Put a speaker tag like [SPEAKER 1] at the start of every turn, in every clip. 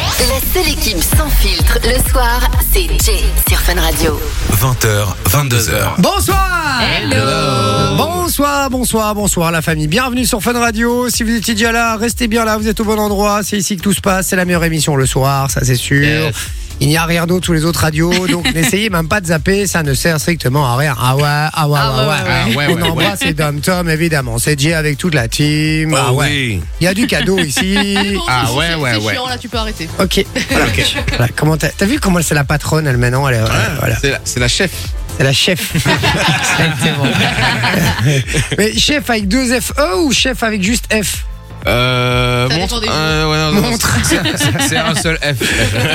[SPEAKER 1] La seule équipe sans filtre le soir, c'est Jay sur Fun Radio.
[SPEAKER 2] 20h, 22h.
[SPEAKER 3] Bonsoir Bonsoir, bonsoir, bonsoir la famille. Bienvenue sur Fun Radio. Si vous étiez déjà là, restez bien là, vous êtes au bon endroit. C'est ici que tout se passe. C'est la meilleure émission le soir, ça c'est sûr.
[SPEAKER 4] Yes.
[SPEAKER 3] Il n'y a rien d'autre tous les autres radios, donc n'essayez même pas de zapper, ça ne sert strictement à rien. Ah ouais, ah ouais, ah ouais.
[SPEAKER 4] ouais, ouais. Ah ouais, ouais,
[SPEAKER 3] On embrasse les Dom Tom, évidemment. C'est Jay avec toute la team.
[SPEAKER 2] Ah
[SPEAKER 3] ah ouais.
[SPEAKER 2] oui.
[SPEAKER 3] Il y a du cadeau ici.
[SPEAKER 4] Ah
[SPEAKER 5] c'est-
[SPEAKER 4] ouais,
[SPEAKER 5] c'est-
[SPEAKER 4] ouais,
[SPEAKER 5] c'est
[SPEAKER 4] ouais.
[SPEAKER 5] chiant, là, tu peux arrêter.
[SPEAKER 3] Ok. Voilà. Voilà, comment t'as t'as vu comment c'est la patronne, elle maintenant elle est- euh, voilà.
[SPEAKER 4] C'est la, c'est la chef.
[SPEAKER 3] C'est la chef. Exactement. Mais chef avec deux FE ou chef avec juste F
[SPEAKER 4] Euh,
[SPEAKER 5] Ça
[SPEAKER 4] montre.
[SPEAKER 5] dépend des jours.
[SPEAKER 4] Euh, ouais, non, non, non,
[SPEAKER 3] Montre.
[SPEAKER 4] c'est- c'est- C'est un seul F.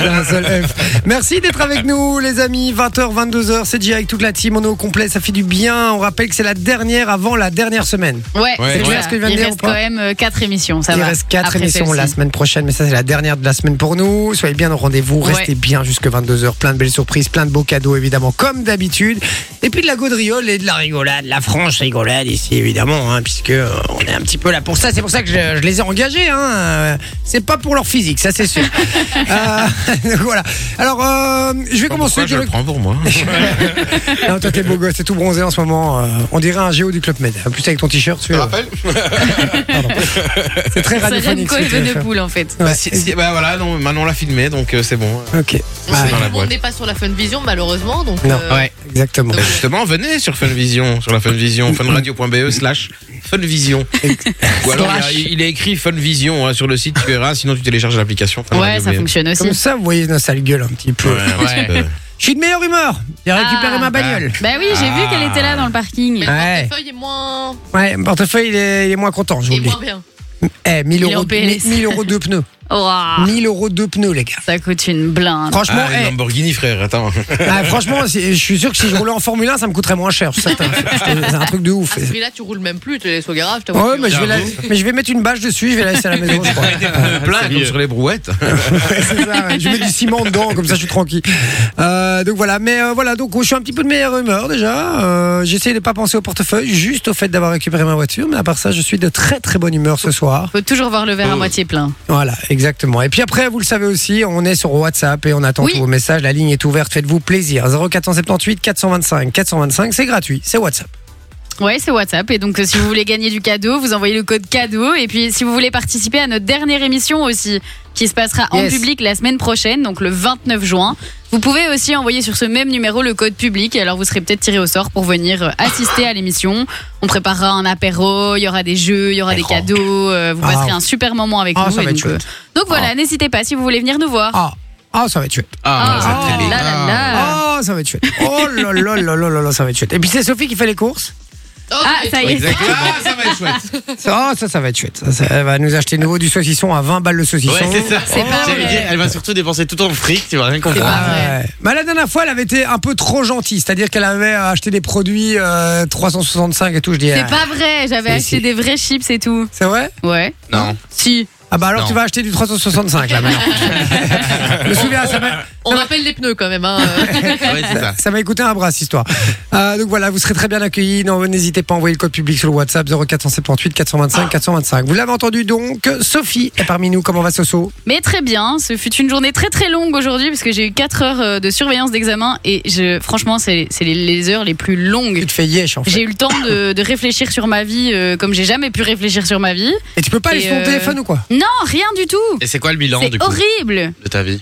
[SPEAKER 3] Un seul F. Merci d'être avec nous, les amis. 20h, 22h, c'est déjà avec toute la team. On est au complet, ça fait du bien. On rappelle que c'est la dernière avant la dernière semaine.
[SPEAKER 6] Ouais,
[SPEAKER 4] Ouais.
[SPEAKER 6] c'est
[SPEAKER 4] C'est
[SPEAKER 3] clair
[SPEAKER 6] ça.
[SPEAKER 3] ce que je viens de
[SPEAKER 6] Il
[SPEAKER 3] dire ou
[SPEAKER 6] reste
[SPEAKER 3] pas
[SPEAKER 6] quand même 4 émissions, ça
[SPEAKER 3] Il
[SPEAKER 6] va.
[SPEAKER 3] reste quatre
[SPEAKER 6] Après
[SPEAKER 3] émissions la
[SPEAKER 6] celle-ci.
[SPEAKER 3] semaine prochaine, mais ça, c'est la dernière de la semaine pour nous. Soyez bien au rendez-vous,
[SPEAKER 6] Ouais.
[SPEAKER 3] restez bien jusque 22h. Plein de belles surprises, plein de beaux cadeaux, évidemment, comme d'habitude. Et puis de la gaudriole et de la rigolade, la franche rigolade ici, évidemment, hein, puisque euh, on est un petit peu là pour ça. C'est pour ça que je, je les ai engagés. Hein. Euh, C'est pas pour leur physique, ça, c'est sûr. Euh, donc voilà. Alors, euh, je
[SPEAKER 4] Pourquoi
[SPEAKER 3] vais commencer
[SPEAKER 4] je le
[SPEAKER 3] direct.
[SPEAKER 4] prends pour moi
[SPEAKER 3] Non, toi, t'es beau gosse, t'es tout bronzé en ce moment. euh, on dirait un géo du Club Med. En plus, avec ton t-shirt, tu vois. Pardon. C'est très
[SPEAKER 6] C'est
[SPEAKER 3] radiophonique.
[SPEAKER 6] Remco
[SPEAKER 3] ce que
[SPEAKER 6] et
[SPEAKER 3] tu vas faire.
[SPEAKER 6] Venepool en fait.
[SPEAKER 4] bah,
[SPEAKER 3] Ouais.
[SPEAKER 4] si, si- bah voilà, non, maintenant on l'a filmé, donc euh, c'est bon.
[SPEAKER 3] Ok.
[SPEAKER 4] C'est
[SPEAKER 3] Ouais.
[SPEAKER 4] dans la
[SPEAKER 5] On
[SPEAKER 4] boîte.
[SPEAKER 5] n'est pas sur la Fun Vision, malheureusement. Donc,
[SPEAKER 3] Non.
[SPEAKER 5] euh,
[SPEAKER 3] Exactement.
[SPEAKER 4] Bah, justement, venez sur Funvision, sur la Funvision, funradio.be E slash Funvision. Ou alors, il, y a- il est écrit Funvision hein, sur le site, tu verras, sinon tu télécharges l'application. Fun
[SPEAKER 6] Ouais,
[SPEAKER 4] Radio
[SPEAKER 6] ça
[SPEAKER 4] BE.
[SPEAKER 6] fonctionne aussi.
[SPEAKER 3] Comme ça, vous voyez nos sales gueules un petit peu.
[SPEAKER 4] Ouais, un petit peu.
[SPEAKER 3] Je suis de meilleure humeur. J'ai récupéré
[SPEAKER 6] Ah.
[SPEAKER 3] ma bagnole.
[SPEAKER 6] Bah oui, j'ai vu qu'elle était là dans le parking.
[SPEAKER 5] mais
[SPEAKER 3] Ouais.
[SPEAKER 5] le portefeuille est moins,
[SPEAKER 3] Ouais, mon portefeuille, il est, il est moins content, je vous
[SPEAKER 5] est
[SPEAKER 3] le dis.
[SPEAKER 5] moins bien.
[SPEAKER 3] Eh, 1000
[SPEAKER 6] Il est en
[SPEAKER 3] euros,
[SPEAKER 6] PLS.
[SPEAKER 3] 1000 euros de pneus.
[SPEAKER 6] Ouah,
[SPEAKER 3] 1000 euros de pneus, les gars.
[SPEAKER 6] Ah. ça coûte une blinde.
[SPEAKER 3] Franchement,
[SPEAKER 4] Ah, une
[SPEAKER 3] eh,
[SPEAKER 4] Lamborghini, frère, attends.
[SPEAKER 3] ah, franchement, si- je suis sûr que si je roulais en Formule 1, ça me coûterait moins cher. c'est certain. C'est un truc de ouf.
[SPEAKER 5] À
[SPEAKER 6] Ah,
[SPEAKER 5] ce prix-là, tu roules même plus, tu les laisses au garage. ta
[SPEAKER 3] Ouais,
[SPEAKER 5] voiture.
[SPEAKER 3] mais je, vais la-
[SPEAKER 4] J'avoue.
[SPEAKER 3] mais je vais mettre une bâche dessus, je vais la laisser à la maison, je crois.
[SPEAKER 4] Plein, comme sur les brouettes.
[SPEAKER 3] Ouais, c'est ça, ouais. Je mets du ciment dedans, comme ça je suis tranquille. Euh, donc voilà, mais euh, voilà, donc je suis un petit peu de meilleure humeur déjà. Euh, J'essaie de pas penser au portefeuille, juste au fait d'avoir récupéré ma voiture. Mais à part ça, je suis de très très bonne humeur ce soir.
[SPEAKER 6] Faut toujours voir le
[SPEAKER 3] Oh.
[SPEAKER 6] verre à moitié plein.
[SPEAKER 3] Voilà, exactement. Et puis après, vous le savez aussi, on est sur WhatsApp et on attend
[SPEAKER 6] Oui.
[SPEAKER 3] tous vos messages. La ligne est ouverte, faites-vous plaisir. 0478 425 425, c'est gratuit, c'est WhatsApp.
[SPEAKER 6] Ouais, c'est WhatsApp. Et donc, euh, si vous voulez gagner du cadeau, vous envoyez le code cadeau. Et puis, si vous voulez participer à notre dernière émission aussi, qui se passera en
[SPEAKER 3] Yes.
[SPEAKER 6] public la semaine prochaine, donc le 29 juin, vous pouvez aussi envoyer sur ce même numéro le code public. Et alors, vous serez peut-être tiré au sort pour venir euh, assister à l'émission. On préparera un apéro, il y aura des jeux, il y aura des cadeaux. euh, vous
[SPEAKER 3] Ah.
[SPEAKER 6] passerez un super moment avec
[SPEAKER 3] Ah,
[SPEAKER 6] nous.
[SPEAKER 3] ça
[SPEAKER 6] Et
[SPEAKER 3] va être
[SPEAKER 6] donc, euh,
[SPEAKER 3] chouette.
[SPEAKER 6] donc voilà, n'hésitez pas si vous voulez venir nous voir.
[SPEAKER 3] Ah, ah ça va être chouette.
[SPEAKER 4] Ah,
[SPEAKER 6] là, là, là.
[SPEAKER 3] Oh, ça va être chouette. Oh là là là là là là, ça va être chouette. Et puis c'est Sophie qui fait les courses.
[SPEAKER 5] Oh,
[SPEAKER 6] Ah,
[SPEAKER 5] mais-
[SPEAKER 6] ça y est.
[SPEAKER 4] Exactement. Ah, ça va être chouette.
[SPEAKER 3] Ah, Ça, ça, ça va être chouette. Ça, ça- elle va nous acheter de nouveau du saucisson à 20 balles le saucisson.
[SPEAKER 7] Ouais, c'est ça.
[SPEAKER 6] C'est pas
[SPEAKER 7] J'allais
[SPEAKER 6] vrai.
[SPEAKER 7] dire, elle va surtout dépenser tout ton fric, tu vas rien
[SPEAKER 3] Ouais.
[SPEAKER 7] comprendre.
[SPEAKER 3] Mais la dernière fois, elle avait été un peu trop gentille, c'est-à-dire qu'elle avait acheté des produits euh, 365 et tout. Je dis,
[SPEAKER 6] C'est
[SPEAKER 3] ah,
[SPEAKER 6] pas vrai, j'avais
[SPEAKER 3] Si,
[SPEAKER 6] acheté
[SPEAKER 3] si.
[SPEAKER 6] des vrais chips et tout.
[SPEAKER 3] c'est vrai
[SPEAKER 6] Ouais.
[SPEAKER 4] Non.
[SPEAKER 6] Si.
[SPEAKER 3] Ah bah alors
[SPEAKER 4] Non.
[SPEAKER 3] tu vas acheter du 365 là maintenant. je me souviens, ça m'a-
[SPEAKER 5] On rappelle les pneus quand même. hein, euh.
[SPEAKER 4] Ouais, c'est ça.
[SPEAKER 3] ça m'a écouté un bras cette histoire. Euh, donc voilà, vous serez très bien accueillis. Non, N'hésitez pas à envoyer le code public sur le WhatsApp 0478 425 425. Vous l'avez entendu donc, Sophie est parmi nous. Comment va Soso
[SPEAKER 6] Mais très bien, ce fut une journée très très longue aujourd'hui parce que j'ai eu 4 heures euh, de surveillance d'examen et je, franchement c'est c'est les, les heures les plus
[SPEAKER 3] Tu
[SPEAKER 6] longues.
[SPEAKER 3] te fais yesh en fait.
[SPEAKER 6] J'ai eu le temps de, de réfléchir sur ma vie euh, comme j'ai jamais pu réfléchir sur ma vie.
[SPEAKER 3] Et tu peux pas aller
[SPEAKER 6] Et
[SPEAKER 3] sur ton
[SPEAKER 6] euh,
[SPEAKER 3] téléphone ou quoi
[SPEAKER 6] Non, rien du tout.
[SPEAKER 7] Et c'est quoi le bilan du
[SPEAKER 6] C'est
[SPEAKER 7] coup
[SPEAKER 6] horrible.
[SPEAKER 7] de ta vie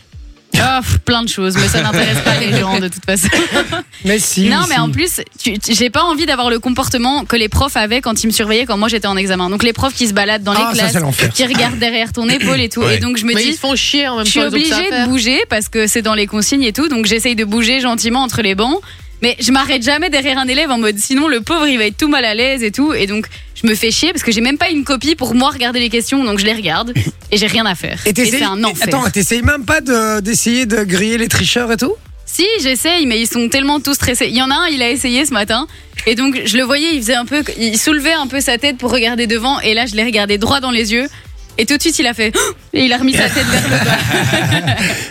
[SPEAKER 6] Ah, pff, plein de choses, mais ça n'intéresse pas les gens de toute façon.
[SPEAKER 3] Mais si.
[SPEAKER 6] non,
[SPEAKER 3] si.
[SPEAKER 6] mais en plus, tu- tu- j'ai pas envie d'avoir le comportement que les profs avaient quand ils me surveillaient quand moi j'étais en examen. Donc les profs qui se baladent dans les
[SPEAKER 3] Ah, ça,
[SPEAKER 6] classes,
[SPEAKER 3] c'est l'enfer.
[SPEAKER 6] qui regardent derrière ton épaule et tout.
[SPEAKER 4] Ouais.
[SPEAKER 6] Et donc je me
[SPEAKER 5] mais
[SPEAKER 6] dis,
[SPEAKER 5] ils se font chier en même
[SPEAKER 6] Je
[SPEAKER 5] temps.
[SPEAKER 6] suis
[SPEAKER 5] ils ont que ça à
[SPEAKER 6] obligée de
[SPEAKER 5] faire.
[SPEAKER 6] bouger parce que c'est dans les consignes et tout, donc j'essaye de bouger gentiment entre les bancs. Mais je m'arrête jamais derrière un élève en mode sinon le pauvre il va être tout mal à l'aise et tout. Et donc je me fais chier parce que j'ai même pas une copie pour moi regarder les questions, donc je les regarde et j'ai rien à faire. Et,
[SPEAKER 3] t'essayes-
[SPEAKER 6] c'est un enfer.
[SPEAKER 3] Attends, t'essayes même pas de- d'essayer de, griller les tricheurs et tout
[SPEAKER 6] Si j'essaye, mais ils sont tellement tous stressés. Il y en a un, il a essayé ce matin. Et donc je le voyais, il faisait un peu, il soulevait un peu sa tête pour regarder devant. Et là je l'ai regardé droit dans les yeux. Et tout de suite il a fait et il a remis sa tête vers le bas.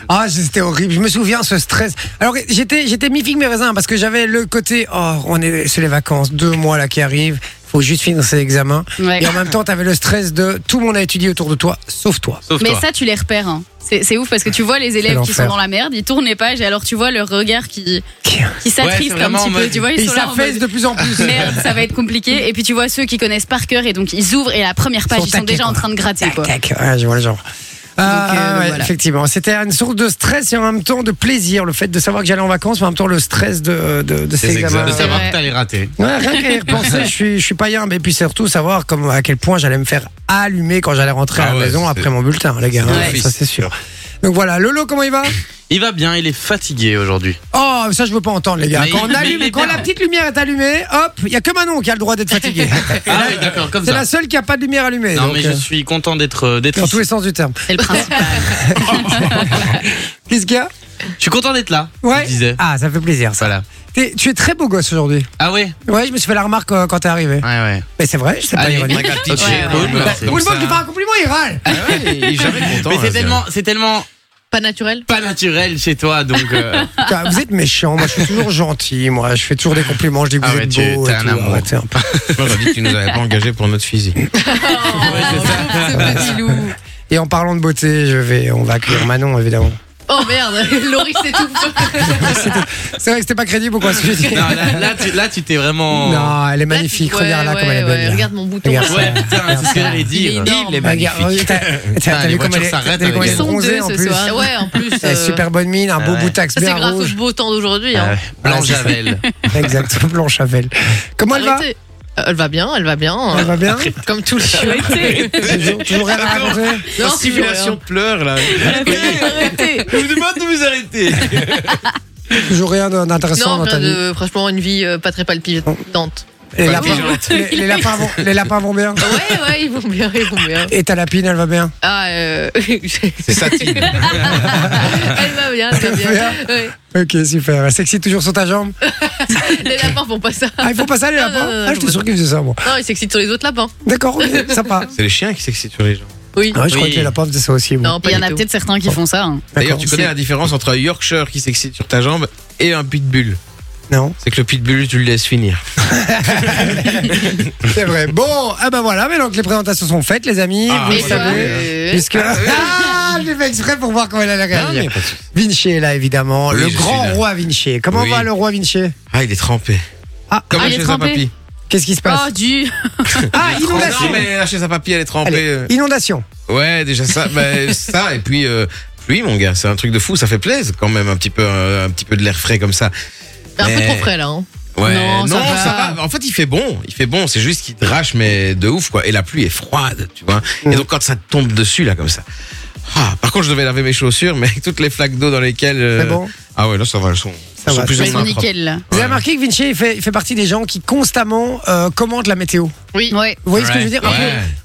[SPEAKER 3] Ah, c'était horrible. Je me souviens ce stress. Alors j'étais j'étais mi figue mes raisins parce que j'avais le côté oh on est c'est les vacances deux mois là qui arrivent. faut juste finir ses examens.
[SPEAKER 6] Ouais.
[SPEAKER 3] Et en même temps, t'avais le stress de tout le monde a étudié autour de toi, sauf toi.
[SPEAKER 7] Sauf
[SPEAKER 6] Mais
[SPEAKER 7] toi.
[SPEAKER 6] ça, tu les repères. hein. C'est c'est ouf parce que tu vois les élèves qui
[SPEAKER 3] l'enfer.
[SPEAKER 6] sont dans la merde, ils tournent les pages et alors tu vois leur regard qui,
[SPEAKER 3] Qui-
[SPEAKER 6] qui s'attriste
[SPEAKER 7] Ouais, c'est
[SPEAKER 6] un
[SPEAKER 7] vraiment
[SPEAKER 6] petit
[SPEAKER 7] en
[SPEAKER 6] peu.
[SPEAKER 7] mode-
[SPEAKER 6] Tu vois, ils
[SPEAKER 3] Et
[SPEAKER 6] sont là
[SPEAKER 3] ça
[SPEAKER 6] en
[SPEAKER 3] fesse
[SPEAKER 6] mode,
[SPEAKER 3] de plus en plus.
[SPEAKER 6] Merde, ça va être compliqué. Et puis tu vois ceux qui connaissent par cœur et donc ils ouvrent et la première page,
[SPEAKER 3] Ils sont
[SPEAKER 6] ils sont
[SPEAKER 3] taqués,
[SPEAKER 6] déjà en
[SPEAKER 3] quoi.
[SPEAKER 6] train de gratter.
[SPEAKER 3] Tac,
[SPEAKER 6] Quoi.
[SPEAKER 3] tac, ouais, je vois le genre. Ah,
[SPEAKER 6] euh,
[SPEAKER 3] ouais,
[SPEAKER 6] voilà.
[SPEAKER 3] Effectivement, c'était une source de stress et en même temps de plaisir, le fait de savoir que j'allais en vacances, mais en même temps le stress de, de, de ces
[SPEAKER 7] C'est
[SPEAKER 3] examens.
[SPEAKER 7] exact. De savoir
[SPEAKER 6] Ouais.
[SPEAKER 7] que t'allais rater.
[SPEAKER 3] Ouais, rien qu'à y repenser, je suis, je suis païen, mais puis surtout savoir comme, à quel point j'allais me faire allumer quand j'allais rentrer à
[SPEAKER 7] Ah
[SPEAKER 3] la
[SPEAKER 7] ouais,
[SPEAKER 3] maison
[SPEAKER 7] c'est-
[SPEAKER 3] après mon bulletin, les gars,
[SPEAKER 7] c'est
[SPEAKER 3] hein,
[SPEAKER 7] l'office.
[SPEAKER 3] ça c'est sûr. Donc voilà, Lolo, comment il va
[SPEAKER 7] Il va bien, il est fatigué aujourd'hui.
[SPEAKER 3] Oh, ça je veux pas entendre, les gars.
[SPEAKER 7] Mais-
[SPEAKER 3] Quand, on
[SPEAKER 7] mais
[SPEAKER 3] allume-
[SPEAKER 7] il est
[SPEAKER 3] quand
[SPEAKER 7] bien.
[SPEAKER 3] la petite lumière est allumée, hop, il y a que Manon qui a le droit d'être fatiguée.
[SPEAKER 7] Ah oui, d'accord, comme
[SPEAKER 3] c'est
[SPEAKER 7] ça.
[SPEAKER 3] la seule qui a pas de lumière allumée.
[SPEAKER 7] Non,
[SPEAKER 3] donc,
[SPEAKER 7] mais je
[SPEAKER 3] euh,
[SPEAKER 7] suis content d'être euh, d'être
[SPEAKER 3] dans tous
[SPEAKER 7] ici.
[SPEAKER 3] les sens du terme.
[SPEAKER 6] C'est le principe.
[SPEAKER 3] Qu'est-ce qu'il y a
[SPEAKER 7] Je suis content d'être là.
[SPEAKER 3] Ouais.
[SPEAKER 7] Je disais.
[SPEAKER 3] Ah, ça fait plaisir ça.
[SPEAKER 7] Voilà.
[SPEAKER 3] T'es- tu es très beau gosse aujourd'hui.
[SPEAKER 7] Ah ouais.
[SPEAKER 3] Ouais, je me suis fait la remarque euh, quand t'es arrivé.
[SPEAKER 7] Ouais ouais.
[SPEAKER 3] Mais c'est vrai, c'est pas
[SPEAKER 7] Allez,
[SPEAKER 3] ironique.
[SPEAKER 7] regarde,
[SPEAKER 4] Ok,
[SPEAKER 7] j'ai-
[SPEAKER 5] ouais,
[SPEAKER 7] cool,
[SPEAKER 4] ouais.
[SPEAKER 7] merci.
[SPEAKER 3] Ou le mot
[SPEAKER 4] ça-
[SPEAKER 3] qui fait un compliment, il râle.
[SPEAKER 4] Ah ouais, il est jamais content.
[SPEAKER 7] Mais
[SPEAKER 4] hein,
[SPEAKER 7] c'est
[SPEAKER 4] ce
[SPEAKER 7] tellement, c'est tellement
[SPEAKER 5] Pas naturel.
[SPEAKER 7] pas naturel chez toi, donc. euh,
[SPEAKER 3] Putain, Ah, Vous êtes méchant, moi je suis toujours gentil, moi je fais toujours des compliments, je dis que
[SPEAKER 7] Ah
[SPEAKER 3] vous
[SPEAKER 7] ouais,
[SPEAKER 3] êtes
[SPEAKER 7] tu-
[SPEAKER 3] beau.
[SPEAKER 7] t'es
[SPEAKER 3] et
[SPEAKER 7] un
[SPEAKER 3] tout.
[SPEAKER 7] amour.
[SPEAKER 3] Arrêtez un peu.
[SPEAKER 4] gars. Moi, j'ai dit que tu nous avais pas engagés pour notre physique.
[SPEAKER 5] Oh, ce petit loup.
[SPEAKER 3] Et en parlant de beauté, je vais, on va accueillir Manon évidemment.
[SPEAKER 5] Oh merde, Laurie s'étouffe.
[SPEAKER 3] C'est vrai que c'était pas crédible ou quoi ce que je dis.
[SPEAKER 7] non, là, là, tu, là, tu t'es vraiment.
[SPEAKER 3] Non, elle est magnifique,
[SPEAKER 5] Ouais,
[SPEAKER 3] regarde là
[SPEAKER 5] ouais,
[SPEAKER 3] comme elle est
[SPEAKER 5] ouais,
[SPEAKER 3] belle. là.
[SPEAKER 5] Regarde mon bouton.
[SPEAKER 3] Regarde
[SPEAKER 7] Ouais, putain, c'est ce que j'allais dire.
[SPEAKER 5] Il est énorme.
[SPEAKER 7] est
[SPEAKER 3] Regarde,
[SPEAKER 7] magnifique.
[SPEAKER 3] t'as- T'as
[SPEAKER 7] Putain,
[SPEAKER 3] t'as
[SPEAKER 7] les
[SPEAKER 3] vu comment elle
[SPEAKER 7] voitures
[SPEAKER 3] est- t'as
[SPEAKER 7] s'arrêtent
[SPEAKER 3] vu comment elle est
[SPEAKER 7] avec
[SPEAKER 5] Ils
[SPEAKER 7] elle.
[SPEAKER 5] sont
[SPEAKER 3] bronzée
[SPEAKER 5] deux
[SPEAKER 3] en
[SPEAKER 5] ce
[SPEAKER 3] plus.
[SPEAKER 5] soir. Ouais, en plus.
[SPEAKER 3] Elle a
[SPEAKER 5] euh,
[SPEAKER 3] super bonne mine, un beau
[SPEAKER 7] Ouais.
[SPEAKER 3] boutax
[SPEAKER 5] C'est
[SPEAKER 3] bien
[SPEAKER 5] grâce au
[SPEAKER 3] rouge.
[SPEAKER 5] beau temps d'aujourd'hui.
[SPEAKER 7] Ah
[SPEAKER 5] hein.
[SPEAKER 7] ouais. Blanche Javel.
[SPEAKER 3] Exact, Blanche Avel. Comment elle va
[SPEAKER 5] Arrêtez. Euh, Elle va bien, elle va bien.
[SPEAKER 3] Elle va bien
[SPEAKER 5] Comme tous les
[SPEAKER 6] Arrêtez,
[SPEAKER 3] Toujours toujours rien à raconter
[SPEAKER 5] Ah, Non,
[SPEAKER 4] Simulation de pleurs là.
[SPEAKER 6] arrêtez.
[SPEAKER 7] Je vous demande de vous arrêter.
[SPEAKER 3] Toujours rien d'intéressant
[SPEAKER 5] Non,
[SPEAKER 3] dans
[SPEAKER 5] rien
[SPEAKER 3] ta vie.
[SPEAKER 5] de, franchement, une vie euh, pas très palpitante.
[SPEAKER 3] Les
[SPEAKER 4] Pas
[SPEAKER 3] lapins,
[SPEAKER 4] pigeante.
[SPEAKER 3] les, les lapins vont, les lapins vont bien.
[SPEAKER 5] Ouais, ouais, ils vont bien, ils vont bien.
[SPEAKER 3] Et ta lapine, elle va bien.
[SPEAKER 5] Ah, euh,
[SPEAKER 4] C'est satine.
[SPEAKER 5] elle va bien, elle va bien. Ouais.
[SPEAKER 3] Ok, super. Sexy toujours sur ta jambe.
[SPEAKER 5] Les lapins font pas ça.
[SPEAKER 3] Ah, il faut pas ça, les
[SPEAKER 5] Non,
[SPEAKER 3] lapins
[SPEAKER 5] non, non,
[SPEAKER 3] Ah,
[SPEAKER 5] non,
[SPEAKER 3] j'étais
[SPEAKER 5] je
[SPEAKER 3] sûr qu'ils faisaient ça, moi.
[SPEAKER 5] Non, ils s'excitent sur les autres lapins.
[SPEAKER 3] D'accord, ok, sympa.
[SPEAKER 4] C'est les chiens qui s'excitent sur les gens.
[SPEAKER 5] Oui.
[SPEAKER 3] Ah, ouais, je crois
[SPEAKER 7] Oui.
[SPEAKER 3] que les lapins faisaient ça aussi, moi.
[SPEAKER 5] Non, pas
[SPEAKER 6] Il y en
[SPEAKER 5] du
[SPEAKER 6] a
[SPEAKER 5] tout.
[SPEAKER 6] peut-être certains qui font ça. hein.
[SPEAKER 4] D'ailleurs,
[SPEAKER 3] D'accord.
[SPEAKER 4] tu connais la différence entre un Yorkshire qui s'excite sur ta jambe et un pitbull.
[SPEAKER 3] Non,
[SPEAKER 4] C'est que le pitbull, tu le laisses finir.
[SPEAKER 3] c'est vrai. Bon, ah ben voilà, mais donc les présentations sont faites, les amis.
[SPEAKER 4] Ah,
[SPEAKER 3] vous le
[SPEAKER 5] Et
[SPEAKER 4] voilà.
[SPEAKER 5] toi,
[SPEAKER 3] savez.
[SPEAKER 5] euh,
[SPEAKER 3] Puisque. Ah, je l'ai fait exprès pour voir comment elle allait
[SPEAKER 4] Ah, mais
[SPEAKER 3] réagir.
[SPEAKER 4] pas de souci.
[SPEAKER 3] Vinci est là, évidemment.
[SPEAKER 4] Oui,
[SPEAKER 3] le
[SPEAKER 4] je suis
[SPEAKER 3] grand
[SPEAKER 4] Oh, là.
[SPEAKER 3] roi Vinci. Comment
[SPEAKER 4] Oui.
[SPEAKER 3] va le roi Vinci
[SPEAKER 4] Ah, il est trempé.
[SPEAKER 3] Ah.
[SPEAKER 4] comme
[SPEAKER 6] Ah,
[SPEAKER 4] la
[SPEAKER 6] il est
[SPEAKER 4] chaise à
[SPEAKER 6] trempé.
[SPEAKER 4] papy.
[SPEAKER 3] Qu'est-ce qui se
[SPEAKER 6] Oh,
[SPEAKER 3] passe
[SPEAKER 6] du.
[SPEAKER 3] Ah,
[SPEAKER 4] Non,
[SPEAKER 3] inondation
[SPEAKER 4] mais la chaise à papy, elle est trempée.
[SPEAKER 3] Allez, Inondation.
[SPEAKER 4] Ouais, déjà ça, bah, ça et puis euh, pluie, mon gars, c'est un truc de fou, ça fait plaisir quand même, un petit peu, euh, un petit peu de l'air frais comme ça.
[SPEAKER 5] T'es un peu
[SPEAKER 4] Mais-
[SPEAKER 5] trop frais là. hein.
[SPEAKER 4] Ouais,
[SPEAKER 6] Non, ça va.
[SPEAKER 4] En fait, il fait bon, il fait bon. C'est juste qu'il drache, mais de ouf quoi. Et la pluie est froide, tu vois.
[SPEAKER 3] Mm.
[SPEAKER 4] Et donc quand ça te tombe dessus là comme ça. Ah, par contre, je devais laver mes chaussures, mais avec toutes les flaques d'eau dans lesquelles. euh,
[SPEAKER 3] C'est bon
[SPEAKER 4] Ah ouais, là ça va, elles sont,
[SPEAKER 3] Ça
[SPEAKER 4] elles sont
[SPEAKER 3] va,
[SPEAKER 4] plus
[SPEAKER 3] ça
[SPEAKER 4] ou
[SPEAKER 6] Ils sont
[SPEAKER 4] moins propres.
[SPEAKER 6] nickel.
[SPEAKER 3] Vous avez
[SPEAKER 4] Ouais.
[SPEAKER 3] remarqué que Vinci il fait, il fait partie des gens qui constamment euh, commentent la météo. Vous
[SPEAKER 5] Oui.
[SPEAKER 6] Ouais.
[SPEAKER 3] voyez ce que je veux
[SPEAKER 7] Ouais.
[SPEAKER 3] dire un,
[SPEAKER 4] Ouais.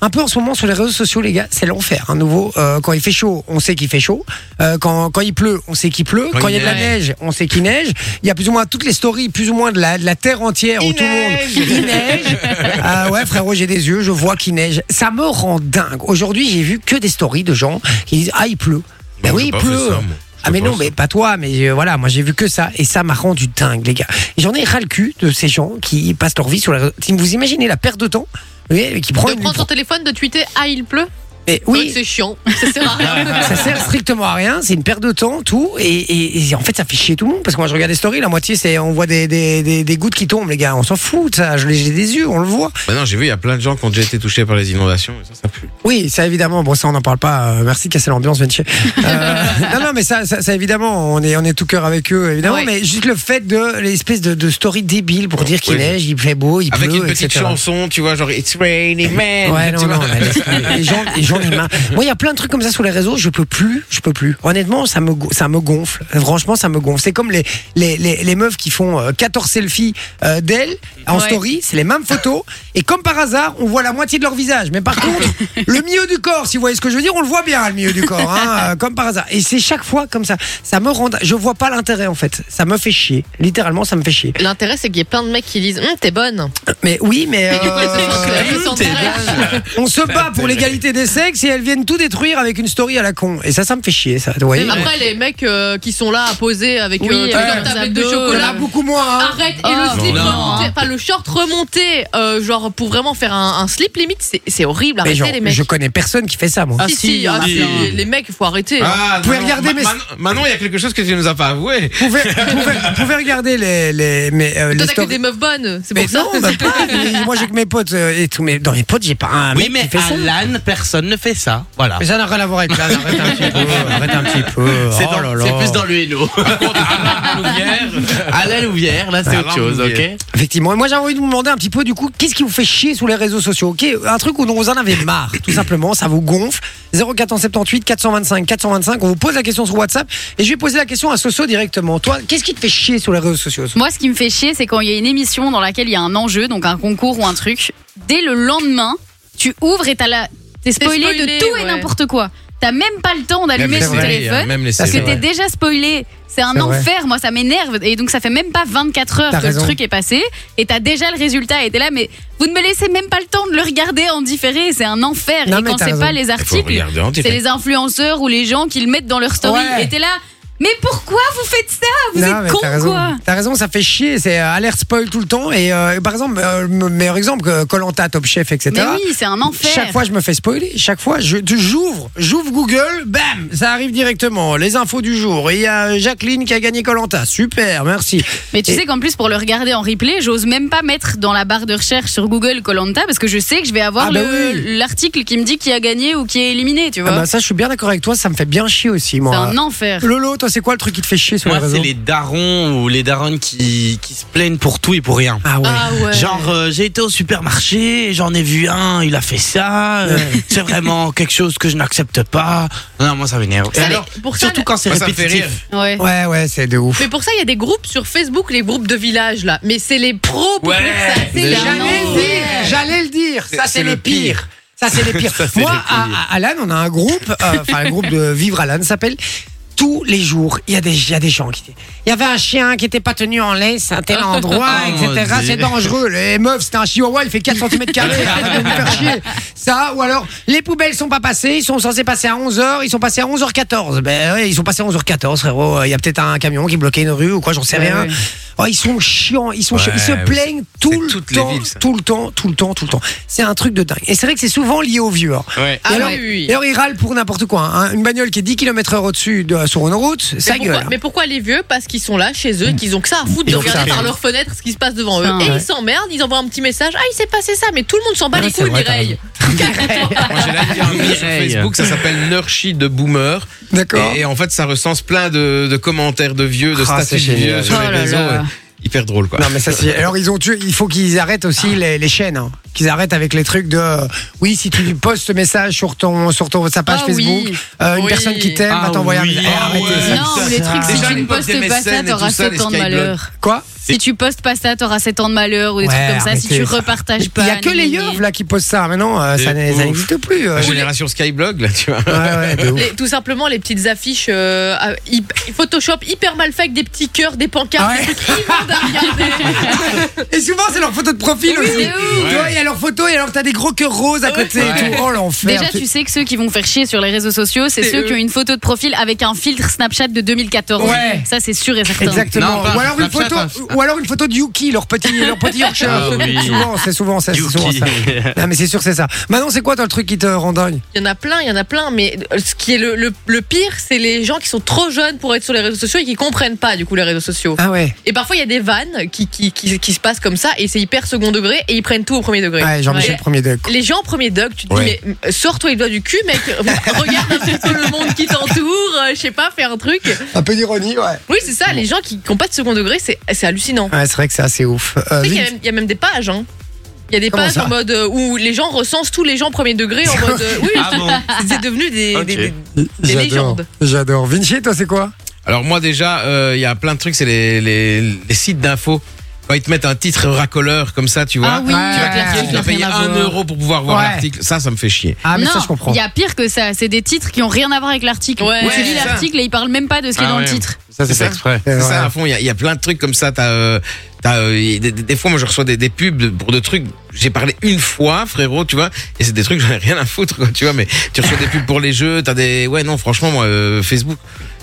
[SPEAKER 3] peu, un peu en ce moment sur les réseaux sociaux, les gars, c'est l'enfer. Un nouveau, euh, quand il fait chaud, on sait qu'il fait chaud. Euh, quand, quand il pleut, on sait qu'il pleut. Quand,
[SPEAKER 4] Quand
[SPEAKER 3] il y a de
[SPEAKER 4] il
[SPEAKER 3] la
[SPEAKER 4] neige.
[SPEAKER 3] neige, on sait qu'il neige. Il y a plus ou moins toutes les stories, plus ou moins de la, de la terre entière où tout le monde. Il neige. Ah ouais, frérot, j'ai des yeux, je vois qu'il neige. Ça me rend dingue. Aujourd'hui, j'ai vu que des stories de gens qui disent Ah, il pleut. Ben
[SPEAKER 4] Moi,
[SPEAKER 3] oui,
[SPEAKER 4] j'ai
[SPEAKER 3] il
[SPEAKER 4] pas fait
[SPEAKER 3] pleut.
[SPEAKER 4] ça, moi.
[SPEAKER 3] Ah mais
[SPEAKER 4] Je sais
[SPEAKER 3] non,
[SPEAKER 4] pas,
[SPEAKER 3] mais pas toi, mais euh, voilà, moi j'ai vu que ça et ça m'a rendu dingue, les gars. Et J'en ai ras le cul de ces gens qui passent leur vie sur la. Vous imaginez la perte de temps vous voyez, qui prend
[SPEAKER 5] De
[SPEAKER 3] une
[SPEAKER 5] prendre son téléphone, de tweeter Ah, il pleut.
[SPEAKER 3] Mais
[SPEAKER 5] C'est vrai que
[SPEAKER 3] oui,
[SPEAKER 5] C'est chiant. Ça sert à rien.
[SPEAKER 3] ça sert strictement à rien, c'est une perte de temps, tout. Et, et- et en fait, ça fait chier tout le monde parce que moi je regarde les stories, la moitié c'est on voit des, des, des, des gouttes qui tombent, les gars, on s'en fout de ça. Je les- J'ai des yeux, on le voit.
[SPEAKER 4] Bah non, j'ai vu, il y a plein de gens qui ont déjà été touchés par les inondations. Et ça, ça pue.
[SPEAKER 3] Oui, ça évidemment. Bon, ça on n'en parle pas. Euh, merci de casser l'ambiance, Vinci. Euh, non, non, mais ça, ça, ça, évidemment, on est, on est tout cœur avec eux, évidemment.
[SPEAKER 5] Ouais.
[SPEAKER 3] Mais juste le fait de l'espèce de, de story débile pour dire qu'il
[SPEAKER 4] oui.
[SPEAKER 3] neige, il fait beau, il
[SPEAKER 4] Avec
[SPEAKER 3] pleut,
[SPEAKER 4] une petite
[SPEAKER 3] etc.
[SPEAKER 4] chanson, tu vois, genre It's raining man.
[SPEAKER 3] Ouais,
[SPEAKER 4] tu
[SPEAKER 3] non, non,
[SPEAKER 4] vois.
[SPEAKER 3] mais laisse tomber. les gens, les gens, les mains. Moi, il y a plein de trucs comme ça sur les réseaux, je peux plus, je peux plus. Honnêtement, ça me, go- ça me gonfle. Franchement, ça me gonfle. C'est comme les, les, les, les meufs qui font euh, 14 selfies euh, d'elles en
[SPEAKER 6] Ouais.
[SPEAKER 3] story, c'est les mêmes photos. Et comme par hasard, on voit la moitié de leur visage. Mais par contre, le milieu du corps, si vous voyez ce que je veux dire, on le voit bien, le milieu du corps, hein, euh, comme par hasard. Et c'est chaque fois comme ça. Ça me rend, je vois pas l'intérêt, en fait. Ça me fait chier. Littéralement, ça me fait chier.
[SPEAKER 5] L'intérêt, c'est qu'il y ait plein de mecs qui disent Hum, T'es bonne.
[SPEAKER 3] Mais oui, mais.
[SPEAKER 5] Et du coup, elles se
[SPEAKER 3] euh,
[SPEAKER 5] sentent- elles se sentent fraîches.
[SPEAKER 3] On se bat pour l'égalité des sexes ex et elles viennent tout détruire avec une story à la con. Et ça, ça me fait chier, ça. Vous voyez
[SPEAKER 5] Après, les mecs euh, qui sont là à poser avec
[SPEAKER 6] Oui,
[SPEAKER 5] euh,
[SPEAKER 3] avec
[SPEAKER 5] leur
[SPEAKER 6] leurs
[SPEAKER 5] tablette de
[SPEAKER 6] abdos,
[SPEAKER 5] chocolat.
[SPEAKER 6] là.
[SPEAKER 3] beaucoup moins. hein.
[SPEAKER 5] Arrête et
[SPEAKER 6] Ah,
[SPEAKER 5] le slip
[SPEAKER 7] non.
[SPEAKER 5] remonté, enfin le short remonté, euh, genre pour vraiment faire un, un slip limite, c'est- c'est horrible.
[SPEAKER 3] Mais
[SPEAKER 5] Arrêtez
[SPEAKER 3] genre,
[SPEAKER 5] les mecs.
[SPEAKER 3] je connais personne qui fait ça, moi.
[SPEAKER 5] Si,
[SPEAKER 7] Ah, si,
[SPEAKER 5] si, ah,
[SPEAKER 7] si.
[SPEAKER 5] si, les mecs, faut arrêter. hein.
[SPEAKER 4] Ah,
[SPEAKER 3] Vous pouvez
[SPEAKER 4] non,
[SPEAKER 3] regarder
[SPEAKER 4] Ma-
[SPEAKER 3] mes-
[SPEAKER 4] Man- Manon, il y a quelque chose que tu nous as pas avoué.
[SPEAKER 3] Vous pouvez, vous pouvez- vous pouvez regarder les, les, mais, euh, les
[SPEAKER 5] Toi, t'as que
[SPEAKER 3] stories.
[SPEAKER 5] des meufs bonnes, c'est
[SPEAKER 3] Mais
[SPEAKER 5] pour ça.
[SPEAKER 3] non, bah, pas. Mais Moi, j'ai que mes potes euh, et tout. Mais dans mes potes, j'ai pas un
[SPEAKER 7] Oui,
[SPEAKER 3] mec
[SPEAKER 7] mais
[SPEAKER 3] qui fait ça.
[SPEAKER 7] Alan, personne ne fait ça. Voilà.
[SPEAKER 3] Mais ça n'a rien à voir avec là. Arrête un petit peu. Arrête un petit peu.
[SPEAKER 7] C'est
[SPEAKER 3] Oh
[SPEAKER 7] dans-
[SPEAKER 3] là là.
[SPEAKER 7] c'est plus dans le Héno.
[SPEAKER 4] Ah,
[SPEAKER 7] à la Louvière, là, c'est
[SPEAKER 4] À
[SPEAKER 7] autre
[SPEAKER 4] la
[SPEAKER 7] chose, ok
[SPEAKER 4] Louvière.
[SPEAKER 3] Effectivement. Et moi, j'avais envie de vous demander un petit peu, du coup, qu'est-ce qui vous fait chier sur les réseaux sociaux Ok, un truc où vous en avez marre, tout simplement, ça vous gonfle. 0478 425 425. On vous pose la question sur WhatsApp et je vais poser la question à Soso directement. Toi, qu'est-ce qui te fait chier sur les réseaux sociaux Soso
[SPEAKER 6] Moi, ce qui me fait chier, c'est quand il y a une émission dans laquelle il y a un enjeu, donc un concours ou un truc. Dès le lendemain, tu ouvres et t'as la... t'es spoilé,
[SPEAKER 5] spoilé,
[SPEAKER 6] de tout et
[SPEAKER 5] ouais.
[SPEAKER 6] n'importe quoi. T'as même pas le temps
[SPEAKER 4] Même
[SPEAKER 6] d'allumer
[SPEAKER 4] les
[SPEAKER 6] ton
[SPEAKER 4] séries, hein,
[SPEAKER 6] téléphone
[SPEAKER 4] Même les
[SPEAKER 3] Ça,
[SPEAKER 6] parce que
[SPEAKER 4] séries.
[SPEAKER 6] t'es déjà spoilé. C'est un
[SPEAKER 3] C'est vrai.
[SPEAKER 6] enfer, moi, ça m'énerve. Et donc, ça fait même pas 24 heures
[SPEAKER 3] T'as
[SPEAKER 6] que
[SPEAKER 3] raison.
[SPEAKER 6] le truc est passé et t'as déjà le résultat. Et t'es là, mais vous ne me laissez même pas le temps de le regarder en différé. C'est un enfer.
[SPEAKER 3] Non,
[SPEAKER 6] et
[SPEAKER 3] mais
[SPEAKER 6] quand
[SPEAKER 3] t'as
[SPEAKER 6] c'est
[SPEAKER 3] raison.
[SPEAKER 6] pas les
[SPEAKER 4] Il faut
[SPEAKER 6] articles,
[SPEAKER 4] regarder en
[SPEAKER 6] c'est
[SPEAKER 4] direct.
[SPEAKER 6] les influenceurs ou les gens qui le mettent dans leur story.
[SPEAKER 3] Ouais.
[SPEAKER 6] Et t'es là, mais pourquoi vous faites ça Vous
[SPEAKER 3] Non, mais
[SPEAKER 6] êtes
[SPEAKER 3] t'as
[SPEAKER 6] con
[SPEAKER 3] raison.
[SPEAKER 6] quoi
[SPEAKER 3] T'as raison, ça fait chier. C'est euh, alerte spoil tout le temps. Et euh, par exemple, euh, m- meilleur exemple, Colanta, Top Chef, etc.
[SPEAKER 6] Mais oui, c'est un enfer.
[SPEAKER 3] Chaque fois, je me fais spoiler. Chaque fois, je tu- j'ouvre, j'ouvre Google, bam, ça arrive directement. Les infos du jour. Et il y a euh, Jacqueline qui a gagné Colanta. Super, merci.
[SPEAKER 6] Mais tu
[SPEAKER 3] Et-
[SPEAKER 6] sais qu'en plus, pour le regarder en replay, j'ose même pas mettre dans la barre de recherche sur Google Colanta parce que je sais que je vais avoir
[SPEAKER 3] Ah bah
[SPEAKER 6] le-
[SPEAKER 3] oui.
[SPEAKER 6] l'article qui me dit qui a gagné ou qui est éliminé, tu vois.
[SPEAKER 3] Ah bah ça, je suis bien d'accord avec toi. Ça me fait bien chier aussi,
[SPEAKER 6] c'est
[SPEAKER 3] moi.
[SPEAKER 6] un enfer.
[SPEAKER 3] Lolo, toi, c'est quoi le truc qui te fait chier sur
[SPEAKER 7] Moi,
[SPEAKER 3] les réseaux
[SPEAKER 7] c'est les darons ou les daronnes qui, qui se plaignent pour tout et pour rien.
[SPEAKER 3] Ah ouais.
[SPEAKER 5] Ah ouais.
[SPEAKER 7] Genre, euh, j'ai été au supermarché, j'en ai vu un, il a fait ça, euh, c'est vraiment quelque chose que je n'accepte pas. Non, moi ça m'énerve. Et
[SPEAKER 5] Ça,
[SPEAKER 7] alors,
[SPEAKER 5] mais pour ça,
[SPEAKER 7] surtout
[SPEAKER 5] le-
[SPEAKER 7] quand c'est
[SPEAKER 4] Moi, ça me fait
[SPEAKER 7] répétitif.
[SPEAKER 4] rire.
[SPEAKER 6] Ouais.
[SPEAKER 3] Ouais, ouais, c'est de ouf.
[SPEAKER 5] Mais pour ça, il y a des groupes sur Facebook, les groupes de village là. Mais c'est les pros pour
[SPEAKER 4] Ouais.
[SPEAKER 5] que ça.
[SPEAKER 6] Mais
[SPEAKER 5] C'est la
[SPEAKER 6] jamais
[SPEAKER 5] merde.
[SPEAKER 6] dit.
[SPEAKER 3] dire, j'allais le dire. Ça, c'est le pire. Ça, c'est le pire.
[SPEAKER 7] c'est
[SPEAKER 3] Moi,
[SPEAKER 7] le pire.
[SPEAKER 3] à, à Alan, on a un groupe, euh, enfin, un groupe de Vivre Alan ça s'appelle. Tous les jours, il y, a des- il y a des gens qui. Il y avait un chien qui n'était pas tenu en laisse à tel endroit,
[SPEAKER 7] Oh, mon
[SPEAKER 3] etc.
[SPEAKER 7] Dieu.
[SPEAKER 3] C'est dangereux. Les meufs, c'était un chihuahua, il fait 4 cm. Arrête de nous faire chier. Ça, ou alors, les poubelles sont pas passées, ils sont censés passer à 11h, ils sont passés à 11h14. Ben ouais, ils sont passés à 11h14, frérot. Il y a peut-être un camion qui bloquait une rue ou quoi, j'en sais
[SPEAKER 6] Ouais,
[SPEAKER 3] rien.
[SPEAKER 6] ouais.
[SPEAKER 3] Oh, ils sont chiants, ils sont
[SPEAKER 4] Ouais,
[SPEAKER 3] chiants. Ils se
[SPEAKER 4] mais
[SPEAKER 3] plaignent tout le
[SPEAKER 4] toutes les
[SPEAKER 3] temps,
[SPEAKER 4] villes, ça.
[SPEAKER 3] tout le temps, tout le temps, tout le temps. C'est un truc de dingue. Et c'est vrai que c'est souvent lié aux vieux. hein.
[SPEAKER 7] Ouais.
[SPEAKER 5] Ah
[SPEAKER 3] et, alors,
[SPEAKER 5] oui, oui.
[SPEAKER 3] et alors, ils râlent pour n'importe quoi. hein. Une bagnole qui est 10 km/h au-dessus de, sur une route,
[SPEAKER 5] Mais
[SPEAKER 3] ça
[SPEAKER 5] pourquoi,
[SPEAKER 3] gueule. hein.
[SPEAKER 5] mais pourquoi les vieux Parce qu'ils sont là chez eux et qu'ils ont que ça à foutre
[SPEAKER 3] Ils
[SPEAKER 5] de
[SPEAKER 3] ont que ça
[SPEAKER 5] regarder
[SPEAKER 3] à faire.
[SPEAKER 5] par leur fenêtre ce qui se passe devant eux.
[SPEAKER 6] Ah,
[SPEAKER 5] et
[SPEAKER 6] ouais.
[SPEAKER 5] ils s'emmerdent, ils envoient un petit message. Ah, il s'est passé ça, mais tout le monde s'en bat
[SPEAKER 3] Ouais,
[SPEAKER 5] les
[SPEAKER 3] Ah, c'est
[SPEAKER 5] couilles,
[SPEAKER 3] vrai, t'as
[SPEAKER 5] Mireille.
[SPEAKER 4] Moi, j'ai là, il y a un groupe sur
[SPEAKER 7] Mireille.
[SPEAKER 4] Facebook, ça s'appelle Nurchi de Boomer.
[SPEAKER 3] D'accord.
[SPEAKER 4] Et, et en fait, ça recense plein de, de commentaires de vieux, de
[SPEAKER 3] Ah,
[SPEAKER 4] statuts
[SPEAKER 3] c'est
[SPEAKER 4] de vieux
[SPEAKER 3] génial.
[SPEAKER 4] sur
[SPEAKER 6] Oh
[SPEAKER 4] les
[SPEAKER 6] là
[SPEAKER 4] réseaux.
[SPEAKER 6] là.
[SPEAKER 4] ouais. Hyper drôle, quoi.
[SPEAKER 3] Non, mais ça, c'est. Alors, ils ont tué. Il faut qu'ils arrêtent aussi les, les chaînes. hein. Qu'ils arrêtent avec les trucs de. euh, oui, si tu postes ce message sur, ton, sur ton, sa page
[SPEAKER 6] Ah
[SPEAKER 3] Facebook,
[SPEAKER 6] oui.
[SPEAKER 3] euh, une
[SPEAKER 5] Oui.
[SPEAKER 3] personne qui t'aime
[SPEAKER 7] Ah
[SPEAKER 3] va t'envoyer
[SPEAKER 7] oui.
[SPEAKER 3] un message. Eh,
[SPEAKER 7] Ah
[SPEAKER 3] arrêtez
[SPEAKER 7] ouais.
[SPEAKER 3] ça.
[SPEAKER 6] Non,
[SPEAKER 7] ça,
[SPEAKER 6] les
[SPEAKER 7] ça.
[SPEAKER 6] trucs, si
[SPEAKER 4] Déjà,
[SPEAKER 6] tu
[SPEAKER 4] une
[SPEAKER 6] ne
[SPEAKER 4] boîte
[SPEAKER 6] postes pas ça,
[SPEAKER 4] MSN et tout
[SPEAKER 6] t'auras
[SPEAKER 4] ça, les
[SPEAKER 6] 7 ans de
[SPEAKER 4] Skyblog.
[SPEAKER 6] malheur.
[SPEAKER 3] Quoi
[SPEAKER 6] Si tu postes pas ça, t'auras 7 ans de malheur ou des
[SPEAKER 3] Ouais,
[SPEAKER 6] trucs comme ça. Si
[SPEAKER 3] arrêtez
[SPEAKER 6] tu
[SPEAKER 3] ça.
[SPEAKER 6] repartages pas.
[SPEAKER 3] Il y a que les
[SPEAKER 6] nanani.
[SPEAKER 3] yeux là qui posent ça. Maintenant, euh, ça
[SPEAKER 4] C'est
[SPEAKER 3] n'est- ça
[SPEAKER 4] ouf.
[SPEAKER 3] n'existe plus. euh.
[SPEAKER 4] La génération Skyblog, là, tu vois.
[SPEAKER 3] Ouais, ouais, de Eh ben, ouf.
[SPEAKER 5] Les- tout simplement les petites affiches euh, à- hy- Photoshop hyper mal fait avec des petits cœurs, des pancartes.
[SPEAKER 3] Ah ouais.
[SPEAKER 5] des trucs immondes à regarder.
[SPEAKER 3] Et souvent, c'est leur photo de profil aussi.
[SPEAKER 6] de ouf.
[SPEAKER 3] Tu vois, il y a leur photo et alors t'as des gros cœurs roses à côté et tout. Oh l'enfer.
[SPEAKER 6] Déjà, tu sais que ceux qui vont faire chier sur les réseaux sociaux, c'est ceux
[SPEAKER 5] eux.
[SPEAKER 6] qui ont une photo de profil avec un filtre Snapchat de 2014.
[SPEAKER 3] Ouais.
[SPEAKER 6] Ça, c'est sûr et certain.
[SPEAKER 3] Exactement.
[SPEAKER 7] Non, pas
[SPEAKER 3] ou, alors une photo,
[SPEAKER 7] Snapchat, hein.
[SPEAKER 3] ou alors une photo de Yuki, leur petit, leur petit Yorkshire.
[SPEAKER 7] Ah oui.
[SPEAKER 3] Souvent, c'est souvent ça. c'est souvent
[SPEAKER 7] Yuki.
[SPEAKER 3] ça. Non, mais c'est sûr, c'est ça. Maintenant, c'est quoi, toi, le truc qui te rend dingue
[SPEAKER 5] Il y en a plein, il y en a plein, mais ce qui est le, le- le pire, c'est les gens qui sont trop jeunes pour être sur les réseaux sociaux et qui comprennent pas du coup les réseaux sociaux.
[SPEAKER 3] Ah ouais.
[SPEAKER 5] Et parfois, il y a des vannes qui, qui, qui, qui se passent comme ça et c'est hyper second degré et ils prennent tout au premier degré.
[SPEAKER 3] Ouais, Jean-Michel
[SPEAKER 5] Ouais.
[SPEAKER 3] Premier de.
[SPEAKER 5] Les gens, premier dog, tu te
[SPEAKER 4] Ouais.
[SPEAKER 5] dis, mais euh, sors-toi les doigts du cul, mec, regarde un petit peu le monde qui t'entoure, euh, je sais pas, faire un truc.
[SPEAKER 3] Un peu d'ironie, ouais.
[SPEAKER 5] Oui, c'est ça, les gens qui n'ont pas de second degré, c'est c'est hallucinant.
[SPEAKER 3] Ouais, c'est vrai que c'est assez ouf. Euh,
[SPEAKER 5] Tu sais qu'il y a
[SPEAKER 3] Vince-
[SPEAKER 5] même- il y, a même des pages, hein. Il y a des
[SPEAKER 3] Comment
[SPEAKER 5] pages
[SPEAKER 3] ça
[SPEAKER 5] en mode euh, où les gens recensent tous les gens premier degré en mode. euh, oui, c'est devenu des,
[SPEAKER 7] Ok.
[SPEAKER 5] des- des- des
[SPEAKER 3] J'adore.
[SPEAKER 5] légendes.
[SPEAKER 3] J'adore. Vinci, toi, c'est quoi
[SPEAKER 4] Alors moi déjà, euh, il y a plein de trucs, c'est les, les, les sites d'infos. Quand ils te mettent un titre racoleur comme ça, tu vois,
[SPEAKER 6] Ah oui,
[SPEAKER 4] tu vas
[SPEAKER 3] ouais,
[SPEAKER 4] cliquer,
[SPEAKER 3] ouais,
[SPEAKER 4] tu vas
[SPEAKER 6] ouais.
[SPEAKER 4] payer
[SPEAKER 6] Rien à
[SPEAKER 4] un
[SPEAKER 6] voir.
[SPEAKER 4] euro pour pouvoir voir
[SPEAKER 3] Ouais.
[SPEAKER 4] l'article. Ça, ça me fait chier.
[SPEAKER 3] Ah, mais
[SPEAKER 6] non,
[SPEAKER 3] ça, je comprends.
[SPEAKER 6] il y a pire que ça. C'est des titres qui ont rien à voir avec l'article.
[SPEAKER 5] Ouais.
[SPEAKER 6] tu
[SPEAKER 4] Ouais,
[SPEAKER 6] lis
[SPEAKER 4] c'est ça.
[SPEAKER 6] l'article et ils parlent même pas de ce qui est
[SPEAKER 7] Ah
[SPEAKER 6] dans le
[SPEAKER 7] ouais.
[SPEAKER 6] titre.
[SPEAKER 3] Ça,
[SPEAKER 4] c'est ça.
[SPEAKER 7] exprès.
[SPEAKER 4] C'est
[SPEAKER 3] Euh,
[SPEAKER 4] ça
[SPEAKER 3] ouais.
[SPEAKER 4] à fond. Il y a, il y a plein de trucs comme ça. T'as, euh, t'as, euh, y- des, des- des fois, moi, je reçois des, des pubs pour de trucs j'ai parlé une fois, frérot, tu vois, et c'est des trucs, j'en ai rien à foutre, quoi, tu vois, mais tu reçois des pubs pour les jeux, t'as des. Ouais, non, franchement, moi, euh, Facebook,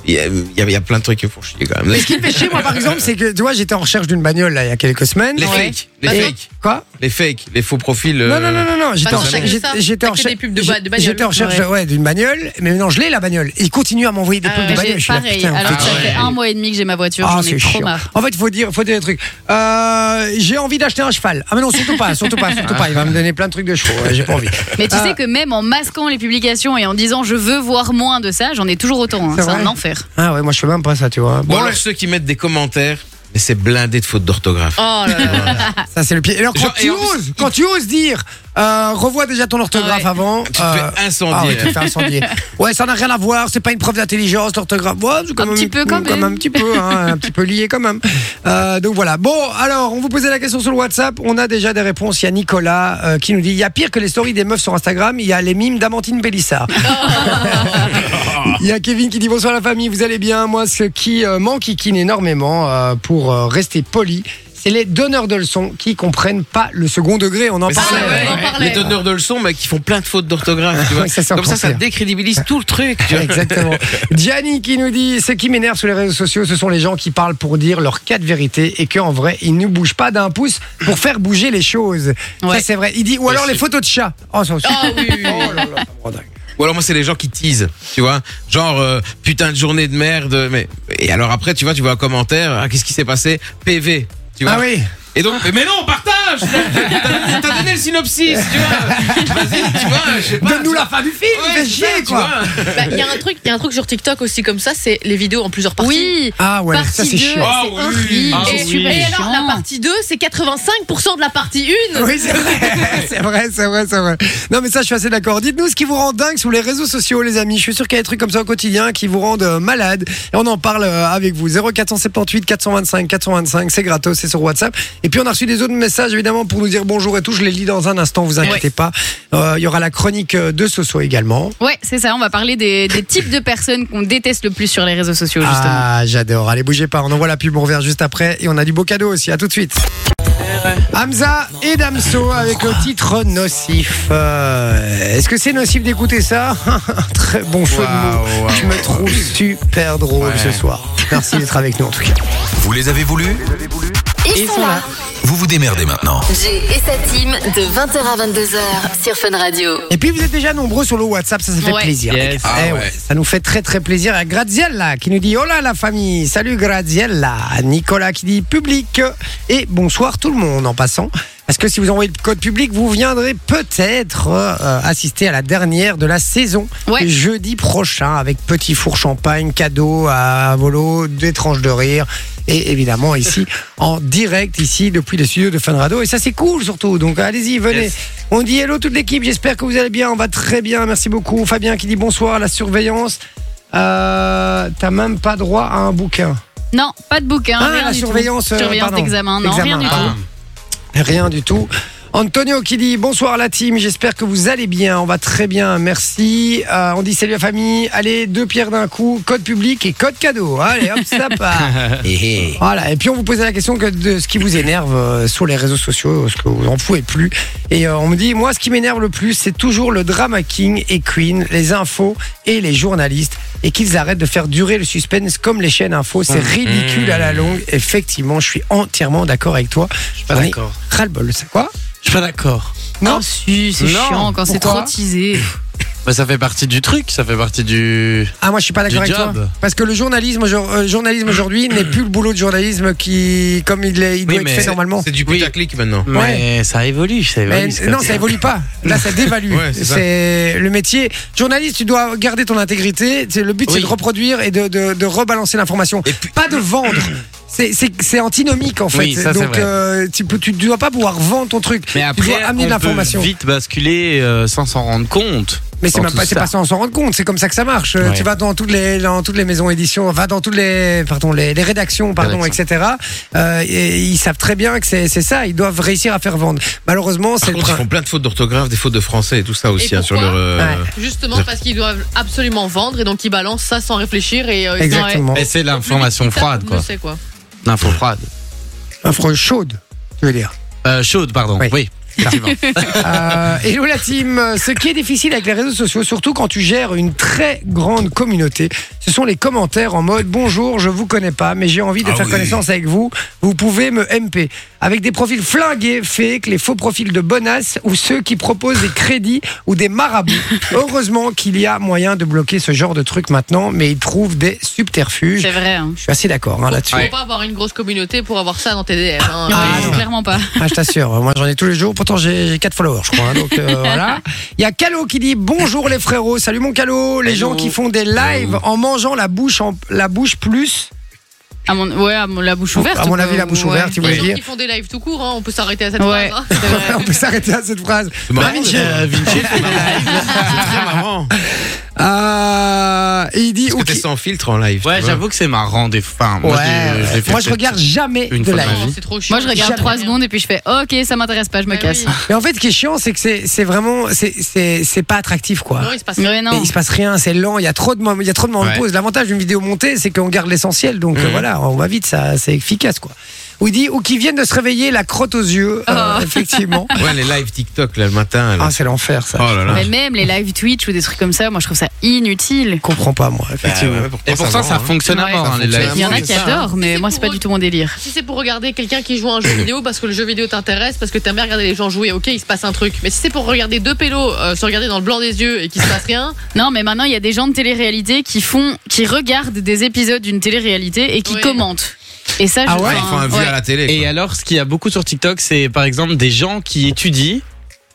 [SPEAKER 4] il y a, il y a- il y a plein de trucs qui me font chier quand même.
[SPEAKER 3] Ce qui me fait chier, moi, par exemple, c'est que, tu vois, j'étais en recherche d'une bagnole, là, il y a quelques semaines.
[SPEAKER 4] Les
[SPEAKER 3] Ouais.
[SPEAKER 4] fakes, les
[SPEAKER 3] Et-
[SPEAKER 4] fakes,
[SPEAKER 3] Quoi
[SPEAKER 4] les fakes, les faux profils.
[SPEAKER 3] Non,
[SPEAKER 4] euh,
[SPEAKER 3] non, non, non, non, j'étais
[SPEAKER 5] Pas
[SPEAKER 3] en
[SPEAKER 5] de
[SPEAKER 3] recherche.
[SPEAKER 5] recherche de ça,
[SPEAKER 3] j'étais- J'étais en
[SPEAKER 5] pas que
[SPEAKER 3] recherche.
[SPEAKER 5] des pubs de ba- de bagnole.
[SPEAKER 3] J'étais en recherche,
[SPEAKER 5] Ouais.
[SPEAKER 3] ouais, d'une bagnole, mais maintenant je l'ai, la bagnole. Il continue à m'envoyer des
[SPEAKER 5] Ah
[SPEAKER 3] pubs de
[SPEAKER 5] ouais.
[SPEAKER 3] bagnole.
[SPEAKER 6] J'ai
[SPEAKER 3] Je suis là,
[SPEAKER 6] pareil.
[SPEAKER 3] putain,
[SPEAKER 6] Alors que
[SPEAKER 3] putain.
[SPEAKER 6] ça fait un mois et demi que j'ai ma voiture,
[SPEAKER 3] Ah,
[SPEAKER 6] j'en ai
[SPEAKER 3] c'est
[SPEAKER 6] trop
[SPEAKER 3] chiant.
[SPEAKER 6] marre.
[SPEAKER 3] En fait, faut dire, faut dire des trucs. Euh, j'ai envie d'acheter un cheval. Ah mais non, surtout pas, surtout pas, surtout pas. Il va me donner plein de trucs de chevaux. ouais, j'ai pas envie.
[SPEAKER 6] Mais tu
[SPEAKER 3] Ah.
[SPEAKER 6] sais que même en masquant les publications et en disant je veux voir moins de ça, j'en ai toujours autant. hein.
[SPEAKER 3] C'est
[SPEAKER 6] C'est
[SPEAKER 3] vrai.
[SPEAKER 6] un enfer.
[SPEAKER 3] Ah ouais, moi je fais même pas ça, tu vois.
[SPEAKER 4] Bon,
[SPEAKER 3] Bon,
[SPEAKER 4] alors ceux qui mettent des commentaires, mais c'est blindé de fautes d'orthographe.
[SPEAKER 5] Oh là là.
[SPEAKER 3] ça c'est le pied. Et alors quand
[SPEAKER 4] Genre,
[SPEAKER 3] tu
[SPEAKER 4] et en plus-
[SPEAKER 3] oses, quand tu oses dire, euh, revois déjà ton orthographe
[SPEAKER 5] Ah ouais.
[SPEAKER 3] avant.
[SPEAKER 4] Tu te fais incendier.
[SPEAKER 3] Ah ouais, tu te fais incendier. ouais, ça n'a rien à voir. C'est pas une preuve d'intelligence, l'orthographe. Ouais, c'est quand
[SPEAKER 6] Un
[SPEAKER 3] même
[SPEAKER 6] petit
[SPEAKER 3] une-
[SPEAKER 6] peu, quand même.
[SPEAKER 3] un petit peu, hein, un petit peu lié quand même. Euh, donc voilà. Bon, alors on vous posait la question sur le WhatsApp. On a déjà des réponses. Il y a Nicolas euh, qui nous dit il y a pire que les stories des meufs sur Instagram. Il y a les mimes d'Amantine Pélissard. Il y a Kevin qui dit bonsoir la famille, vous allez bien Moi, ce qui euh, m'enquiquine énormément euh, pour euh, rester poli, c'est les donneurs de leçons qui comprennent pas le second degré. On en
[SPEAKER 4] Mais
[SPEAKER 3] parlait.
[SPEAKER 4] ça,
[SPEAKER 5] ouais, on en
[SPEAKER 4] ouais,
[SPEAKER 5] parlait.
[SPEAKER 4] les donneurs de leçons, mais qui font plein de fautes d'orthographe. tu vois.
[SPEAKER 3] Ouais, ça, c'est
[SPEAKER 4] Comme ça, ça
[SPEAKER 3] enfer.
[SPEAKER 4] décrédibilise tout le truc. tu vois.
[SPEAKER 3] Exactement. Gianni qui nous dit ce qui m'énerve sur les réseaux sociaux, ce sont les gens qui parlent pour dire leurs quatre vérités et qu'en vrai, ils ne bougent pas d'un pouce pour faire bouger les choses. Ça,
[SPEAKER 6] Ouais.
[SPEAKER 3] c'est vrai. Il dit ou alors les photos de chats. Oh, ça aussi.
[SPEAKER 5] Ah oui, oui, oui.
[SPEAKER 3] Oh là là, oh, dingue.
[SPEAKER 4] Ou alors moi c'est les gens qui teasent, tu vois, genre euh, putain de journée de merde, mais et alors après tu vois tu vois un commentaire, ah, qu'est-ce qui s'est passé PV, tu vois.
[SPEAKER 3] Ah oui.
[SPEAKER 4] Et donc mais non partage, T'as- t'as donné le synopsis, tu vois. Vas-y, tu vois, je sais pas.
[SPEAKER 3] Donne-nous la fin du film,
[SPEAKER 4] Ouais,
[SPEAKER 3] fais
[SPEAKER 4] c'est
[SPEAKER 3] chier,
[SPEAKER 4] ça, tu
[SPEAKER 3] quoi.
[SPEAKER 4] vois.
[SPEAKER 5] Bah, Il y a un truc, il y a un truc sur TikTok aussi comme ça, c'est les vidéos en plusieurs parties.
[SPEAKER 6] Oui,
[SPEAKER 3] Ah ouais, ça
[SPEAKER 6] partie
[SPEAKER 3] c'est
[SPEAKER 6] 2, c'est
[SPEAKER 3] chiant.
[SPEAKER 4] Ah oui.
[SPEAKER 6] horrible.
[SPEAKER 4] Ah
[SPEAKER 6] c'est
[SPEAKER 5] Et,
[SPEAKER 6] super
[SPEAKER 5] et alors la
[SPEAKER 6] chiant.
[SPEAKER 5] partie 2, c'est 85% de la partie 1.
[SPEAKER 3] Oui, c'est vrai, c'est vrai, c'est vrai, c'est vrai. Non, mais ça, je suis assez d'accord. Dites-nous ce qui vous rend dingue sur les réseaux sociaux, les amis. Je suis sûr qu'il y a des trucs comme ça au quotidien qui vous rendent euh, malade. Et on en parle euh, avec vous. 0478 425 425, c'est gratos, c'est sur WhatsApp. Et puis, on a reçu des autres messages, évidemment, pour nous dire bonjour et tout. Je les lis dans un instant, vous inquiétez pas. Euh, Il y aura la chronique euh, de Soso également.
[SPEAKER 6] Ouais, c'est ça. On va parler des, des types de personnes qu'on déteste le plus sur les réseaux sociaux, Euh, justement.
[SPEAKER 3] Ah, j'adore. Allez, bougez pas. On envoie la pub, on revient juste après. Et on a du beau cadeau aussi. À tout de suite. Hamza et Damso avec le titre Nocif. Euh, Est-ce que c'est nocif d'écouter ça Très bon jeu de mots.
[SPEAKER 4] Waouh, waouh,
[SPEAKER 3] Je me trouve super drôle ce soir. Merci d'être avec nous en tout cas.
[SPEAKER 2] Vous les avez voulu
[SPEAKER 1] Ils sont là.
[SPEAKER 2] Vous vous démerdez maintenant.
[SPEAKER 1] Jay et sa team de 20h à 22h sur Fun Radio.
[SPEAKER 3] Et puis vous êtes déjà nombreux sur le WhatsApp, ça, ça fait
[SPEAKER 6] Ouais.
[SPEAKER 3] plaisir. les
[SPEAKER 7] Yes.
[SPEAKER 3] gars.
[SPEAKER 4] Ah
[SPEAKER 3] Eh
[SPEAKER 4] ouais.
[SPEAKER 3] Ça nous fait très très plaisir. À Graziella qui nous dit Hola la famille, salut Graziella. Nicolas qui dit public et bonsoir tout le monde en passant. Parce que si vous envoyez le code public, vous viendrez peut-être euh, euh, assister à la dernière de la saison
[SPEAKER 6] Ouais.
[SPEAKER 3] jeudi prochain avec petit four champagne, cadeau à volo, des tranches de rire. Et évidemment ici en direct ici depuis les studios de Fun Radio et ça c'est cool surtout donc allez-y venez
[SPEAKER 4] Yes.
[SPEAKER 3] on dit hello toute l'équipe, j'espère que vous allez bien, on va très bien, merci beaucoup. Fabien qui dit bonsoir, la surveillance. Euh, T'as même pas droit à un bouquin.
[SPEAKER 6] Non, pas de bouquin.
[SPEAKER 3] Ah,
[SPEAKER 6] rien
[SPEAKER 3] la
[SPEAKER 6] du tout.
[SPEAKER 3] surveillance, euh,
[SPEAKER 6] Surveillance
[SPEAKER 3] pardon.
[SPEAKER 6] d'examen. Non,
[SPEAKER 3] Examen,
[SPEAKER 6] rien du tout.
[SPEAKER 3] pardon. Rien du tout. Antonio qui dit bonsoir la team, j'espère que vous allez bien, on va très bien, merci. Euh, on dit salut la famille, allez, deux pierres d'un coup, code public et code cadeau. Allez, hop, ça part.
[SPEAKER 7] Eh,
[SPEAKER 3] Voilà, et puis on vous posait la question que de ce qui vous énerve euh, sur les réseaux sociaux, ce que vous en pouvez plus. Et euh, on me dit, moi, ce qui m'énerve le plus, c'est toujours le drama king et queen, les infos et les journalistes, et qu'ils arrêtent de faire durer le suspense comme les chaînes infos. C'est
[SPEAKER 7] Mmh.
[SPEAKER 3] ridicule à la longue. Effectivement, je suis entièrement d'accord avec toi. Je suis
[SPEAKER 7] pas d'accord.
[SPEAKER 3] Ras-le-bol, c'est quoi
[SPEAKER 7] Je suis pas d'accord.
[SPEAKER 3] Non.
[SPEAKER 6] Ah, si, c'est
[SPEAKER 7] Non.
[SPEAKER 6] chiant quand c'est
[SPEAKER 3] Pourquoi
[SPEAKER 6] trop teasé.
[SPEAKER 7] Bah, ça fait partie du truc, ça fait partie du.
[SPEAKER 3] Ah, moi, je suis pas d'accord avec
[SPEAKER 7] Du
[SPEAKER 3] toi.
[SPEAKER 7] job.
[SPEAKER 3] Parce que le journalisme, aujourd- euh, journalisme aujourd'hui n'est plus le boulot de journalisme qui, comme il, est, il doit être fait normalement.
[SPEAKER 4] C'est du putaclic maintenant.
[SPEAKER 7] Mais ça évolue, ça
[SPEAKER 3] Mais
[SPEAKER 7] évolue. c'est
[SPEAKER 3] non,
[SPEAKER 7] comme
[SPEAKER 3] ça évolue pas. Là, ça dévalue.
[SPEAKER 4] Ouais, c'est ça.
[SPEAKER 3] c'est le métier. Journaliste, tu dois garder ton intégrité. C'est- Le but, c'est
[SPEAKER 7] Oui.
[SPEAKER 3] de reproduire et de, de- de rebalancer l'information.
[SPEAKER 4] Et puis-
[SPEAKER 3] Pas de vendre. C'est- C'est c'est antinomique, en fait.
[SPEAKER 7] Oui, ça, c'est
[SPEAKER 3] Donc,
[SPEAKER 7] vrai.
[SPEAKER 3] euh, tu, peux- tu dois pas pouvoir vendre ton truc.
[SPEAKER 7] Mais
[SPEAKER 3] Ah, tu
[SPEAKER 7] après,
[SPEAKER 3] dois amener
[SPEAKER 7] on
[SPEAKER 3] de l'information.
[SPEAKER 7] peut vite basculer euh, sans s'en rendre compte.
[SPEAKER 3] Mais c'est
[SPEAKER 7] dans
[SPEAKER 3] même
[SPEAKER 7] tout
[SPEAKER 3] pas, c'est
[SPEAKER 7] ça.
[SPEAKER 3] pas sans s'en rendre compte. C'est comme ça que ça marche. Euh,
[SPEAKER 7] Ouais.
[SPEAKER 3] Tu vas dans toutes les, dans toutes les maisons éditions, va dans toutes les, pardon, les, les rédactions, pardon,
[SPEAKER 7] Rédaction.
[SPEAKER 3] etc. Euh, et ils savent très bien que c'est c'est ça. Ils doivent réussir à faire vendre. Malheureusement, c'est
[SPEAKER 4] Par
[SPEAKER 3] le
[SPEAKER 4] contre, ils
[SPEAKER 3] principe.
[SPEAKER 4] font plein de fautes d'orthographe, des fautes de français et tout ça aussi
[SPEAKER 5] Et
[SPEAKER 4] hein, sur
[SPEAKER 5] pourquoi
[SPEAKER 4] leur. euh,
[SPEAKER 5] Justement parce qu'ils doivent absolument vendre et donc ils balancent ça sans réfléchir et euh, ils disent, ouais,
[SPEAKER 3] Exactement.
[SPEAKER 7] Et c'est
[SPEAKER 5] le public
[SPEAKER 7] l'information
[SPEAKER 5] qui tape
[SPEAKER 7] froide,
[SPEAKER 5] ne
[SPEAKER 7] quoi.
[SPEAKER 5] sait quoi.
[SPEAKER 7] L'info froide.
[SPEAKER 3] Info chaude, tu veux dire.
[SPEAKER 7] Euh, chaude, pardon.
[SPEAKER 3] Oui.
[SPEAKER 7] Oui.
[SPEAKER 4] effectivement.
[SPEAKER 3] Euh, hello la team. Ce qui est difficile avec les réseaux sociaux, surtout quand tu gères une très grande communauté, ce sont les commentaires en mode bonjour, je vous connais pas, mais j'ai envie de
[SPEAKER 2] Ah
[SPEAKER 3] faire
[SPEAKER 2] oui.
[SPEAKER 3] connaissance avec vous. Vous pouvez me MP. Avec des profils flingués, fake, les faux profils de bonasse ou ceux qui proposent des crédits ou des marabouts. Heureusement qu'il y a moyen de bloquer ce genre de truc maintenant, mais ils trouvent des subterfuges.
[SPEAKER 6] C'est vrai. hein.
[SPEAKER 3] Je suis assez d'accord hein, là-dessus.
[SPEAKER 5] Faut pas avoir une grosse communauté pour avoir ça dans tes DM. hein.
[SPEAKER 3] Ah,
[SPEAKER 5] Mais-
[SPEAKER 3] non.
[SPEAKER 6] Clairement pas.
[SPEAKER 3] Ah, je t'assure, moi j'en ai tous les jours, pourtant j'ai j'ai quatre followers, je crois. hein, donc euh, voilà. Il y a Calo qui dit Bonjour les frérots, salut mon Calo, les gens qui font des lives en mangeant la bouche, en, la bouche plus.
[SPEAKER 6] À mon, ouais, à mon- la bouche ouverte.
[SPEAKER 3] à mon
[SPEAKER 6] on
[SPEAKER 3] avis,
[SPEAKER 6] peut-
[SPEAKER 3] la bouche
[SPEAKER 6] ouais.
[SPEAKER 3] ouverte, il
[SPEAKER 5] Les
[SPEAKER 3] voulait
[SPEAKER 5] gens
[SPEAKER 3] dire.
[SPEAKER 5] qui font des lives tout court, hein, on peut s'arrêter à cette
[SPEAKER 6] Ouais.
[SPEAKER 5] phrase. hein. C'est vrai.
[SPEAKER 3] On peut s'arrêter à cette phrase.
[SPEAKER 4] C'est marrant,
[SPEAKER 3] Vinci.
[SPEAKER 4] euh, Vinci, c'est marrant. C'est très marrant.
[SPEAKER 3] Euh, il dit
[SPEAKER 4] Parce que t'es sans filtre en live.
[SPEAKER 7] Ouais,
[SPEAKER 4] tu vois.
[SPEAKER 7] j'avoue que c'est marrant des fins.
[SPEAKER 3] Ouais,
[SPEAKER 7] Moi, je- je l'ai fait
[SPEAKER 3] hein. moi je
[SPEAKER 7] cette-
[SPEAKER 3] regarde jamais
[SPEAKER 7] une
[SPEAKER 3] de
[SPEAKER 7] fois de
[SPEAKER 3] live.
[SPEAKER 7] ma vie.
[SPEAKER 5] C'est trop chiant.
[SPEAKER 6] Moi, je regarde
[SPEAKER 3] Jamais.
[SPEAKER 6] 3 secondes et puis je fais OK, ça m'intéresse pas, je me
[SPEAKER 5] Mais
[SPEAKER 6] casse.
[SPEAKER 5] oui.
[SPEAKER 3] Et en fait, ce qui est chiant, c'est que c'est c'est vraiment. c'est- C'est c'est pas attractif quoi.
[SPEAKER 5] Non, il se passe rien.
[SPEAKER 6] Mais
[SPEAKER 3] Et
[SPEAKER 6] non.
[SPEAKER 3] il se passe rien, c'est lent, il y a trop de moments, il y a trop de moments de
[SPEAKER 4] Ouais.
[SPEAKER 3] pause. L'avantage d'une vidéo montée, c'est qu'on garde l'essentiel, donc
[SPEAKER 7] Mhm.
[SPEAKER 3] euh, voilà, on va vite, ça, c'est efficace quoi. Ou il dit ou qui viennent de se réveiller la crotte aux yeux, euh, effectivement.
[SPEAKER 4] Ouais, les lives TikTok là le matin. là.
[SPEAKER 3] ah, c'est l'enfer ça.
[SPEAKER 4] Oh là là.
[SPEAKER 6] Mais même les lives Twitch ou des trucs comme ça, moi je trouve ça inutile.
[SPEAKER 3] Je comprends pas moi, effectivement.
[SPEAKER 4] Bah ouais,
[SPEAKER 7] Et pourtant,
[SPEAKER 4] vend,
[SPEAKER 7] ça
[SPEAKER 4] hein.
[SPEAKER 7] fonctionne à
[SPEAKER 6] Ouais.
[SPEAKER 7] mort,
[SPEAKER 4] Ça
[SPEAKER 7] hein, les
[SPEAKER 4] fonctionne à
[SPEAKER 7] lives.
[SPEAKER 6] Il y en a
[SPEAKER 4] c'est
[SPEAKER 6] qui
[SPEAKER 4] ça,
[SPEAKER 6] adorent, mais
[SPEAKER 5] C'est
[SPEAKER 6] moi c'est pas
[SPEAKER 5] pour
[SPEAKER 6] du tout mon délire.
[SPEAKER 5] Si c'est pour regarder quelqu'un qui joue à un jeu vidéo parce que le jeu vidéo t'intéresse, parce que t'aimes bien regarder les gens jouer, ok, il se passe un truc. Mais si c'est pour regarder deux pélos euh, se regarder dans le blanc des yeux et qu'il se passe rien,
[SPEAKER 6] Non, mais maintenant il y a des gens de télé-réalité qui font, qui regardent des épisodes d'une télé-réalité et qui
[SPEAKER 5] Ouais.
[SPEAKER 6] commentent. Et ça, je
[SPEAKER 3] Ah ouais,
[SPEAKER 4] Ouais, ils font un vu
[SPEAKER 6] ouais.
[SPEAKER 4] à la télé.
[SPEAKER 7] Et
[SPEAKER 4] quoi.
[SPEAKER 7] alors, ce qu'il y a beaucoup sur TikTok, c'est par exemple des gens qui étudient,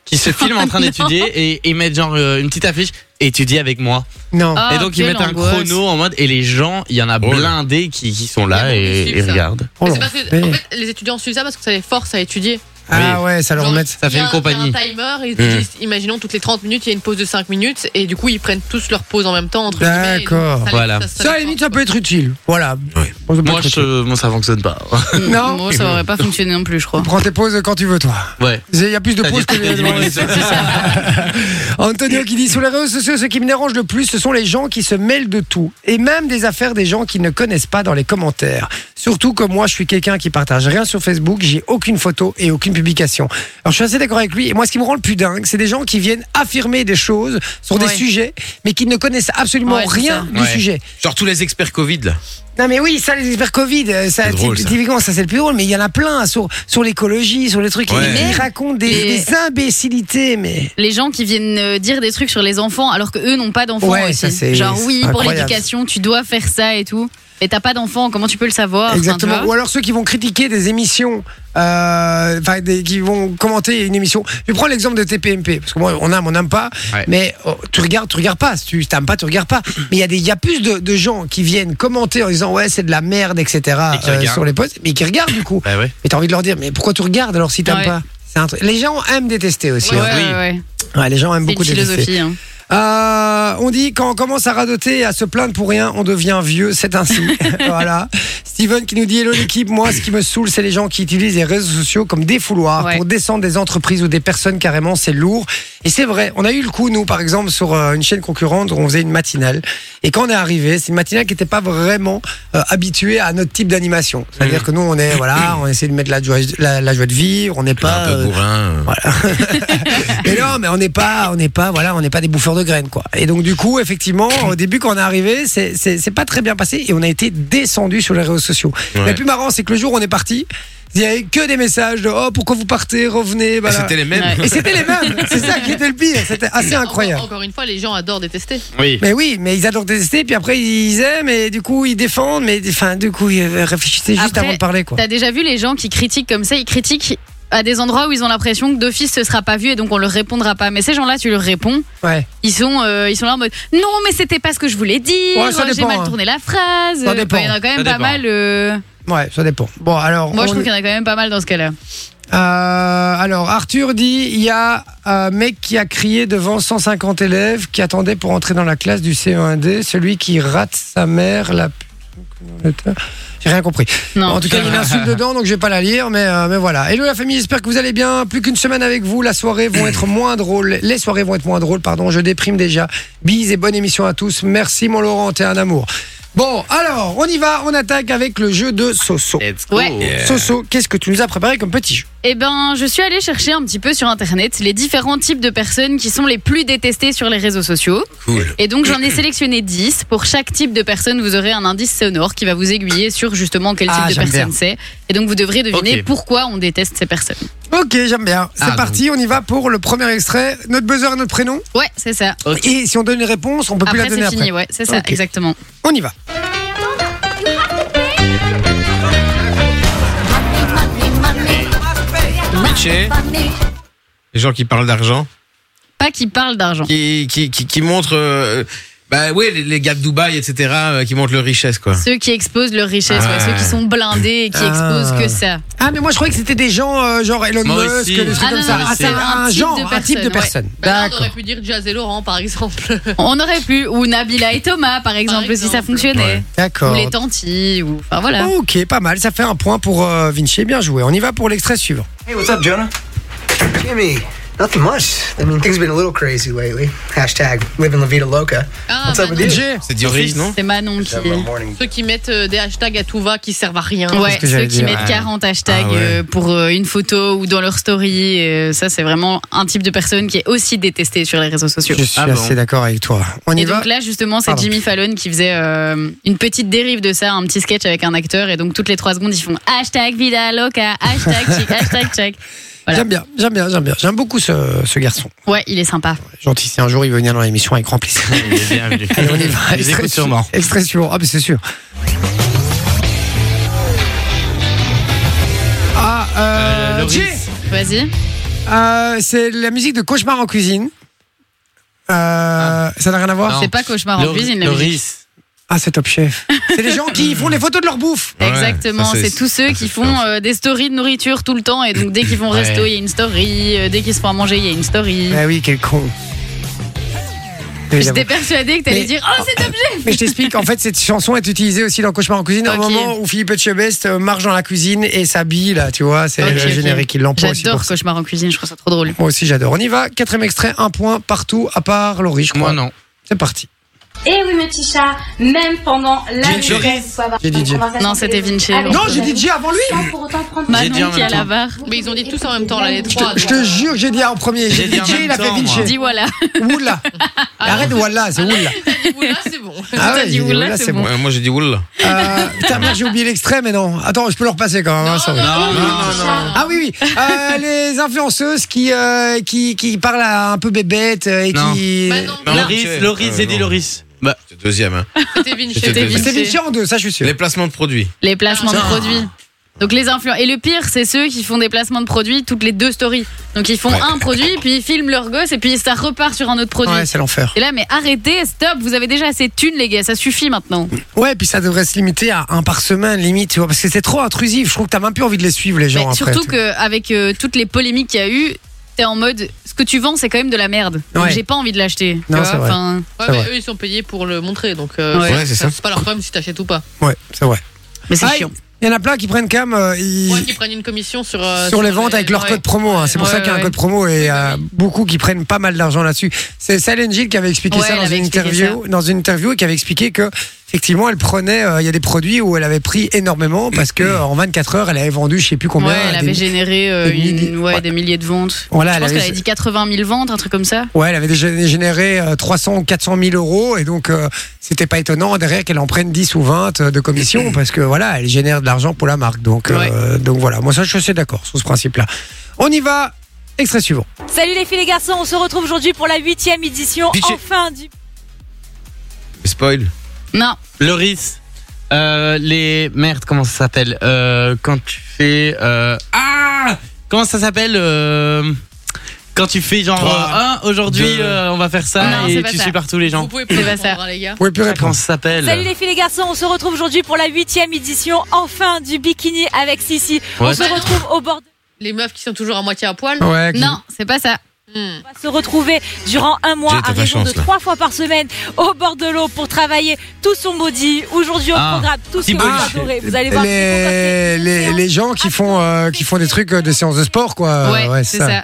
[SPEAKER 7] qui se filment en train d'étudier et, et mettent genre euh, une petite affiche étudie avec moi.
[SPEAKER 3] Non.
[SPEAKER 6] Ah,
[SPEAKER 7] et donc ils
[SPEAKER 6] quelle
[SPEAKER 7] mettent un
[SPEAKER 6] angoisse.
[SPEAKER 7] chrono en mode et les gens, il y en a
[SPEAKER 4] Oh là.
[SPEAKER 7] blindés qui, qui sont là
[SPEAKER 5] Il y a beaucoup
[SPEAKER 7] et,
[SPEAKER 5] qui
[SPEAKER 7] et
[SPEAKER 5] suivent ça.
[SPEAKER 7] regardent.
[SPEAKER 3] Oh,
[SPEAKER 5] Mais c'est parce que, en
[SPEAKER 3] l'enfer.
[SPEAKER 5] fait, les étudiants suivent ça parce que ça les force à étudier.
[SPEAKER 3] ah ouais, ça leur
[SPEAKER 5] Genre,
[SPEAKER 3] met.
[SPEAKER 7] Ça fait
[SPEAKER 5] il y a
[SPEAKER 7] une
[SPEAKER 5] un-
[SPEAKER 7] compagnie.
[SPEAKER 5] Il y a un timer, ils disent, imaginons toutes les 30 minutes, il y a une pause de 5 minutes, et du coup, ils prennent tous leur pause en même temps. entre guillemets, et donc,
[SPEAKER 3] D'accord.
[SPEAKER 5] ça les-
[SPEAKER 7] Voilà.
[SPEAKER 5] ça
[SPEAKER 3] Ça à la
[SPEAKER 5] les
[SPEAKER 3] limite,
[SPEAKER 5] force,
[SPEAKER 3] ça peut être utile. Voilà. Ça peut
[SPEAKER 7] Moi,
[SPEAKER 3] être utile.
[SPEAKER 7] je, moi, ça fonctionne pas.
[SPEAKER 3] Non.
[SPEAKER 6] Moi, ça aurait pas fonctionné non plus, je crois.
[SPEAKER 3] Prends tes pauses quand tu veux, toi.
[SPEAKER 7] ouais.
[SPEAKER 3] Il y a plus de
[SPEAKER 7] T'as
[SPEAKER 3] pauses
[SPEAKER 7] dit-
[SPEAKER 3] que
[SPEAKER 7] t'as dit-
[SPEAKER 3] Ouais, c'est ça. Antonio qui dit Sur les réseaux sociaux, ce qui me dérange le plus, ce sont les gens qui se mêlent de tout. Et même des affaires des gens qui ne connaissent pas dans les commentaires. Surtout que moi, je suis quelqu'un qui partage rien sur Facebook, j'ai aucune photo et aucune publication. Alors, je suis assez d'accord avec lui. Et moi, ce qui me rend le plus dingue, c'est des gens qui viennent affirmer des choses sur des
[SPEAKER 6] Ouais.
[SPEAKER 3] sujets, mais qui ne connaissent absolument
[SPEAKER 6] Ouais, c'est
[SPEAKER 3] rien du
[SPEAKER 7] Ouais.
[SPEAKER 3] sujet.
[SPEAKER 4] Genre tous les experts Covid là.
[SPEAKER 3] Non mais oui, ça les experts Covid, euh, ça,
[SPEAKER 4] C'est drôle,
[SPEAKER 3] ty-
[SPEAKER 4] ça.
[SPEAKER 3] typiquement ça c'est le plus drôle, mais il y en a plein sur, sur l'écologie, sur les trucs,
[SPEAKER 4] Ouais.
[SPEAKER 3] ils,
[SPEAKER 4] Mais-
[SPEAKER 3] ils racontent des,
[SPEAKER 6] mais-
[SPEAKER 3] des imbécilités, mais...
[SPEAKER 6] les gens qui viennent euh, dire des trucs sur les enfants alors que eux n'ont pas d'enfants
[SPEAKER 3] Ouais,
[SPEAKER 6] aussi.
[SPEAKER 3] ça, c'est-
[SPEAKER 6] Genre
[SPEAKER 3] c'est
[SPEAKER 6] oui, pour
[SPEAKER 3] incroyable.
[SPEAKER 6] l'éducation, tu dois faire ça et tout. Et t'as pas d'enfant, comment tu peux le savoir Enfin,
[SPEAKER 3] Exactement.
[SPEAKER 6] tu
[SPEAKER 3] Ou
[SPEAKER 6] vois.
[SPEAKER 3] alors ceux qui vont critiquer des émissions, euh, enfin des- qui vont commenter une émission. Je prends l'exemple de TPMP parce que moi on aime, on n'aime pas.
[SPEAKER 7] Ouais. Mm.
[SPEAKER 3] Mais oh, tu regardes, tu regardes pas. Si tu t'aimes pas, tu regardes pas. Mais il y a des, il y a plus de, de gens qui viennent commenter en disant ouais c'est de la merde, etc.
[SPEAKER 7] Et qui
[SPEAKER 3] euh,
[SPEAKER 7] regardent.
[SPEAKER 3] sur les posts, mais qui regardent du coup.
[SPEAKER 7] Bah ouais.
[SPEAKER 3] Mais t'as envie de leur dire mais pourquoi tu regardes alors si t'aimes
[SPEAKER 6] Ouais.
[SPEAKER 3] pas C'est un truc. Les gens aiment détester aussi.
[SPEAKER 6] Ouais,
[SPEAKER 3] hein.
[SPEAKER 6] ouais, ouais.
[SPEAKER 3] Ouais, les gens aiment
[SPEAKER 6] C'est
[SPEAKER 3] beaucoup
[SPEAKER 6] une
[SPEAKER 3] détester.
[SPEAKER 6] philosophie. hein.
[SPEAKER 3] Euh, on dit quand on commence à radoter et à se plaindre pour rien, on devient vieux, c'est ainsi. voilà. Steven qui nous dit Hello l'équipe, moi ce qui me saoule, c'est les gens qui utilisent les réseaux sociaux comme défouloir
[SPEAKER 6] Ouais.
[SPEAKER 3] pour descendre des entreprises ou des personnes carrément, c'est lourd. Et c'est vrai, on a eu le coup, nous par exemple, sur euh, une chaîne concurrente où on faisait une matinale. Et quand on est arrivé, c'est une matinale qui n'était pas vraiment euh, habituée à notre type d'animation. C'est-à-dire que nous, on est, voilà, on essaie de mettre la joie, la, la joie de vivre, on n'est pas.
[SPEAKER 4] un peu
[SPEAKER 3] euh,
[SPEAKER 4] bourrin.
[SPEAKER 3] mais non, mais on n'est pas, on n'est pas, voilà, on n'est pas des bouffeurs de graines, quoi. Et donc du coup, effectivement, au début quand on est arrivé, c'est- c'est c'est pas très bien passé et on a été descendu sur les réseaux sociaux.
[SPEAKER 4] Ouais.
[SPEAKER 3] Le plus marrant, c'est que le jour où on est parti, il y avait que des messages de oh pourquoi vous partez, revenez.
[SPEAKER 4] Et
[SPEAKER 3] voilà.
[SPEAKER 4] C'était les mêmes.
[SPEAKER 6] Ouais.
[SPEAKER 3] Et c'était les mêmes. c'est ça qui était le pire. C'était assez
[SPEAKER 5] Encore-
[SPEAKER 3] Ah, incroyable.
[SPEAKER 5] Encore, une fois, les gens adorent détester.
[SPEAKER 7] Oui.
[SPEAKER 3] Mais oui, mais ils adorent détester, puis après ils aiment, et du coup ils défendent, mais enfin du coup ils réfléchissez juste
[SPEAKER 6] Après,
[SPEAKER 3] avant de parler quoi.
[SPEAKER 6] T'as déjà vu les gens qui critiquent comme ça Ils critiquent à des endroits où ils ont l'impression que d'office ce sera pas vu et donc on leur répondra pas. Mais ces gens-là, tu leur réponds.
[SPEAKER 3] Ouais.
[SPEAKER 6] Ils sont, euh, ils sont là en mode non, mais c'était pas ce que je voulais dire.
[SPEAKER 3] Ouais, ça
[SPEAKER 6] J'ai
[SPEAKER 3] dépend,
[SPEAKER 6] mal
[SPEAKER 3] hein.
[SPEAKER 6] tourné la phrase.
[SPEAKER 3] Ça
[SPEAKER 6] Enfin,
[SPEAKER 3] dépend.
[SPEAKER 6] Il y en a quand même
[SPEAKER 7] Ça
[SPEAKER 6] pas
[SPEAKER 7] dépend.
[SPEAKER 6] mal. euh,
[SPEAKER 3] Ouais, ça dépend. Bon alors.
[SPEAKER 6] Moi,
[SPEAKER 3] on-
[SPEAKER 6] je trouve qu'il y en a quand même pas mal dans ce cas-là.
[SPEAKER 3] Euh, alors, Arthur dit il y a un mec qui a crié devant 150 élèves qui attendaient pour entrer dans la classe du CE1D, celui qui rate sa mère, la. J'ai rien compris.
[SPEAKER 6] Non.
[SPEAKER 3] En tout cas, il y a une insulte dedans, donc je vais pas la lire, mais, euh, mais voilà. Hello la famille, j'espère que vous allez bien. Plus qu'une semaine avec vous, la soirée vont être moins drôles. Les soirées vont être moins drôles, pardon, je déprime déjà. Bise et bonne émission à tous. Merci mon Laurent, t'es un amour. Bon, alors, on y va, on attaque avec le jeu de Soso.
[SPEAKER 7] Let's go.
[SPEAKER 6] Ouais.
[SPEAKER 3] Soso, qu'est-ce que tu nous as préparé comme petit jeu
[SPEAKER 6] Eh ben, je suis allée chercher un petit peu sur internet les différents types de personnes qui sont les plus détestées sur les réseaux sociaux.
[SPEAKER 2] Cool.
[SPEAKER 6] Et donc j'en ai sélectionné 10. Pour chaque type de personne, vous aurez un indice sonore qui va vous aiguiller sur justement quel type
[SPEAKER 3] Ah,
[SPEAKER 6] de
[SPEAKER 3] j'aime
[SPEAKER 6] personne c'est. Et donc vous devrez deviner
[SPEAKER 7] Ok.
[SPEAKER 6] pourquoi on déteste ces personnes.
[SPEAKER 3] Ok, j'aime bien. C'est
[SPEAKER 4] Ah, donc.
[SPEAKER 3] parti, on y va pour le premier extrait. Notre buzzer et notre prénom.
[SPEAKER 6] Ouais, c'est ça.
[SPEAKER 7] Ok.
[SPEAKER 3] Et si on donne une réponse, on peut plus la
[SPEAKER 6] Après
[SPEAKER 3] donner
[SPEAKER 6] c'est
[SPEAKER 3] après.
[SPEAKER 6] fini, ouais, c'est ça,
[SPEAKER 3] Ok.
[SPEAKER 6] exactement.
[SPEAKER 3] On y va.
[SPEAKER 4] Mitché, les gens qui parlent d'argent,
[SPEAKER 6] Pas qui parle d'argent.
[SPEAKER 4] qui, qui, qui, qui montrent. euh, bah oui, les, les gars de Dubaï, etc., euh, qui montrent leur richesse, quoi.
[SPEAKER 6] Ceux qui exposent leur richesse, ouais,
[SPEAKER 4] Ah.
[SPEAKER 6] ceux qui sont blindés et qui
[SPEAKER 3] Ah.
[SPEAKER 6] exposent que ça.
[SPEAKER 3] Ah, mais moi je croyais que c'était des gens euh, genre Elon
[SPEAKER 7] Moi
[SPEAKER 3] Musk,
[SPEAKER 7] aussi.
[SPEAKER 3] des trucs
[SPEAKER 6] Ah,
[SPEAKER 3] comme
[SPEAKER 6] non,
[SPEAKER 3] ça.
[SPEAKER 6] non,
[SPEAKER 3] ah,
[SPEAKER 6] c'est un
[SPEAKER 3] un
[SPEAKER 6] type
[SPEAKER 3] genre,
[SPEAKER 6] de
[SPEAKER 3] un type de
[SPEAKER 6] personne,
[SPEAKER 3] personne.
[SPEAKER 6] ouais.
[SPEAKER 5] Bah, là, on
[SPEAKER 3] D'accord.
[SPEAKER 5] aurait pu dire Jazz et Laurent, par exemple.
[SPEAKER 6] On aurait pu, ou Nabila et Thomas par exemple, si ça
[SPEAKER 5] exemple.
[SPEAKER 6] fonctionnait. Ou
[SPEAKER 3] D'accord. Oh,
[SPEAKER 6] les Tantis, ou. Enfin voilà.
[SPEAKER 3] Ok, pas mal. Ça fait un point pour euh, Vinci. Bien joué. On y va pour l'extrait suivant.
[SPEAKER 8] Hey, what's up, Jonah? Jimmy, nothing much. I mean, things have been a little crazy lately. Hashtag living la vida loca.
[SPEAKER 5] Ah,
[SPEAKER 8] what's up
[SPEAKER 5] Manon.
[SPEAKER 8] with you?
[SPEAKER 4] C'est Dioris, non
[SPEAKER 6] bah C'est Manon qui.
[SPEAKER 3] Bah, Mm.
[SPEAKER 8] morning.
[SPEAKER 5] Ceux qui mettent euh, des hashtags à tout va qui servent à rien.
[SPEAKER 6] Ouais,
[SPEAKER 3] que
[SPEAKER 6] ceux
[SPEAKER 3] j'allais
[SPEAKER 6] qui
[SPEAKER 3] dire.
[SPEAKER 6] mettent 40 hashtags
[SPEAKER 4] Ah ouais.
[SPEAKER 6] euh, pour euh, une photo ou dans leur story, euh, ça c'est vraiment un type de personne qui est aussi détesté sur les réseaux sociaux.
[SPEAKER 3] Je suis
[SPEAKER 4] Ah bon.
[SPEAKER 3] assez d'accord avec toi. On y
[SPEAKER 6] Et
[SPEAKER 3] va.
[SPEAKER 6] donc là justement c'est
[SPEAKER 3] Pardon.
[SPEAKER 6] Jimmy Fallon qui faisait euh, une petite dérive de ça, un petit sketch avec un acteur et donc toutes les trois secondes ils font hashtag vida loca, hashtag chic, hashtag check. voilà.
[SPEAKER 3] J'aime bien, j'aime bien, j'aime bien. J'aime beaucoup ce, ce garçon.
[SPEAKER 6] Ouais il est sympa.
[SPEAKER 3] Gentil, si un jour il veut venir dans l'émission avec grand plaisir. Allez, on y va.
[SPEAKER 7] Ils
[SPEAKER 3] Extrait
[SPEAKER 7] écoutent
[SPEAKER 3] su-
[SPEAKER 7] sûrement.
[SPEAKER 3] Extrait suivant. Ah, mais c'est sûr. Ah, euh,
[SPEAKER 7] Loris.
[SPEAKER 3] Jay,
[SPEAKER 6] Vas-y.
[SPEAKER 3] euh, c'est la musique de Cauchemar en cuisine. Euh, Ça n'a rien à voir
[SPEAKER 7] Ah. Non.
[SPEAKER 6] C'est pas cauchemar en cuisine la musique.
[SPEAKER 7] Loris.
[SPEAKER 3] Ah, c'est top chef. c'est les gens qui font les photos de leur bouffe.
[SPEAKER 4] Ouais,
[SPEAKER 6] Exactement,
[SPEAKER 4] ça,
[SPEAKER 6] c'est tous ceux
[SPEAKER 4] ça, c'est
[SPEAKER 6] qui font
[SPEAKER 4] chiant.
[SPEAKER 6] euh, des stories de nourriture tout le temps et donc dès qu'ils vont au
[SPEAKER 7] Ouais.
[SPEAKER 6] resto il y a une story, euh, dès qu'ils se font à manger il y a une story.
[SPEAKER 3] Ah oui, quel con. Évidemment.
[SPEAKER 6] J'étais persuadée que t'allais
[SPEAKER 3] Mais-
[SPEAKER 6] dire Oh, cet objet
[SPEAKER 3] Mais je t'explique, en fait, cette chanson est utilisée aussi dans Cauchemar en cuisine
[SPEAKER 6] Ok.
[SPEAKER 3] au moment où Philippe Etchebest euh, marche dans la cuisine et s'habille, là, tu vois, c'est
[SPEAKER 6] Ok,
[SPEAKER 3] le
[SPEAKER 6] ok.
[SPEAKER 3] générique, il l'emploie aussi pour
[SPEAKER 6] J'adore
[SPEAKER 3] ça.
[SPEAKER 6] Cauchemar en cuisine, je trouve ça trop drôle.
[SPEAKER 3] Moi aussi, j'adore. On y va, quatrième extrait, un point partout, à part Laurie, je crois.
[SPEAKER 7] Moi non.
[SPEAKER 3] C'est parti.
[SPEAKER 9] Et Eh oui, mes petits chats, même pendant la
[SPEAKER 4] Vinci.
[SPEAKER 9] nuit, vous pouvez avoir
[SPEAKER 3] J'ai
[SPEAKER 9] une
[SPEAKER 3] dit Jay.
[SPEAKER 9] conversation
[SPEAKER 6] Non, c'était
[SPEAKER 9] téléphonique
[SPEAKER 6] Vinci.
[SPEAKER 9] avec
[SPEAKER 3] Non,
[SPEAKER 9] vos
[SPEAKER 3] j'ai
[SPEAKER 9] amis,
[SPEAKER 3] dit Jay avant lui
[SPEAKER 9] sans pour autant prendre
[SPEAKER 7] J'ai dit en
[SPEAKER 6] Manon qui
[SPEAKER 7] même
[SPEAKER 6] a la
[SPEAKER 7] temps.
[SPEAKER 6] barre.
[SPEAKER 5] Mais ils ont dit tous en même temps, là, les
[SPEAKER 9] Je te-
[SPEAKER 5] trois.
[SPEAKER 3] Je
[SPEAKER 5] donc, euh.
[SPEAKER 3] te jure que j'ai dit en premier. J'ai
[SPEAKER 7] J'ai
[SPEAKER 3] dit
[SPEAKER 7] dit en
[SPEAKER 3] Jay,
[SPEAKER 7] même
[SPEAKER 3] il a fait
[SPEAKER 7] temps, moi.
[SPEAKER 3] Vinci.
[SPEAKER 6] Dis voilà.
[SPEAKER 3] Oula. Arrête,
[SPEAKER 6] ah,
[SPEAKER 3] voilà, c'est oula.
[SPEAKER 5] Oula, c'est bon.
[SPEAKER 3] Ah
[SPEAKER 6] T'as
[SPEAKER 3] ouais,
[SPEAKER 6] dit
[SPEAKER 3] j'ai dit
[SPEAKER 6] oula,
[SPEAKER 3] oula,
[SPEAKER 6] c'est
[SPEAKER 3] c'est bon.
[SPEAKER 6] bon.
[SPEAKER 4] Ouais, Moi, j'ai dit Wool.
[SPEAKER 3] Euh, Putain, merde, j'ai oublié l'extrait, mais non. Attends, je peux le repasser quand même. hein, ça va.
[SPEAKER 7] Non, non, non.
[SPEAKER 3] Ah oui, oui. Euh, les influenceuses qui, euh, qui, qui parlent à un peu bébête euh, et
[SPEAKER 7] Non.
[SPEAKER 3] qui.
[SPEAKER 5] Bah non,
[SPEAKER 4] Non.
[SPEAKER 7] Loris, Loris,
[SPEAKER 4] Euh,
[SPEAKER 7] j'ai dit
[SPEAKER 4] non.
[SPEAKER 7] Loris. Bah,
[SPEAKER 4] C'est deuxième, hein.
[SPEAKER 5] c'était Vinci.
[SPEAKER 4] C'était
[SPEAKER 3] Mais c'est
[SPEAKER 6] Vinci.
[SPEAKER 3] Vinci en deux, ça je suis sûr.
[SPEAKER 4] Les placements de produits.
[SPEAKER 6] Les placements de
[SPEAKER 7] Ah.
[SPEAKER 6] produits. Donc les influenceurs. Et le pire, c'est ceux qui font des placements de produits toutes les deux stories. Donc ils font
[SPEAKER 4] Ouais.
[SPEAKER 6] un produit, puis ils filment leur gosse, et puis ça repart sur un autre produit.
[SPEAKER 3] Ouais, c'est l'enfer.
[SPEAKER 6] et là, mais arrêtez, stop, vous avez déjà assez de thunes, les gars, ça suffit maintenant.
[SPEAKER 3] Ouais, puis ça devrait se limiter à un par semaine, limite, tu vois, parce que c'est trop intrusif. Je trouve que t'as même plus envie de les suivre, les gens.
[SPEAKER 6] Mais
[SPEAKER 3] après,
[SPEAKER 6] surtout
[SPEAKER 3] tu-
[SPEAKER 6] qu'avec toutes les polémiques qu'il y a eu, t'es en mode ce que tu vends, c'est quand même de la merde. Donc
[SPEAKER 3] Ouais.
[SPEAKER 6] j'ai pas envie de l'acheter. tu
[SPEAKER 3] Non,
[SPEAKER 6] vois,
[SPEAKER 3] c'est vrai.
[SPEAKER 6] enfin.
[SPEAKER 5] Ouais,
[SPEAKER 3] C'est
[SPEAKER 5] mais
[SPEAKER 3] vrai.
[SPEAKER 5] eux, ils sont payés pour le montrer, donc. euh,
[SPEAKER 6] Ouais.
[SPEAKER 4] Ouais, c'est ça.
[SPEAKER 5] C'est pas leur problème si t'achètes ou pas.
[SPEAKER 3] Ouais, c'est vrai.
[SPEAKER 6] Mais c'est
[SPEAKER 3] Ah,
[SPEAKER 6] chiant.
[SPEAKER 3] Il y en a plein qui prennent cam euh, ils-
[SPEAKER 5] Moi, qui prennent une commission sur. euh,
[SPEAKER 3] sur les ventes avec leur
[SPEAKER 5] ouais.
[SPEAKER 3] code promo. hein. C'est pour
[SPEAKER 6] Ah, Ouais,
[SPEAKER 3] ça qu'il y a un
[SPEAKER 6] ouais.
[SPEAKER 3] code promo et euh, beaucoup qui prennent pas mal d'argent là-dessus. C'est Silent Jill qui avait expliqué
[SPEAKER 6] Ouais,
[SPEAKER 3] ça
[SPEAKER 6] elle
[SPEAKER 3] dans
[SPEAKER 6] avait
[SPEAKER 3] une
[SPEAKER 6] expliqué
[SPEAKER 3] interview, dans une interview et qui avait expliqué que effectivement elle prenait, euh, il y a des produits où elle avait pris énormément parce que euh, en 24 heures elle avait vendu je sais plus combien.
[SPEAKER 6] ouais, elle
[SPEAKER 3] des-
[SPEAKER 6] avait généré euh,
[SPEAKER 3] des milliers-
[SPEAKER 6] une- ouais,
[SPEAKER 3] ouais.
[SPEAKER 6] des milliers de ventes.
[SPEAKER 3] Voilà,
[SPEAKER 6] je
[SPEAKER 3] elle
[SPEAKER 6] pense
[SPEAKER 3] avait-
[SPEAKER 6] qu'elle a dit 80 000 ventes, un truc comme ça.
[SPEAKER 3] Ouais, elle avait déjà généré euh, 300 400 000 euros et donc euh, c'était pas étonnant derrière qu'elle en prenne 10 ou 20 de commission parce que voilà, elle génère de l'argent pour la marque. Donc euh, donc voilà, moi ça je suis assez d'accord sur ce principe-là. On y va, extrait suivant.
[SPEAKER 10] Salut les filles les garçons, on se retrouve aujourd'hui pour la huitième édition
[SPEAKER 4] Vichy.
[SPEAKER 10] enfin du
[SPEAKER 4] Spoil.
[SPEAKER 6] Non,
[SPEAKER 7] Loris. Euh, les merde, comment ça s'appelle euh, Quand tu fais euh... ah, comment ça s'appelle euh, Quand tu fais genre
[SPEAKER 4] Trois,
[SPEAKER 7] euh, ah, aujourd'hui
[SPEAKER 4] deux.
[SPEAKER 7] euh, on va faire ça
[SPEAKER 6] Non, c'est
[SPEAKER 7] et
[SPEAKER 6] pas
[SPEAKER 7] tu
[SPEAKER 6] ça.
[SPEAKER 7] suis par tous les
[SPEAKER 5] Vous
[SPEAKER 7] gens.
[SPEAKER 5] pouvez
[SPEAKER 6] C'est
[SPEAKER 5] pas
[SPEAKER 6] pas
[SPEAKER 5] répondre,
[SPEAKER 6] ça.
[SPEAKER 5] hein, les gars.
[SPEAKER 3] Vous pouvez plus
[SPEAKER 7] Comment
[SPEAKER 3] répondre.
[SPEAKER 7] ça s'appelle
[SPEAKER 10] Salut les filles les garçons, on se retrouve aujourd'hui pour la huitième édition enfin du bikini avec Sissi. On
[SPEAKER 7] Ouais.
[SPEAKER 10] se retrouve au bord. de-
[SPEAKER 5] Les meufs qui sont toujours à moitié à poil.
[SPEAKER 3] Ouais, qui-
[SPEAKER 6] non, c'est pas ça.
[SPEAKER 5] Hmm.
[SPEAKER 10] On va se retrouver durant un mois
[SPEAKER 4] Jay,
[SPEAKER 10] à
[SPEAKER 4] t'as ta
[SPEAKER 10] raison
[SPEAKER 4] chance,
[SPEAKER 10] de
[SPEAKER 4] là.
[SPEAKER 10] trois fois par semaine au bord de l'eau pour travailler tout son body. Aujourd'hui au
[SPEAKER 7] Ah.
[SPEAKER 10] programme, tout ce que
[SPEAKER 7] Thibaut
[SPEAKER 10] vous
[SPEAKER 7] Luchet.
[SPEAKER 10] adorez. Vous allez voir.
[SPEAKER 3] les, les, les gens qui font euh, qui font des trucs euh, de séances de sport quoi.
[SPEAKER 6] ouais, c'est ça.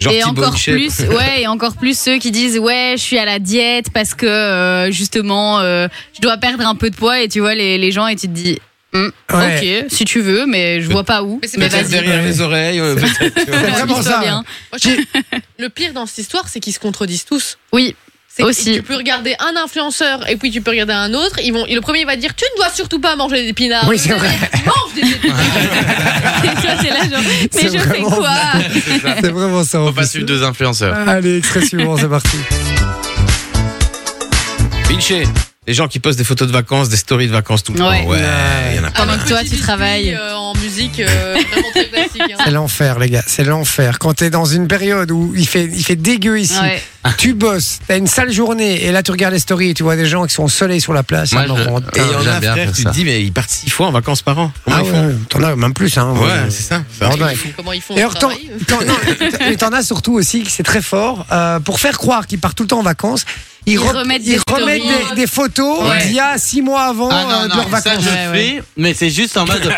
[SPEAKER 4] Genre
[SPEAKER 6] et
[SPEAKER 4] Thibaut
[SPEAKER 6] encore
[SPEAKER 4] Michel.
[SPEAKER 6] plus, ouais, et encore plus ceux qui disent ouais, je suis à la diète parce que euh, justement euh, je dois perdre un peu de poids et tu vois les, les gens et tu te dis
[SPEAKER 3] Ouais.
[SPEAKER 6] Ok, si tu veux, mais je vois pas où.
[SPEAKER 5] Mais c'est
[SPEAKER 6] Mais
[SPEAKER 5] peut-être
[SPEAKER 6] vas-y.
[SPEAKER 4] Peut-être derrière les oreilles. euh, peut-être, tu vois.
[SPEAKER 3] C'est vraiment
[SPEAKER 6] Dis-toi
[SPEAKER 3] ça.
[SPEAKER 6] bien.
[SPEAKER 5] Moi, je- Le pire dans cette histoire, c'est qu'ils se contredisent tous.
[SPEAKER 6] Oui,
[SPEAKER 5] C'est que
[SPEAKER 6] Aussi.
[SPEAKER 5] Tu peux regarder un influenceur et puis tu peux regarder un autre. Ils vont, et le premier va dire Tu ne dois surtout pas manger des pinards.
[SPEAKER 3] Oui, c'est vrai.
[SPEAKER 5] Mange des
[SPEAKER 6] Et toi, t'es là, genre,
[SPEAKER 3] C'est
[SPEAKER 6] mais je fais
[SPEAKER 3] vraiment
[SPEAKER 6] quoi
[SPEAKER 3] C'est vraiment ça. en
[SPEAKER 7] On
[SPEAKER 3] plus.
[SPEAKER 7] passe sur deux influenceurs.
[SPEAKER 3] Allez, extrait suivant, c'est parti.
[SPEAKER 4] Vinci, les gens qui postent des photos de vacances, des stories de vacances tout le
[SPEAKER 6] Ouais.
[SPEAKER 4] temps. Ouais, il y en a pas
[SPEAKER 6] Pendant
[SPEAKER 4] mal.
[SPEAKER 6] que toi,
[SPEAKER 5] Petit
[SPEAKER 6] tu
[SPEAKER 5] biscuit,
[SPEAKER 6] travailles.
[SPEAKER 5] euh, en musique, euh, vraiment très classique. hein.
[SPEAKER 3] C'est l'enfer, les gars. C'est l'enfer. Quand t'es dans une période où il fait, il fait dégueu ici,
[SPEAKER 6] Ouais.
[SPEAKER 3] tu bosses, t'as une sale journée, et là tu regardes les stories et tu vois des gens qui sont au soleil sur la place.
[SPEAKER 7] Moi,
[SPEAKER 3] Ah, ça me
[SPEAKER 7] je-
[SPEAKER 3] rend
[SPEAKER 7] et
[SPEAKER 4] Et
[SPEAKER 3] dingue.
[SPEAKER 4] il y en
[SPEAKER 7] J'aime
[SPEAKER 4] a,
[SPEAKER 7] bien
[SPEAKER 4] frère,
[SPEAKER 7] faire
[SPEAKER 4] tu
[SPEAKER 7] ça.
[SPEAKER 4] te dis, mais ils partent six fois en vacances par an. Comment
[SPEAKER 3] Ah
[SPEAKER 4] ils
[SPEAKER 3] ouais,
[SPEAKER 4] font
[SPEAKER 3] T'en as même plus, hein.
[SPEAKER 4] Ouais, c'est ça. c'est
[SPEAKER 3] Rends
[SPEAKER 4] un truc.
[SPEAKER 3] dingue.
[SPEAKER 5] Comment ils font
[SPEAKER 3] Et
[SPEAKER 5] au
[SPEAKER 3] alors, t'en-
[SPEAKER 5] travail
[SPEAKER 3] t'en- non, et t'en as surtout aussi, c'est très fort, euh, pour faire croire qu'ils partent tout le temps en vacances, ils,
[SPEAKER 6] Ils
[SPEAKER 3] rep-
[SPEAKER 6] remettent
[SPEAKER 3] ils
[SPEAKER 6] des
[SPEAKER 3] remettent
[SPEAKER 6] stories.
[SPEAKER 3] des, des photos
[SPEAKER 7] Ouais. Ah,
[SPEAKER 3] d'il y a six mois avant euh, de leurs
[SPEAKER 7] ça
[SPEAKER 3] vacances.
[SPEAKER 7] je
[SPEAKER 6] Ouais, ouais.
[SPEAKER 7] fais, mais c'est juste en mode,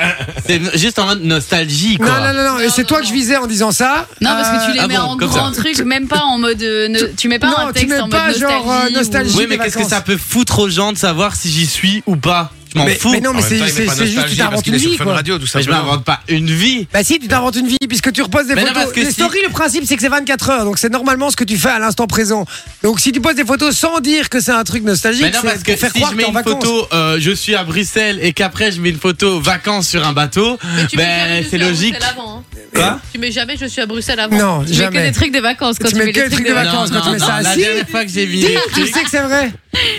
[SPEAKER 7] c'est juste en mode nostalgie
[SPEAKER 3] Non,
[SPEAKER 7] quoi.
[SPEAKER 3] non, non, non, et c'est toi que je visais en disant ça.
[SPEAKER 6] Non, parce que tu les
[SPEAKER 7] Ah
[SPEAKER 6] mets
[SPEAKER 7] bon,
[SPEAKER 6] en
[SPEAKER 7] comme
[SPEAKER 6] grand
[SPEAKER 7] ça.
[SPEAKER 6] truc, même pas en mode. euh, ne- tu mets pas
[SPEAKER 3] Euh, Non,
[SPEAKER 6] un
[SPEAKER 3] tu
[SPEAKER 6] texte
[SPEAKER 3] mets
[SPEAKER 6] en mode.
[SPEAKER 3] pas genre, euh,
[SPEAKER 6] nostalgie ou-
[SPEAKER 3] nostalgie.
[SPEAKER 7] Oui, mais qu'est-ce que
[SPEAKER 3] vacances.
[SPEAKER 7] ça peut foutre aux gens de savoir si j'y suis ou pas Je m'en
[SPEAKER 3] mais,
[SPEAKER 7] fous.
[SPEAKER 3] mais non,
[SPEAKER 4] En
[SPEAKER 3] mais
[SPEAKER 4] même
[SPEAKER 3] c'est
[SPEAKER 4] temps, il met
[SPEAKER 3] c'est-
[SPEAKER 4] pas
[SPEAKER 3] c'est juste que
[SPEAKER 4] nostalgie
[SPEAKER 3] tu
[SPEAKER 4] parce
[SPEAKER 3] t'inventes
[SPEAKER 4] qu'il
[SPEAKER 3] une
[SPEAKER 4] est sur
[SPEAKER 3] vie,
[SPEAKER 4] Fun
[SPEAKER 3] quoi.
[SPEAKER 4] Radio, tout
[SPEAKER 7] Mais je
[SPEAKER 4] simplement.
[SPEAKER 7] m'invente pas une vie.
[SPEAKER 3] Bah si, tu t'inventes une vie puisque tu reposes des
[SPEAKER 7] Mais non,
[SPEAKER 3] photos.
[SPEAKER 7] parce que
[SPEAKER 3] les
[SPEAKER 7] si-
[SPEAKER 3] stories, le principe, c'est que c'est 24 heures, donc c'est normalement ce que tu fais à l'instant présent. Donc si tu poses des photos sans dire que c'est un truc nostalgique,
[SPEAKER 7] Mais non, parce
[SPEAKER 3] c'est
[SPEAKER 7] que
[SPEAKER 3] pour faire
[SPEAKER 7] si
[SPEAKER 3] croire
[SPEAKER 7] je
[SPEAKER 3] que
[SPEAKER 7] mets
[SPEAKER 3] t'es en
[SPEAKER 7] une
[SPEAKER 3] vacances.
[SPEAKER 7] photo, euh, je suis à Bruxelles et qu'après je mets une photo vacances sur un bateau,
[SPEAKER 5] Tu mets jamais
[SPEAKER 7] ben
[SPEAKER 5] Je
[SPEAKER 7] c'est
[SPEAKER 5] suis à
[SPEAKER 7] logique.
[SPEAKER 5] Bruxelles avant, hein.
[SPEAKER 7] Quoi
[SPEAKER 5] Tu mets jamais Je suis à Bruxelles avant.
[SPEAKER 3] Non,
[SPEAKER 6] Tu mets que
[SPEAKER 3] jamais.
[SPEAKER 6] des trucs de vacances quand
[SPEAKER 3] Tu
[SPEAKER 6] tu,
[SPEAKER 3] mets
[SPEAKER 6] mets
[SPEAKER 3] que
[SPEAKER 6] des
[SPEAKER 3] des
[SPEAKER 6] trucs
[SPEAKER 3] trucs de vacances quand tu mets ça.
[SPEAKER 7] La
[SPEAKER 3] Si.
[SPEAKER 7] dernière fois que j'ai mis
[SPEAKER 3] Dis,
[SPEAKER 7] des
[SPEAKER 3] tu
[SPEAKER 7] trucs-
[SPEAKER 3] sais que c'est vrai.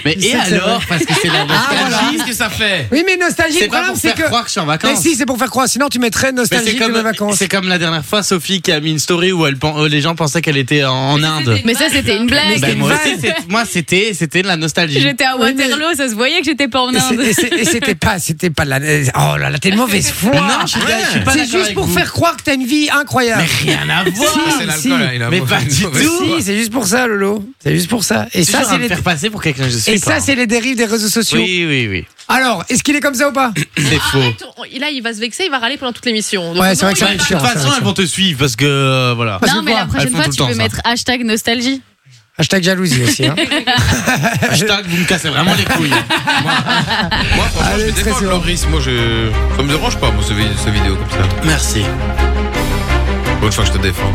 [SPEAKER 7] Mais
[SPEAKER 3] sais
[SPEAKER 7] et
[SPEAKER 3] que c'est
[SPEAKER 7] alors
[SPEAKER 3] vrai.
[SPEAKER 7] Parce que c'est la nostalgie.
[SPEAKER 3] Ah, voilà.
[SPEAKER 7] ce que ça fait.
[SPEAKER 3] Oui, mais nostalgie, le
[SPEAKER 7] C'est pas
[SPEAKER 3] problème,
[SPEAKER 7] pour
[SPEAKER 3] c'est
[SPEAKER 7] faire
[SPEAKER 3] que.
[SPEAKER 7] croire que je suis en
[SPEAKER 3] Mais
[SPEAKER 7] vacances.
[SPEAKER 3] si, c'est pour faire croire. Sinon, tu mettrais
[SPEAKER 7] Mais c'est
[SPEAKER 3] nostalgie de mes
[SPEAKER 7] comme,
[SPEAKER 3] vacances.
[SPEAKER 7] c'est comme la dernière fois Sophie qui a mis une story où elle, pen- euh, les gens pensaient qu'elle était en, en Inde.
[SPEAKER 6] Mais ça, c'était une blague.
[SPEAKER 7] Ben,
[SPEAKER 3] c'était
[SPEAKER 7] moi
[SPEAKER 3] une
[SPEAKER 7] aussi,
[SPEAKER 3] vanne.
[SPEAKER 7] c'est- moi, c'était c'était de la nostalgie.
[SPEAKER 6] J'étais à
[SPEAKER 3] Oui, mais-
[SPEAKER 6] Waterloo, ça se voyait que j'étais pas en
[SPEAKER 3] Et c'est-
[SPEAKER 6] Inde.
[SPEAKER 3] et c'est- et c'était pas, c'était pas de la. Oh là là, t'es de mauvaise foi.
[SPEAKER 7] Non, je suis- je suis pas
[SPEAKER 3] c'est
[SPEAKER 7] d'accord
[SPEAKER 3] juste
[SPEAKER 7] avec
[SPEAKER 3] pour
[SPEAKER 7] vous.
[SPEAKER 3] faire croire que t'as une vie incroyable.
[SPEAKER 7] Rien à voir.
[SPEAKER 3] Si,
[SPEAKER 4] C'est
[SPEAKER 3] si.
[SPEAKER 4] l'alcool, hein, il a
[SPEAKER 7] Mais
[SPEAKER 4] un
[SPEAKER 7] pas
[SPEAKER 4] mauvais-
[SPEAKER 7] du
[SPEAKER 4] mauvais-
[SPEAKER 7] tout.
[SPEAKER 3] Si, c'est juste pour ça, Lolo. C'est juste pour ça. Et
[SPEAKER 7] Ça,
[SPEAKER 3] ça, c'est
[SPEAKER 7] me
[SPEAKER 3] les.
[SPEAKER 7] faire passer pour quelqu'un que je suis.
[SPEAKER 3] Et ça,
[SPEAKER 7] pardon.
[SPEAKER 3] c'est les dérives des réseaux sociaux.
[SPEAKER 7] Oui, oui, oui.
[SPEAKER 3] Alors, est-ce qu'il est comme ça ou pas
[SPEAKER 7] C'est
[SPEAKER 6] Ah,
[SPEAKER 7] faux. Bah,
[SPEAKER 5] Arrête, on- là, Oh, il va se vexer, il va râler pendant toute l'émission. Donc,
[SPEAKER 3] Ouais, c'est
[SPEAKER 5] non,
[SPEAKER 3] vrai que
[SPEAKER 5] il
[SPEAKER 3] ça
[SPEAKER 5] va-
[SPEAKER 3] va être
[SPEAKER 7] De
[SPEAKER 3] chiant.
[SPEAKER 7] toute façon, elles vont te suivre parce que euh, voilà.
[SPEAKER 3] Parce
[SPEAKER 6] non,
[SPEAKER 3] que
[SPEAKER 6] mais
[SPEAKER 3] quoi,
[SPEAKER 6] la prochaine
[SPEAKER 7] elles font
[SPEAKER 6] fois,
[SPEAKER 7] tout le
[SPEAKER 6] tu
[SPEAKER 7] temps,
[SPEAKER 6] peux
[SPEAKER 7] ça.
[SPEAKER 6] mettre hashtag nostalgie.
[SPEAKER 3] Hashtag jalousie aussi. Hein.
[SPEAKER 7] Hashtag, vous me cassez vraiment les couilles.
[SPEAKER 4] Moi, franchement,
[SPEAKER 3] Allez,
[SPEAKER 4] je
[SPEAKER 3] très
[SPEAKER 4] me défends
[SPEAKER 3] sûr.
[SPEAKER 4] Loris. Moi, je. Ça me dérange pas, moi, ce, vi- ce vidéo comme ça.
[SPEAKER 7] Merci.
[SPEAKER 4] Bonne fois, je te défends.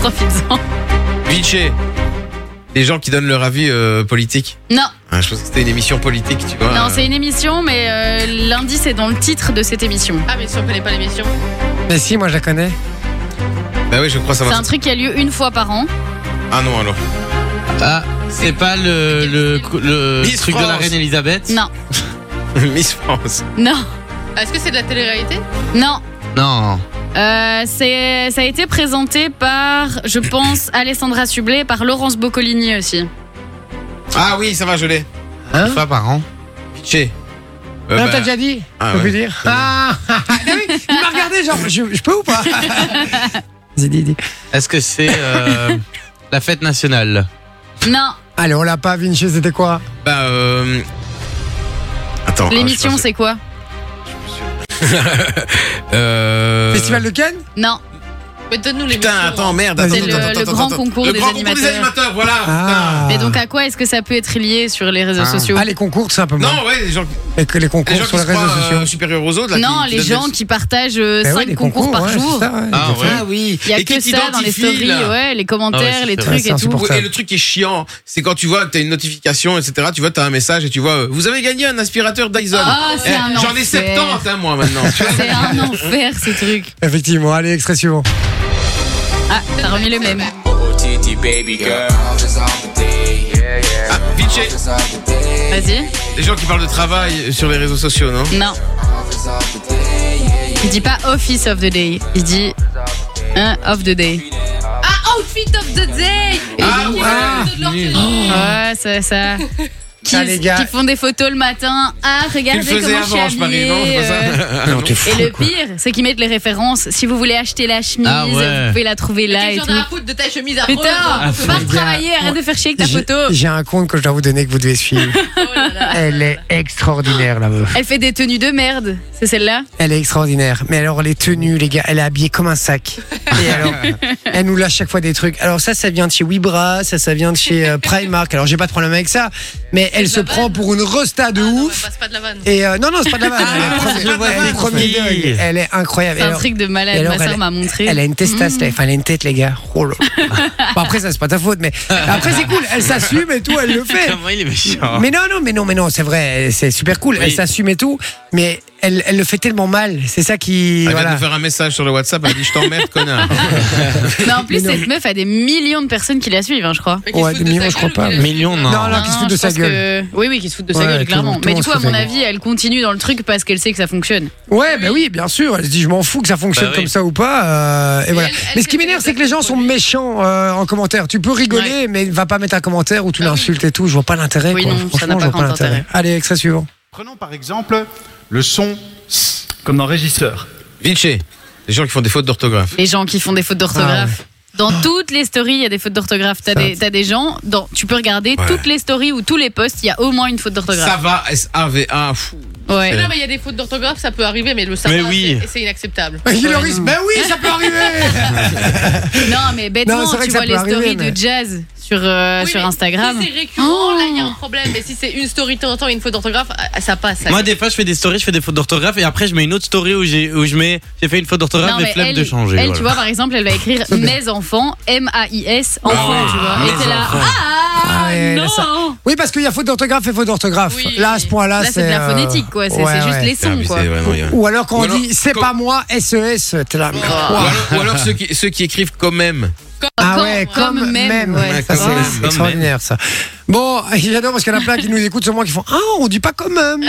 [SPEAKER 6] Profites-en.
[SPEAKER 4] Vinci, les gens qui donnent leur avis euh, politique.
[SPEAKER 6] Non,
[SPEAKER 4] Ah, je pense que c'était une émission politique, tu vois.
[SPEAKER 6] non, c'est une émission, mais euh, lundi, c'est dans le titre de cette émission.
[SPEAKER 5] Ah, mais si on connaît pas l'émission.
[SPEAKER 3] Mais si, moi je la connais.
[SPEAKER 4] Bah oui, je crois que ça
[SPEAKER 6] C'est
[SPEAKER 4] va.
[SPEAKER 6] un truc qui a lieu une fois par an.
[SPEAKER 4] Ah non, alors.
[SPEAKER 7] Ah, c'est pas le, le, le
[SPEAKER 4] Miss
[SPEAKER 7] truc de la
[SPEAKER 4] France.
[SPEAKER 7] reine Elisabeth
[SPEAKER 6] Non,
[SPEAKER 4] Miss France.
[SPEAKER 6] non,
[SPEAKER 5] Ah, Est-ce que c'est de la télé-réalité
[SPEAKER 6] non.
[SPEAKER 7] Non.
[SPEAKER 6] Euh, c'est- ça a été présenté par, je pense, Alessandra Sublet, par Laurence Boccolini aussi.
[SPEAKER 4] Ah oui, ça va, je l'ai.
[SPEAKER 7] Une fois par an.
[SPEAKER 4] Vinci. Euh,
[SPEAKER 3] non,
[SPEAKER 4] bah,
[SPEAKER 3] t'as déjà dit
[SPEAKER 4] ah,
[SPEAKER 3] Faut
[SPEAKER 4] ouais.
[SPEAKER 3] plus dire. Ah, ah, oui, Il m'a regardé, genre, je, je peux ou pas Dis, dis, dis.
[SPEAKER 7] Est-ce que c'est euh, la fête nationale
[SPEAKER 6] Non,
[SPEAKER 3] Allez, on l'a pas, Vinci, c'était quoi
[SPEAKER 4] Bah, euh...
[SPEAKER 7] ah,
[SPEAKER 4] Attends.
[SPEAKER 6] l'émission,
[SPEAKER 4] hein, je suis
[SPEAKER 6] c'est quoi
[SPEAKER 4] pas sûr. Euh...
[SPEAKER 3] Festival de Cannes
[SPEAKER 6] Non,
[SPEAKER 5] Mais donne-nous l'émission.
[SPEAKER 4] Putain, attends, merde.
[SPEAKER 3] Vas-y.
[SPEAKER 4] Attends,
[SPEAKER 3] non,
[SPEAKER 6] c'est le,
[SPEAKER 3] non,
[SPEAKER 4] attends,
[SPEAKER 6] le
[SPEAKER 4] attends,
[SPEAKER 6] grand
[SPEAKER 4] attends.
[SPEAKER 6] concours
[SPEAKER 4] Le
[SPEAKER 6] des
[SPEAKER 4] grand concours
[SPEAKER 6] animateurs.
[SPEAKER 4] des animateurs, voilà.
[SPEAKER 3] Ah.
[SPEAKER 6] Mais donc, à quoi est-ce que ça peut être lié sur les réseaux
[SPEAKER 7] Ah.
[SPEAKER 6] sociaux
[SPEAKER 3] Ah, les concours, c'est un peu
[SPEAKER 4] putain.
[SPEAKER 3] moins.
[SPEAKER 4] Non, ouais, les gens,
[SPEAKER 3] Et que les
[SPEAKER 4] les
[SPEAKER 3] concours
[SPEAKER 4] gens qui
[SPEAKER 3] sur
[SPEAKER 4] se
[SPEAKER 3] les réseaux
[SPEAKER 4] croient
[SPEAKER 3] sociaux.
[SPEAKER 4] euh, supérieurs aux autres. Là,
[SPEAKER 6] Non,
[SPEAKER 4] qui- qui
[SPEAKER 6] les
[SPEAKER 4] donnent
[SPEAKER 6] gens
[SPEAKER 4] des-
[SPEAKER 6] qui partagent
[SPEAKER 3] Ben
[SPEAKER 6] 5
[SPEAKER 3] ouais, les
[SPEAKER 6] concours, par
[SPEAKER 3] ouais,
[SPEAKER 6] jour.
[SPEAKER 3] c'est ça, ouais,
[SPEAKER 7] Ah
[SPEAKER 3] les affaires.
[SPEAKER 7] ouais.
[SPEAKER 4] oui.
[SPEAKER 6] Il y a
[SPEAKER 4] Et qui
[SPEAKER 6] que ça dans les
[SPEAKER 4] t'identifient,
[SPEAKER 6] stories,
[SPEAKER 4] là.
[SPEAKER 6] ouais, les commentaires,
[SPEAKER 7] Ah ouais, c'est
[SPEAKER 6] les
[SPEAKER 7] vrai,
[SPEAKER 6] trucs
[SPEAKER 3] c'est
[SPEAKER 6] et tout.
[SPEAKER 3] insupportable.
[SPEAKER 4] Et le truc qui est chiant, c'est quand tu vois, t'as une notification, etc. Tu vois, t'as un message et tu vois, euh, vous avez gagné un aspirateur Dyson. Eh,
[SPEAKER 6] Ah, c'est un
[SPEAKER 4] J'en ai
[SPEAKER 6] enfer.
[SPEAKER 4] 70, hein, moi, maintenant. Tu vois,
[SPEAKER 6] C'est un enfer ces trucs.
[SPEAKER 3] Effectivement, allez, extrait suivant.
[SPEAKER 6] Ah, t'as remis le même.
[SPEAKER 4] ah, Vinci,
[SPEAKER 6] Vas-y.
[SPEAKER 4] les gens qui parlent de travail sur les réseaux sociaux, non
[SPEAKER 6] Non. Il dit pas office of the day. Il dit un of the day.
[SPEAKER 5] Ah, outfit of the day
[SPEAKER 4] Ah, ouais.
[SPEAKER 6] Ouais, c'est ça. Qui,
[SPEAKER 3] Ah, les gars.
[SPEAKER 6] qui font des photos le matin. Ah,
[SPEAKER 4] Tu le
[SPEAKER 6] regardez
[SPEAKER 4] faisais
[SPEAKER 6] comment
[SPEAKER 4] avant,
[SPEAKER 6] je
[SPEAKER 4] je
[SPEAKER 6] suis
[SPEAKER 4] parie, non
[SPEAKER 6] habillée.
[SPEAKER 4] C'est pas
[SPEAKER 6] euh.
[SPEAKER 4] ça
[SPEAKER 3] Ah, non, t'es fou.
[SPEAKER 6] Et le pire, c'est qu'ils mettent les références. Si vous voulez acheter la chemise,
[SPEAKER 7] Ah ouais.
[SPEAKER 6] vous pouvez la trouver là et
[SPEAKER 5] J'en
[SPEAKER 6] tout.
[SPEAKER 5] ai un foutre de ta chemise à
[SPEAKER 3] Ah,
[SPEAKER 6] Putain,
[SPEAKER 5] revendre.
[SPEAKER 6] va travailler, arrête de faire chier avec ta
[SPEAKER 3] J'ai-
[SPEAKER 6] photo.
[SPEAKER 3] J'ai un compte que je dois vous donner que vous devez suivre.
[SPEAKER 5] Oh là là.
[SPEAKER 3] Elle est extraordinaire, la meuf.
[SPEAKER 6] Elle fait des tenues de merde, c'est celle-là
[SPEAKER 3] Elle est extraordinaire. Mais alors, les tenues, les gars, elle est habillée comme un sac. Et alors, elle nous lâche chaque fois des trucs. Alors, ça, ça vient de chez Wibra, ça, ça vient de chez euh, Primark. Alors, j'ai pas de problème avec ça. mais elle
[SPEAKER 5] de
[SPEAKER 3] se
[SPEAKER 5] la
[SPEAKER 3] prend
[SPEAKER 5] vanne.
[SPEAKER 3] pour une resta de
[SPEAKER 5] Ah non,
[SPEAKER 3] ouf.
[SPEAKER 5] elle passe pas de la vanne.
[SPEAKER 3] Et euh, non, non, c'est pas de la vanne.
[SPEAKER 7] Ah,
[SPEAKER 3] elle, est
[SPEAKER 7] je
[SPEAKER 3] première-
[SPEAKER 7] vois,
[SPEAKER 3] elle est
[SPEAKER 7] elle est
[SPEAKER 3] premier
[SPEAKER 7] fille.
[SPEAKER 3] degré. Elle est incroyable.
[SPEAKER 6] C'est un
[SPEAKER 3] Elle-
[SPEAKER 6] truc de malade.
[SPEAKER 3] et alors,
[SPEAKER 6] Ma
[SPEAKER 3] elle-
[SPEAKER 6] soeur m'a montré.
[SPEAKER 3] Elle a une
[SPEAKER 7] Mm.
[SPEAKER 3] testasse, là. enfin elle a une tête les gars. Oh là là. Bon, après ça c'est pas ta faute, mais après c'est cool, elle s'assume et tout, elle le fait.
[SPEAKER 7] Comment il est méchant.
[SPEAKER 3] Mais non, non, mais non, mais non, c'est vrai, c'est super cool, elle s'assume et tout, mais elle, elle le fait tellement mal, c'est ça qui...
[SPEAKER 4] Elle vient de
[SPEAKER 3] voilà.
[SPEAKER 4] nous faire un message sur le WhatsApp, elle dit je t'emmerde connard.
[SPEAKER 6] Mais en plus,
[SPEAKER 3] Mais non.
[SPEAKER 6] cette meuf a des millions de personnes qui la suivent, hein, je crois.
[SPEAKER 5] Mais qu'il
[SPEAKER 3] Ouais,
[SPEAKER 5] se
[SPEAKER 3] des
[SPEAKER 5] foute de
[SPEAKER 3] millions,
[SPEAKER 5] sa
[SPEAKER 3] je crois
[SPEAKER 5] gueule ou
[SPEAKER 3] pas,
[SPEAKER 5] qu'il-
[SPEAKER 3] mais-
[SPEAKER 7] Millions, non.
[SPEAKER 3] Non, non, qui se fout de
[SPEAKER 6] je
[SPEAKER 3] sa
[SPEAKER 6] pense
[SPEAKER 3] gueule.
[SPEAKER 6] que- Oui, oui, qui se foutent de
[SPEAKER 3] Ouais,
[SPEAKER 6] sa
[SPEAKER 3] tout
[SPEAKER 6] gueule,
[SPEAKER 3] le
[SPEAKER 6] clairement.
[SPEAKER 3] monde- tout
[SPEAKER 6] Mais
[SPEAKER 3] le
[SPEAKER 6] du
[SPEAKER 3] monde
[SPEAKER 6] coup,
[SPEAKER 3] se
[SPEAKER 6] à
[SPEAKER 3] fout de
[SPEAKER 6] mon
[SPEAKER 3] sa
[SPEAKER 6] avis, elle continue dans le truc parce qu'elle sait que ça fonctionne.
[SPEAKER 3] Ouais, bah oui, bien sûr, elle se dit je m'en fous que ça fonctionne
[SPEAKER 7] Bah oui.
[SPEAKER 3] comme ça ou pas, euh, et
[SPEAKER 5] Mais
[SPEAKER 3] voilà.
[SPEAKER 5] elle- elle
[SPEAKER 3] mais ce qui
[SPEAKER 5] sait
[SPEAKER 3] m'énerve, c'est que les gens sont
[SPEAKER 5] produit.
[SPEAKER 3] méchants euh, en commentaire. Tu peux rigoler, mais va pas mettre un commentaire où tu l'insultes et tout, je vois pas l'intérêt.
[SPEAKER 6] Ah Oui,
[SPEAKER 3] quoi.
[SPEAKER 6] non, ça
[SPEAKER 3] Franchement,
[SPEAKER 6] n'a pas
[SPEAKER 3] je vois
[SPEAKER 6] grand
[SPEAKER 3] l'intérêt.
[SPEAKER 6] intérêt.
[SPEAKER 3] Allez, extrait suivant.
[SPEAKER 11] Prenons par exemple le son comme dans régisseur.
[SPEAKER 4] Vinci, les gens qui font des fautes d'orthographe.
[SPEAKER 6] Les gens qui font des fautes d'orthographe. Dans toutes les stories, il y a des fautes d'orthographe. T'as
[SPEAKER 3] Ça.
[SPEAKER 6] des, t'as des gens, dans, tu peux regarder
[SPEAKER 4] Ouais.
[SPEAKER 6] toutes les stories ou tous les posts, il y a au moins une faute
[SPEAKER 4] Ça
[SPEAKER 6] d'orthographe.
[SPEAKER 4] va, S-A-V-A, fou.
[SPEAKER 6] Ouais.
[SPEAKER 5] Mais non, mais il y a des fautes d'orthographe, ça peut arriver, mais le ça
[SPEAKER 7] Mais
[SPEAKER 5] va,
[SPEAKER 7] oui.
[SPEAKER 5] c'est- c'est inacceptable.
[SPEAKER 3] Il leur dit, ben oui, ça peut arriver
[SPEAKER 6] Non, mais bêtement,
[SPEAKER 3] Non, c'est vrai
[SPEAKER 6] tu
[SPEAKER 3] que ça
[SPEAKER 6] vois
[SPEAKER 3] peut
[SPEAKER 6] les stories
[SPEAKER 3] arriver, mais-
[SPEAKER 6] de jazz sur, euh,
[SPEAKER 5] Oui,
[SPEAKER 6] sur
[SPEAKER 5] mais
[SPEAKER 6] Instagram.
[SPEAKER 5] Si c'est récurrent,
[SPEAKER 6] Oh.
[SPEAKER 5] là, il y a un problème. Mais si c'est une story de temps en temps et une faute d'orthographe, ah, ça passe. ça.
[SPEAKER 7] Moi, des fois, je fais des stories, je fais des fautes d'orthographe et après, je mets une autre story où, j'ai- où je mets j'ai fait une faute
[SPEAKER 6] Non,
[SPEAKER 7] d'orthographe et
[SPEAKER 6] mais
[SPEAKER 7] flemme de changer.
[SPEAKER 6] elle,
[SPEAKER 7] voilà.
[SPEAKER 6] tu vois, par exemple, elle va écrire mes enfants, M-A-I-S, enfants,
[SPEAKER 7] Ah ouais,
[SPEAKER 6] tu vois.
[SPEAKER 7] mes
[SPEAKER 6] Et t'es là,
[SPEAKER 7] enfants.
[SPEAKER 6] ah,
[SPEAKER 3] Ah ouais, là,
[SPEAKER 6] non
[SPEAKER 3] ça- Oui, parce qu'il y a faute d'orthographe et faute d'orthographe.
[SPEAKER 5] Oui.
[SPEAKER 3] Là, à ce point-là,
[SPEAKER 6] Là,
[SPEAKER 3] c'est.
[SPEAKER 6] c'est de la
[SPEAKER 3] euh,
[SPEAKER 6] phonétique, quoi. C'est
[SPEAKER 3] ouais,
[SPEAKER 6] c'est juste
[SPEAKER 3] ouais.
[SPEAKER 6] les
[SPEAKER 4] C'est
[SPEAKER 6] sons,
[SPEAKER 4] abusé,
[SPEAKER 6] quoi.
[SPEAKER 4] ouais, non, il y a-
[SPEAKER 3] Ou alors quand
[SPEAKER 4] Ou
[SPEAKER 3] on
[SPEAKER 4] alors-
[SPEAKER 3] dit c'est
[SPEAKER 4] quand-
[SPEAKER 3] pas moi, SES, t'es là.
[SPEAKER 4] Ou
[SPEAKER 3] Ouah.
[SPEAKER 4] alors, ou alors ceux, qui, ceux qui écrivent quand même.
[SPEAKER 3] Ah
[SPEAKER 6] Oh. Quand-
[SPEAKER 3] ouais,
[SPEAKER 6] comme
[SPEAKER 3] comme
[SPEAKER 6] même,
[SPEAKER 3] même.
[SPEAKER 6] ouais.
[SPEAKER 3] Ça,
[SPEAKER 4] Comme même.
[SPEAKER 3] c'est extraordinaire, ça. Bon, j'adore parce qu'il y en a plein qui nous écoutent sur moi qui font Ah, on dit pas quand même.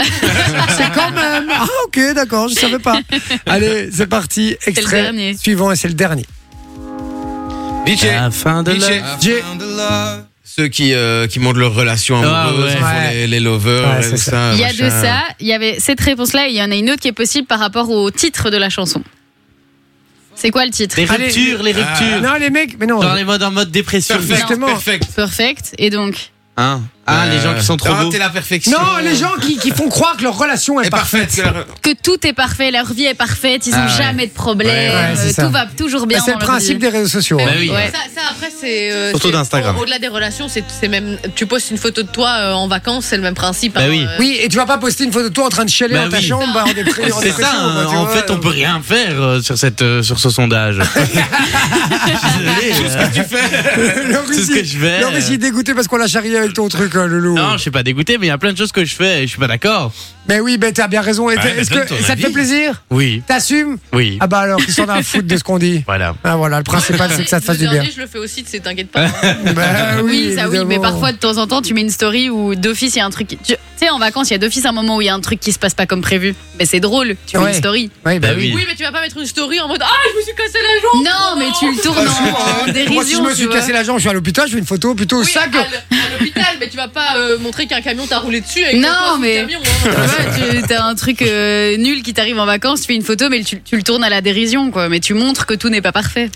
[SPEAKER 3] c'est quand même. Ah, ok, d'accord, je savais pas. Allez, c'est parti. Extrait
[SPEAKER 6] dernier.
[SPEAKER 3] suivant et c'est le dernier.
[SPEAKER 4] Vinci,
[SPEAKER 7] La fin de
[SPEAKER 4] Vinci.
[SPEAKER 7] la-
[SPEAKER 3] J'ai-
[SPEAKER 4] Ceux qui, euh, qui montrent leur relation
[SPEAKER 7] Ah,
[SPEAKER 4] amoureuse,
[SPEAKER 7] ouais.
[SPEAKER 4] ils font
[SPEAKER 3] Ouais.
[SPEAKER 4] les, les lovers,
[SPEAKER 3] Ouais,
[SPEAKER 4] et
[SPEAKER 3] c'est
[SPEAKER 4] tout
[SPEAKER 3] ça.
[SPEAKER 4] ça.
[SPEAKER 7] Ah,
[SPEAKER 6] Il y a
[SPEAKER 4] machin.
[SPEAKER 6] de ça, il y avait cette réponse-là et il y en a une autre qui est possible par rapport au titre de la chanson. C'est quoi le titre
[SPEAKER 7] Les
[SPEAKER 3] Allez.
[SPEAKER 7] ruptures, les ruptures.
[SPEAKER 3] Ah, Non, les mecs, mais non.
[SPEAKER 7] Dans les modes en mode dépression.
[SPEAKER 4] Perfect,
[SPEAKER 3] Justement.
[SPEAKER 4] perfect.
[SPEAKER 6] Perfect. Et donc,
[SPEAKER 7] Hein ah, les gens qui sont trop
[SPEAKER 4] Ah,
[SPEAKER 7] beaux.
[SPEAKER 4] t'es la perfection.
[SPEAKER 3] Non, les gens qui, qui font croire que leur relation est,
[SPEAKER 4] est parfaite. c'est leur-
[SPEAKER 6] que tout est parfait, leur vie est parfaite, ils n'ont
[SPEAKER 7] Ah ouais.
[SPEAKER 6] jamais de problème,
[SPEAKER 3] Ouais, ouais, c'est
[SPEAKER 6] euh,
[SPEAKER 3] ça.
[SPEAKER 6] tout va toujours bien.
[SPEAKER 3] C'est le
[SPEAKER 6] dans leur
[SPEAKER 3] principe
[SPEAKER 6] vie.
[SPEAKER 3] des réseaux sociaux.
[SPEAKER 7] Bah
[SPEAKER 3] hein.
[SPEAKER 7] oui.
[SPEAKER 6] Ouais.
[SPEAKER 5] Ça, ça, après, c'est. euh,
[SPEAKER 7] Surtout
[SPEAKER 5] c'est-
[SPEAKER 7] d'Instagram.
[SPEAKER 5] au- Au-delà des relations, c'est c'est même. Tu postes une photo de toi euh, en vacances, c'est le même principe. hein, euh.
[SPEAKER 7] Bah oui.
[SPEAKER 5] oui.
[SPEAKER 3] Oui, et tu vas pas poster une photo de toi en train de chialer
[SPEAKER 7] Bah
[SPEAKER 3] dans ta
[SPEAKER 7] oui.
[SPEAKER 3] chambre bah, en, dépr- en
[SPEAKER 7] C'est
[SPEAKER 3] dépression,
[SPEAKER 7] ça, hein,
[SPEAKER 3] quoi, tu
[SPEAKER 7] en
[SPEAKER 3] vois.
[SPEAKER 7] fait, on peut rien faire euh, sur, cette, euh, sur ce sondage. Désolé, euh,
[SPEAKER 3] Laurie,
[SPEAKER 7] C'est ce que
[SPEAKER 3] si-
[SPEAKER 7] je vais.
[SPEAKER 3] Laurie, si est dégoûté parce qu'on l'a charrié avec ton truc, hein, Loulou.
[SPEAKER 7] Non, je suis pas dégoûté, mais il y a plein de choses que je fais et je suis pas d'accord. Bah
[SPEAKER 3] Mais oui, ben t'as bien raison. Et
[SPEAKER 7] Ouais,
[SPEAKER 3] t'es-
[SPEAKER 7] mais
[SPEAKER 3] Est-ce
[SPEAKER 7] donne
[SPEAKER 3] que
[SPEAKER 7] ton
[SPEAKER 3] ça te fait
[SPEAKER 7] avis.
[SPEAKER 3] plaisir
[SPEAKER 7] Oui,
[SPEAKER 3] T'assumes
[SPEAKER 7] oui.
[SPEAKER 3] Ah bah alors, ils s'en a à foutre de ce qu'on dit.
[SPEAKER 7] Voilà.
[SPEAKER 3] Ah voilà, le principal c'est que ça te fasse
[SPEAKER 5] Le
[SPEAKER 3] du bien.
[SPEAKER 5] dernier, Je le fais aussi, c'est- t'inquiète pas.
[SPEAKER 3] Bah
[SPEAKER 6] Oui, ça oui, mais
[SPEAKER 3] évidemment.
[SPEAKER 6] parfois de temps en temps, tu mets une story où d'office il y a un truc. qui- Tu tu sais, en vacances, il y a d'office un moment où il y a un truc qui se passe pas comme prévu. Mais c'est drôle, tu fais
[SPEAKER 3] Ouais.
[SPEAKER 6] une story.
[SPEAKER 3] Oui, bah
[SPEAKER 7] Bah
[SPEAKER 3] oui.
[SPEAKER 7] oui.
[SPEAKER 5] Oui, mais tu vas pas mettre une story en mode Ah, je me suis cassé la jambe
[SPEAKER 6] Non, mais tu le tournes en, en
[SPEAKER 5] hein.
[SPEAKER 6] dérision.
[SPEAKER 3] Moi si je me
[SPEAKER 6] euh, tu
[SPEAKER 3] suis
[SPEAKER 6] vois.
[SPEAKER 3] cassé la jambe, je suis à l'hôpital, je fais une photo plutôt
[SPEAKER 5] Oui,
[SPEAKER 3] ça que...
[SPEAKER 5] à l- à l'hôpital, mais tu vas pas euh, montrer qu'un camion t'a roulé dessus avec
[SPEAKER 6] Non,
[SPEAKER 5] le toit sous le
[SPEAKER 6] mais-
[SPEAKER 5] camion, hein.
[SPEAKER 6] Tu vois, tu- t'as un truc euh, nul qui t'arrive en vacances, tu fais une photo, mais tu, tu le tournes à la dérision, quoi. Mais tu montres que tout n'est pas parfait.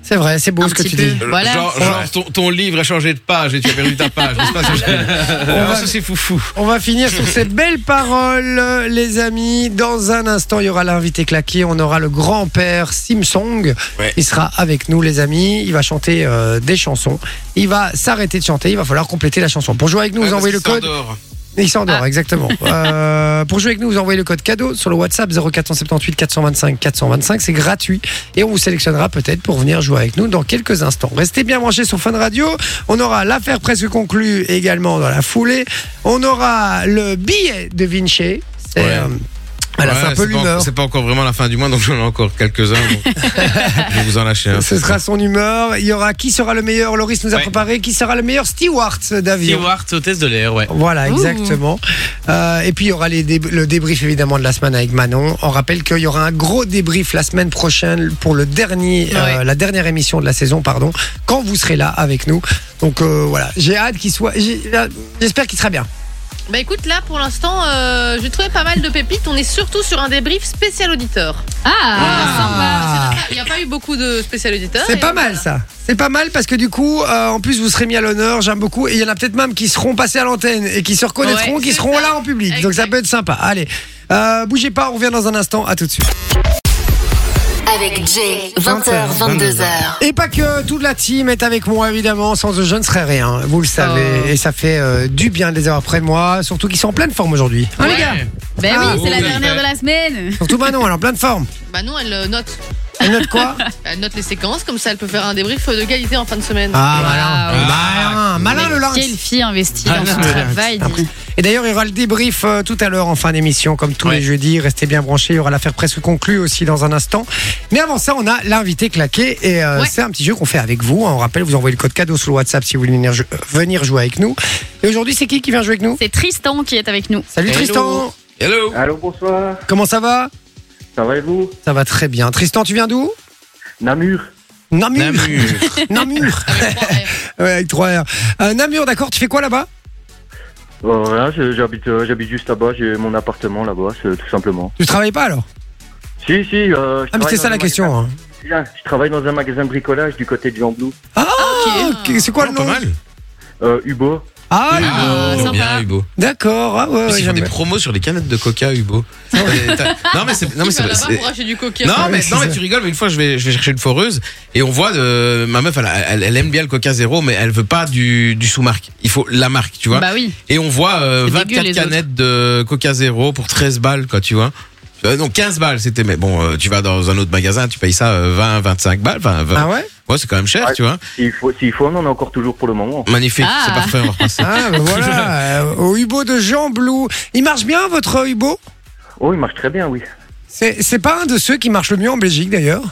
[SPEAKER 3] C'est vrai, c'est beau
[SPEAKER 6] Un
[SPEAKER 3] ce que
[SPEAKER 6] petit
[SPEAKER 3] tu
[SPEAKER 6] peu.
[SPEAKER 3] dis.
[SPEAKER 6] Voilà.
[SPEAKER 4] Euh, Genre, genre ton, ton livre a changé de page et tu as perdu ta page. C'est pas ça, je-
[SPEAKER 3] va-
[SPEAKER 4] Ah, ça, c'est foufou.
[SPEAKER 3] On va finir sur ces belles paroles, euh, les amis. Dans un instant, il y aura l'invité claqué. On aura le grand-père Simsong.
[SPEAKER 4] Ouais.
[SPEAKER 3] Il sera avec nous, les amis. Il va chanter euh, des chansons. Il va s'arrêter de chanter. Il va falloir compléter la chanson. Pour jouer avec nous, vous
[SPEAKER 4] Ah,
[SPEAKER 3] envoyez le
[SPEAKER 4] parce qu'il
[SPEAKER 3] code.
[SPEAKER 4] s'endort.
[SPEAKER 3] Il
[SPEAKER 4] Ah.
[SPEAKER 3] s'endort, exactement. Euh, pour jouer avec nous, vous envoyez le code cadeau sur le WhatsApp 0478 425 425. C'est gratuit. Et on vous sélectionnera peut-être pour venir jouer avec nous dans quelques instants. Restez bien branchés sur Fun Radio. On aura l'affaire presque conclue également dans la foulée. On aura le billet de Vinci. C'est
[SPEAKER 4] Ouais.
[SPEAKER 3] euh, voilà,
[SPEAKER 4] Ouais,
[SPEAKER 3] c'est un peu
[SPEAKER 4] c'est pas
[SPEAKER 3] l'humeur.
[SPEAKER 4] encore- C'est pas encore vraiment la fin du mois, donc j'en ai encore quelques-uns. donc je vais vous en lâcher un.
[SPEAKER 3] Ce sera son humeur. Il y aura qui sera le meilleur. Loris nous a
[SPEAKER 7] Ouais.
[SPEAKER 3] préparé. Qui sera le meilleur Stewart d'avion
[SPEAKER 7] Stewart, hôtesse de l'air, ouais.
[SPEAKER 3] hein. Voilà,
[SPEAKER 6] Ouh.
[SPEAKER 3] exactement. Euh, et puis, il y aura les dé- le débrief évidemment de la semaine avec Manon. On rappelle qu'il y aura un gros débrief la semaine prochaine pour le dernier, euh, la dernière émission de la saison, pardon, quand vous serez là avec nous. Donc euh, voilà, j'ai hâte qu'il soit. j'ai- euh, J'espère qu'il sera bien.
[SPEAKER 5] Bah écoute, là pour l'instant, euh, j'ai trouvé pas mal de pépites. On est surtout sur un débrief spécial auditeur.
[SPEAKER 6] Ah,
[SPEAKER 3] Ah.
[SPEAKER 5] Il n'y a pas eu beaucoup de spécial auditeurs.
[SPEAKER 3] C'est
[SPEAKER 5] et
[SPEAKER 3] pas mal
[SPEAKER 5] voilà.
[SPEAKER 3] ça. C'est pas mal parce que du coup, euh, en plus, vous serez mis à l'honneur. J'aime beaucoup. Et il y en a peut-être même qui seront passés à l'antenne et qui se reconnaîtront,
[SPEAKER 5] Ouais,
[SPEAKER 3] qui
[SPEAKER 5] c'est
[SPEAKER 3] seront
[SPEAKER 5] ça.
[SPEAKER 3] là en public. Donc ça
[SPEAKER 5] Exact.
[SPEAKER 3] peut être sympa. Allez, euh, bougez pas. On revient dans un instant. À tout de suite.
[SPEAKER 1] Avec Jay, 20h, 22h.
[SPEAKER 3] Et pas que, toute la team est avec moi évidemment, sans eux je ne serais rien, vous le savez.
[SPEAKER 6] Oh.
[SPEAKER 3] Et ça fait euh, du bien de les avoir près de moi, surtout qu'ils sont en pleine forme aujourd'hui. Hein, les gars
[SPEAKER 6] Ben
[SPEAKER 3] Ah,
[SPEAKER 6] oui, c'est la
[SPEAKER 3] oui.
[SPEAKER 6] dernière de la semaine.
[SPEAKER 3] Surtout Manon, elle est en pleine forme.
[SPEAKER 5] Bah non, elle euh, note.
[SPEAKER 3] Elle note quoi
[SPEAKER 5] Elle note les séquences, comme ça elle peut faire un débrief de qualité en fin de semaine.
[SPEAKER 3] Ah, malin, malin, malin le lynx.
[SPEAKER 6] Ah, Quelle fille investie
[SPEAKER 3] Ah,
[SPEAKER 6] dans son
[SPEAKER 3] non, mais-
[SPEAKER 6] travail. dis.
[SPEAKER 3] Et d'ailleurs, il y aura le débrief euh, tout à l'heure en fin d'émission, comme tous les jeudis. Restez bien branchés. Il y aura l'affaire presque conclue aussi dans un instant. Mais avant ça, on a l'invité claqué. Et euh, c'est un petit jeu qu'on fait avec vous. hein. On rappelle, vous envoyez le code cadeau sur le WhatsApp si vous voulez venir, jou- euh, venir jouer avec nous. Et aujourd'hui, c'est qui qui vient jouer avec nous
[SPEAKER 6] C'est Tristan qui est avec nous.
[SPEAKER 3] Salut Tristan
[SPEAKER 4] Hello
[SPEAKER 12] Allô, bonsoir.
[SPEAKER 3] Comment ça va
[SPEAKER 12] Ça va et vous
[SPEAKER 3] Ça va très bien. Tristan, tu viens d'où
[SPEAKER 12] Namur.
[SPEAKER 3] Namur Namur Ouais, Avec 3 R. Euh, Namur, d'accord, tu fais quoi là-bas
[SPEAKER 12] Euh, voilà, je- j'habite, euh, j'habite juste là-bas, j'ai mon appartement là-bas, c'est tout simplement.
[SPEAKER 3] Tu travailles pas alors
[SPEAKER 12] Si, si. euh, je
[SPEAKER 3] Ah, mais
[SPEAKER 12] travaille
[SPEAKER 3] c'est ça
[SPEAKER 12] dans
[SPEAKER 3] la
[SPEAKER 12] un
[SPEAKER 3] question.
[SPEAKER 12] magasin-
[SPEAKER 3] hein.
[SPEAKER 12] Tiens, Je travaille dans un magasin de bricolage du côté de Jean Blou. Oh,
[SPEAKER 3] Ah, ok, c'est quoi le nom
[SPEAKER 12] Euh, Hubo.
[SPEAKER 3] Ah,
[SPEAKER 4] Hugo. Bien, Hugo.
[SPEAKER 3] D'accord, ah ouais, ouais,
[SPEAKER 4] Ils font
[SPEAKER 3] j'aime
[SPEAKER 4] des
[SPEAKER 3] bien.
[SPEAKER 4] promos sur les canettes de coca, Hugo. T'as- t'as- Non, mais c'est. Non, mais
[SPEAKER 5] Il va
[SPEAKER 4] c'est.
[SPEAKER 5] là-bas
[SPEAKER 4] c'est-
[SPEAKER 5] pour acheter du coca.
[SPEAKER 4] Non mais,
[SPEAKER 5] Ouais,
[SPEAKER 4] non
[SPEAKER 5] c'est
[SPEAKER 4] mais tu rigoles mais une fois je vais je vais chercher une foreuse et on voit de ma meuf elle, a- elle, elle aime bien le Coca Zéro mais elle veut pas du, du sous marque il faut la marque tu vois
[SPEAKER 6] Bah oui.
[SPEAKER 4] et on voit euh,
[SPEAKER 6] C'est
[SPEAKER 4] 24
[SPEAKER 6] dégueu, les
[SPEAKER 4] canettes de Coca Zéro pour 13 balles quoi tu vois Euh, non 15 balles c'était mais bon euh, tu vas dans un autre magasin tu payes ça euh, 20 25 balles enfin, 20.
[SPEAKER 3] Ah ouais
[SPEAKER 4] ouais c'est quand même cher tu vois
[SPEAKER 12] S'il faut, s'il faut, on en a encore toujours pour le moment.
[SPEAKER 4] magnifique
[SPEAKER 3] Ah.
[SPEAKER 4] c'est parfait on va repasser
[SPEAKER 3] Ah, ben voilà, euh, au Hubo de Jean Blou. Il marche bien votre euh, Hubo
[SPEAKER 12] Oh, il marche très bien, oui.
[SPEAKER 3] C'est c'est pas un de ceux qui marche le mieux en Belgique d'ailleurs.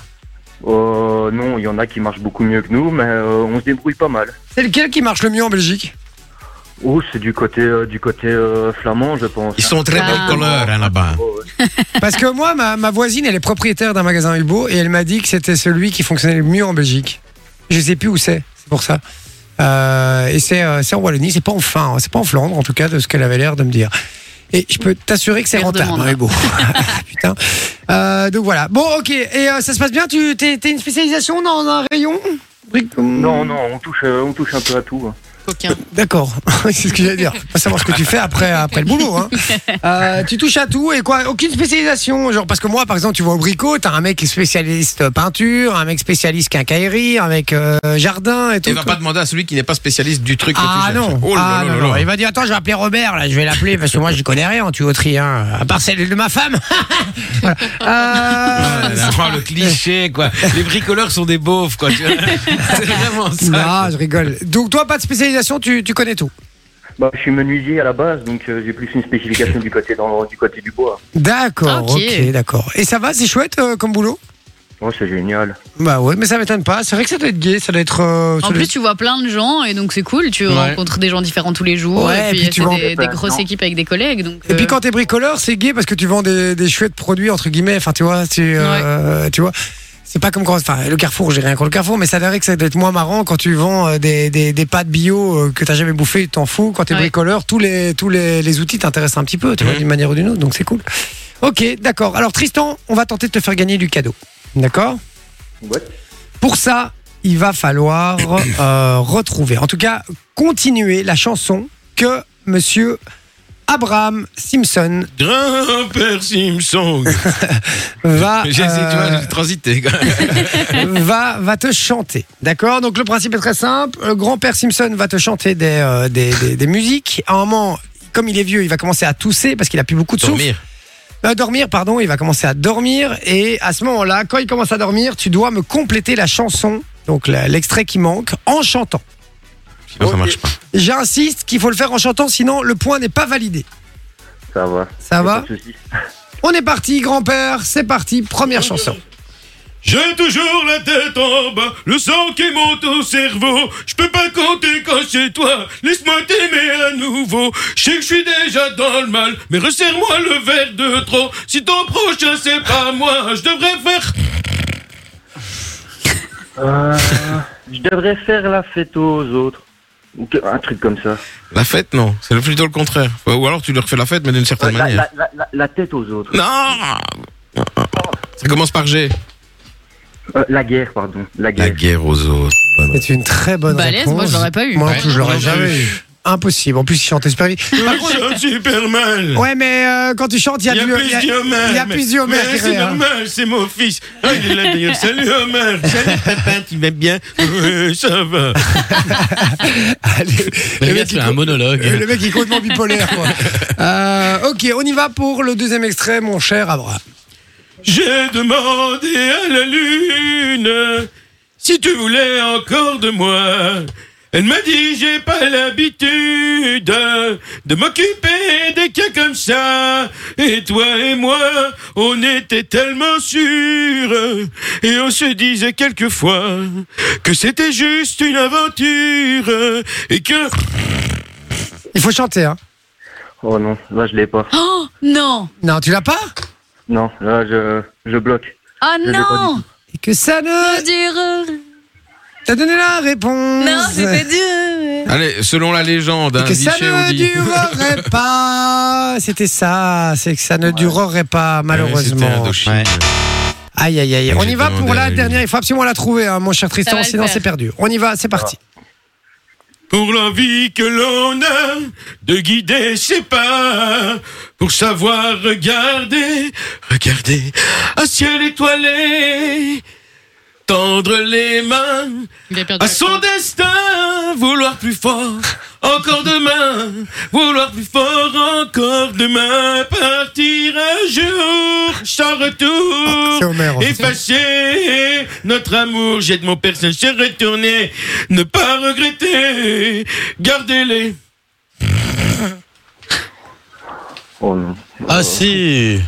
[SPEAKER 12] Euh, non, il y en a qui marchent beaucoup mieux que nous, mais euh, on se débrouille pas mal.
[SPEAKER 3] C'est lequel qui marche le mieux en Belgique
[SPEAKER 12] Oh, c'est du côté, euh, du côté euh, flamand, je pense. Oh,
[SPEAKER 4] Ils sont très
[SPEAKER 3] Ah.
[SPEAKER 4] belles couleurs hein, là-bas.
[SPEAKER 3] Parce que moi, ma, ma voisine, elle est propriétaire d'un magasin Hubo et elle m'a dit que c'était celui qui fonctionnait le mieux en Belgique. Je sais plus où c'est, c'est pour ça. Euh, et c'est euh, c'est en Wallonie, c'est pas en fin, hein, c'est pas en Flandre en tout cas de ce qu'elle avait l'air de me dire. Et je peux t'assurer que c'est rentable, hein, Hubo. Putain. Euh, donc voilà. Bon, ok. Et euh, ça se passe bien Tu t'es t'es une spécialisation dans un rayon
[SPEAKER 12] Non, non, on touche, euh, on touche un peu à tout.
[SPEAKER 3] D'accord, c'est ce que j'allais dire. Faut Pas savoir ce que tu fais après, après le boulot. Hein. Euh, tu touches à tout et quoi Aucune spécialisation genre Parce que moi, par exemple, tu vois au bricot, t'as un mec qui est spécialiste peinture, un mec spécialiste quincaillerie, un mec euh, jardin et tout.
[SPEAKER 4] Et va pas demander à celui qui n'est pas spécialiste du truc que
[SPEAKER 3] Ah
[SPEAKER 4] tu cherches.
[SPEAKER 3] non,
[SPEAKER 4] Oh là
[SPEAKER 3] Ah
[SPEAKER 4] là
[SPEAKER 3] non,
[SPEAKER 4] là
[SPEAKER 3] non.
[SPEAKER 4] là.
[SPEAKER 3] il va dire attends je vais appeler Robert là, je vais l'appeler parce que moi je connais rien en tuyauterie hein, à part celle de ma femme. Voilà. Euh,
[SPEAKER 4] Ah là là, oh, le cliché quoi. Les bricoleurs sont des beaufs quoi. tu vois. C'est vraiment ça.
[SPEAKER 3] non, Ah, je rigole. Donc toi pas de spécialisation, tu, tu connais tout.
[SPEAKER 12] Bah, je suis menuisier à la base, donc euh, j'ai plus une spécification du côté, dans, du côté du bois.
[SPEAKER 3] D'accord,
[SPEAKER 12] Ok.
[SPEAKER 3] ok, d'accord. Et ça va, c'est chouette euh, comme boulot
[SPEAKER 12] Oh, c'est génial.
[SPEAKER 3] Bah ouais, mais ça m'étonne pas. C'est vrai que ça doit être gay, ça doit être. euh, ça
[SPEAKER 6] En
[SPEAKER 3] doit
[SPEAKER 6] plus,
[SPEAKER 3] être-
[SPEAKER 6] tu vois plein de gens et donc c'est cool. Tu
[SPEAKER 3] Ouais.
[SPEAKER 6] rencontres des gens différents tous les jours.
[SPEAKER 3] Ouais,
[SPEAKER 6] et puis,
[SPEAKER 3] et puis tu
[SPEAKER 6] c'est
[SPEAKER 3] vas-
[SPEAKER 6] des, des
[SPEAKER 3] Bah,
[SPEAKER 6] grosses
[SPEAKER 3] non.
[SPEAKER 6] équipes avec des collègues. Donc,
[SPEAKER 3] Et puis quand t'es bricoleur, c'est gay parce que tu vends des, des chouettes produits entre guillemets. Enfin, tu vois, tu, euh, tu vois. C'est pas comme quand, enfin, le Carrefour, j'ai rien contre le Carrefour, mais ça dirait que ça doit être moins marrant quand tu vends euh, des, des, des pâtes bio euh, que t'as jamais bouffé, tu t'en fous. Quand t'es bricoleur, tous les tous les, les outils t'intéressent un petit peu, tu vois, d'une manière ou d'une autre. Donc c'est cool. Ok, d'accord. Alors Tristan, on va tenter de te faire gagner du cadeau, d'accord
[SPEAKER 12] Ouais.
[SPEAKER 3] Pour ça, il va falloir euh, retrouver, en tout cas, continuer la chanson que Monsieur Abraham Simpson
[SPEAKER 4] Grand-père Simpson.
[SPEAKER 3] va,
[SPEAKER 4] J'ai essayé, tu vois,
[SPEAKER 3] euh,
[SPEAKER 4] j'ai transité. quoi.
[SPEAKER 3] va, va te chanter. D'accord Donc le principe est très simple. Le grand-père Simpson va te chanter des, euh, des, des- des musiques. À un moment, comme il est vieux, il va commencer à tousser parce qu'il a plus beaucoup de
[SPEAKER 4] Dormir.
[SPEAKER 3] souffle. Euh, dormir, pardon. Il va commencer à dormir. Et à ce moment-là, quand il commence à dormir, tu dois me compléter la chanson, donc la- l'extrait qui manque, en chantant.
[SPEAKER 4] Sinon ça marche pas.
[SPEAKER 3] J'insiste qu'il faut le faire en chantant, sinon le point n'est pas validé.
[SPEAKER 12] Ça va.
[SPEAKER 3] Ça va
[SPEAKER 12] Pas de soucis.
[SPEAKER 3] On est parti, grand-père. C'est parti. Première chanson.
[SPEAKER 13] J'ai toujours la tête en bas, le sang qui monte au cerveau. Je peux pas compter quand c'est toi, laisse-moi t'aimer à nouveau. Je sais que je suis déjà dans le mal, mais resserre-moi le verre de trop. Si ton prochain c'est pas moi, je devrais faire.
[SPEAKER 12] Euh, je devrais faire la fête aux autres. Ou que- un truc comme ça.
[SPEAKER 4] La fête, non. C'est le- plutôt le contraire. Ou alors tu leur fais la fête, mais d'une certaine
[SPEAKER 12] La,
[SPEAKER 4] manière.
[SPEAKER 12] la- la- la- la tête aux autres.
[SPEAKER 4] Non Ça commence par G.
[SPEAKER 12] Euh, la guerre, pardon. La guerre.
[SPEAKER 4] guerre aux autres.
[SPEAKER 3] C'est une très bonne
[SPEAKER 6] Balèze,
[SPEAKER 3] réponse.
[SPEAKER 6] moi, je l'aurais pas eu.
[SPEAKER 3] Moi,
[SPEAKER 6] Ouais,
[SPEAKER 3] je l'aurais
[SPEAKER 6] moi non
[SPEAKER 3] jamais
[SPEAKER 6] plus.
[SPEAKER 3] eu. impossible. En plus, il chantait super vite.
[SPEAKER 4] Ah,
[SPEAKER 3] Par contre-
[SPEAKER 13] Je chante super mal.
[SPEAKER 3] Ouais, mais euh, quand tu chantes, il y a du.
[SPEAKER 13] plus d'Homère.
[SPEAKER 3] Il y a plus du Homer
[SPEAKER 13] Mais
[SPEAKER 3] qui
[SPEAKER 13] c'est
[SPEAKER 3] rêve, hein.
[SPEAKER 13] normal, c'est mon fils. Ah, il est là d'ailleurs. Salut Homer. Salut papa, tu vas bien Ouais, Ça va.
[SPEAKER 3] Le
[SPEAKER 7] Le
[SPEAKER 3] mec,
[SPEAKER 7] gars,
[SPEAKER 3] il
[SPEAKER 7] c'est un
[SPEAKER 3] compte-
[SPEAKER 7] monologue.
[SPEAKER 3] Euh, Le mec, il est complètement bipolaire, quoi. Euh, ok, on y va pour le deuxième extrait, mon cher Abraham.
[SPEAKER 13] J'ai demandé à la lune si tu voulais encore de moi. Elle m'a dit j'ai pas l'habitude de m'occuper des cas comme ça. Et toi et moi, on était tellement sûrs et on se disait quelquefois que c'était juste une aventure et que
[SPEAKER 3] Il faut chanter, hein.
[SPEAKER 12] Oh non, là, je l'ai pas.
[SPEAKER 6] Oh non
[SPEAKER 3] Non, tu l'as pas
[SPEAKER 12] Non, là, je, je bloque.
[SPEAKER 6] Oh
[SPEAKER 12] Je l'ai pas
[SPEAKER 6] non
[SPEAKER 3] Et que ça ne
[SPEAKER 6] dure
[SPEAKER 3] T'as donné la réponse.
[SPEAKER 6] Non, c'était dur
[SPEAKER 4] Allez, selon la légende,
[SPEAKER 3] Et
[SPEAKER 4] hein,
[SPEAKER 3] que ça
[SPEAKER 4] Vichy
[SPEAKER 3] ne
[SPEAKER 4] ou Guy
[SPEAKER 3] durerait pas. C'était ça, c'est que ça ne durerait pas,
[SPEAKER 4] Ouais, c'était
[SPEAKER 3] malheureusement.
[SPEAKER 4] Indochine.
[SPEAKER 3] Aïe, aïe, aïe. On y
[SPEAKER 4] J'ai
[SPEAKER 3] va
[SPEAKER 4] demandé
[SPEAKER 3] pour
[SPEAKER 4] à
[SPEAKER 3] la
[SPEAKER 4] la
[SPEAKER 3] dernière. Il faut absolument la trouver, hein, mon cher
[SPEAKER 13] Ça
[SPEAKER 3] Tristan,
[SPEAKER 13] va le
[SPEAKER 3] sinon
[SPEAKER 13] faire.
[SPEAKER 3] c'est perdu. On y va, c'est parti.
[SPEAKER 13] Pour l'envie que l'on a de guider ses pas, pour savoir regarder, regarder un ciel étoilé, tendre les mains à son destin, vouloir plus fort, encore demain, vouloir plus fort, encore demain, partir un jour sans retour, effacer notre amour, jette mon père se retourner, ne pas regretter, gardez-les.
[SPEAKER 12] Oh non.
[SPEAKER 7] Ah si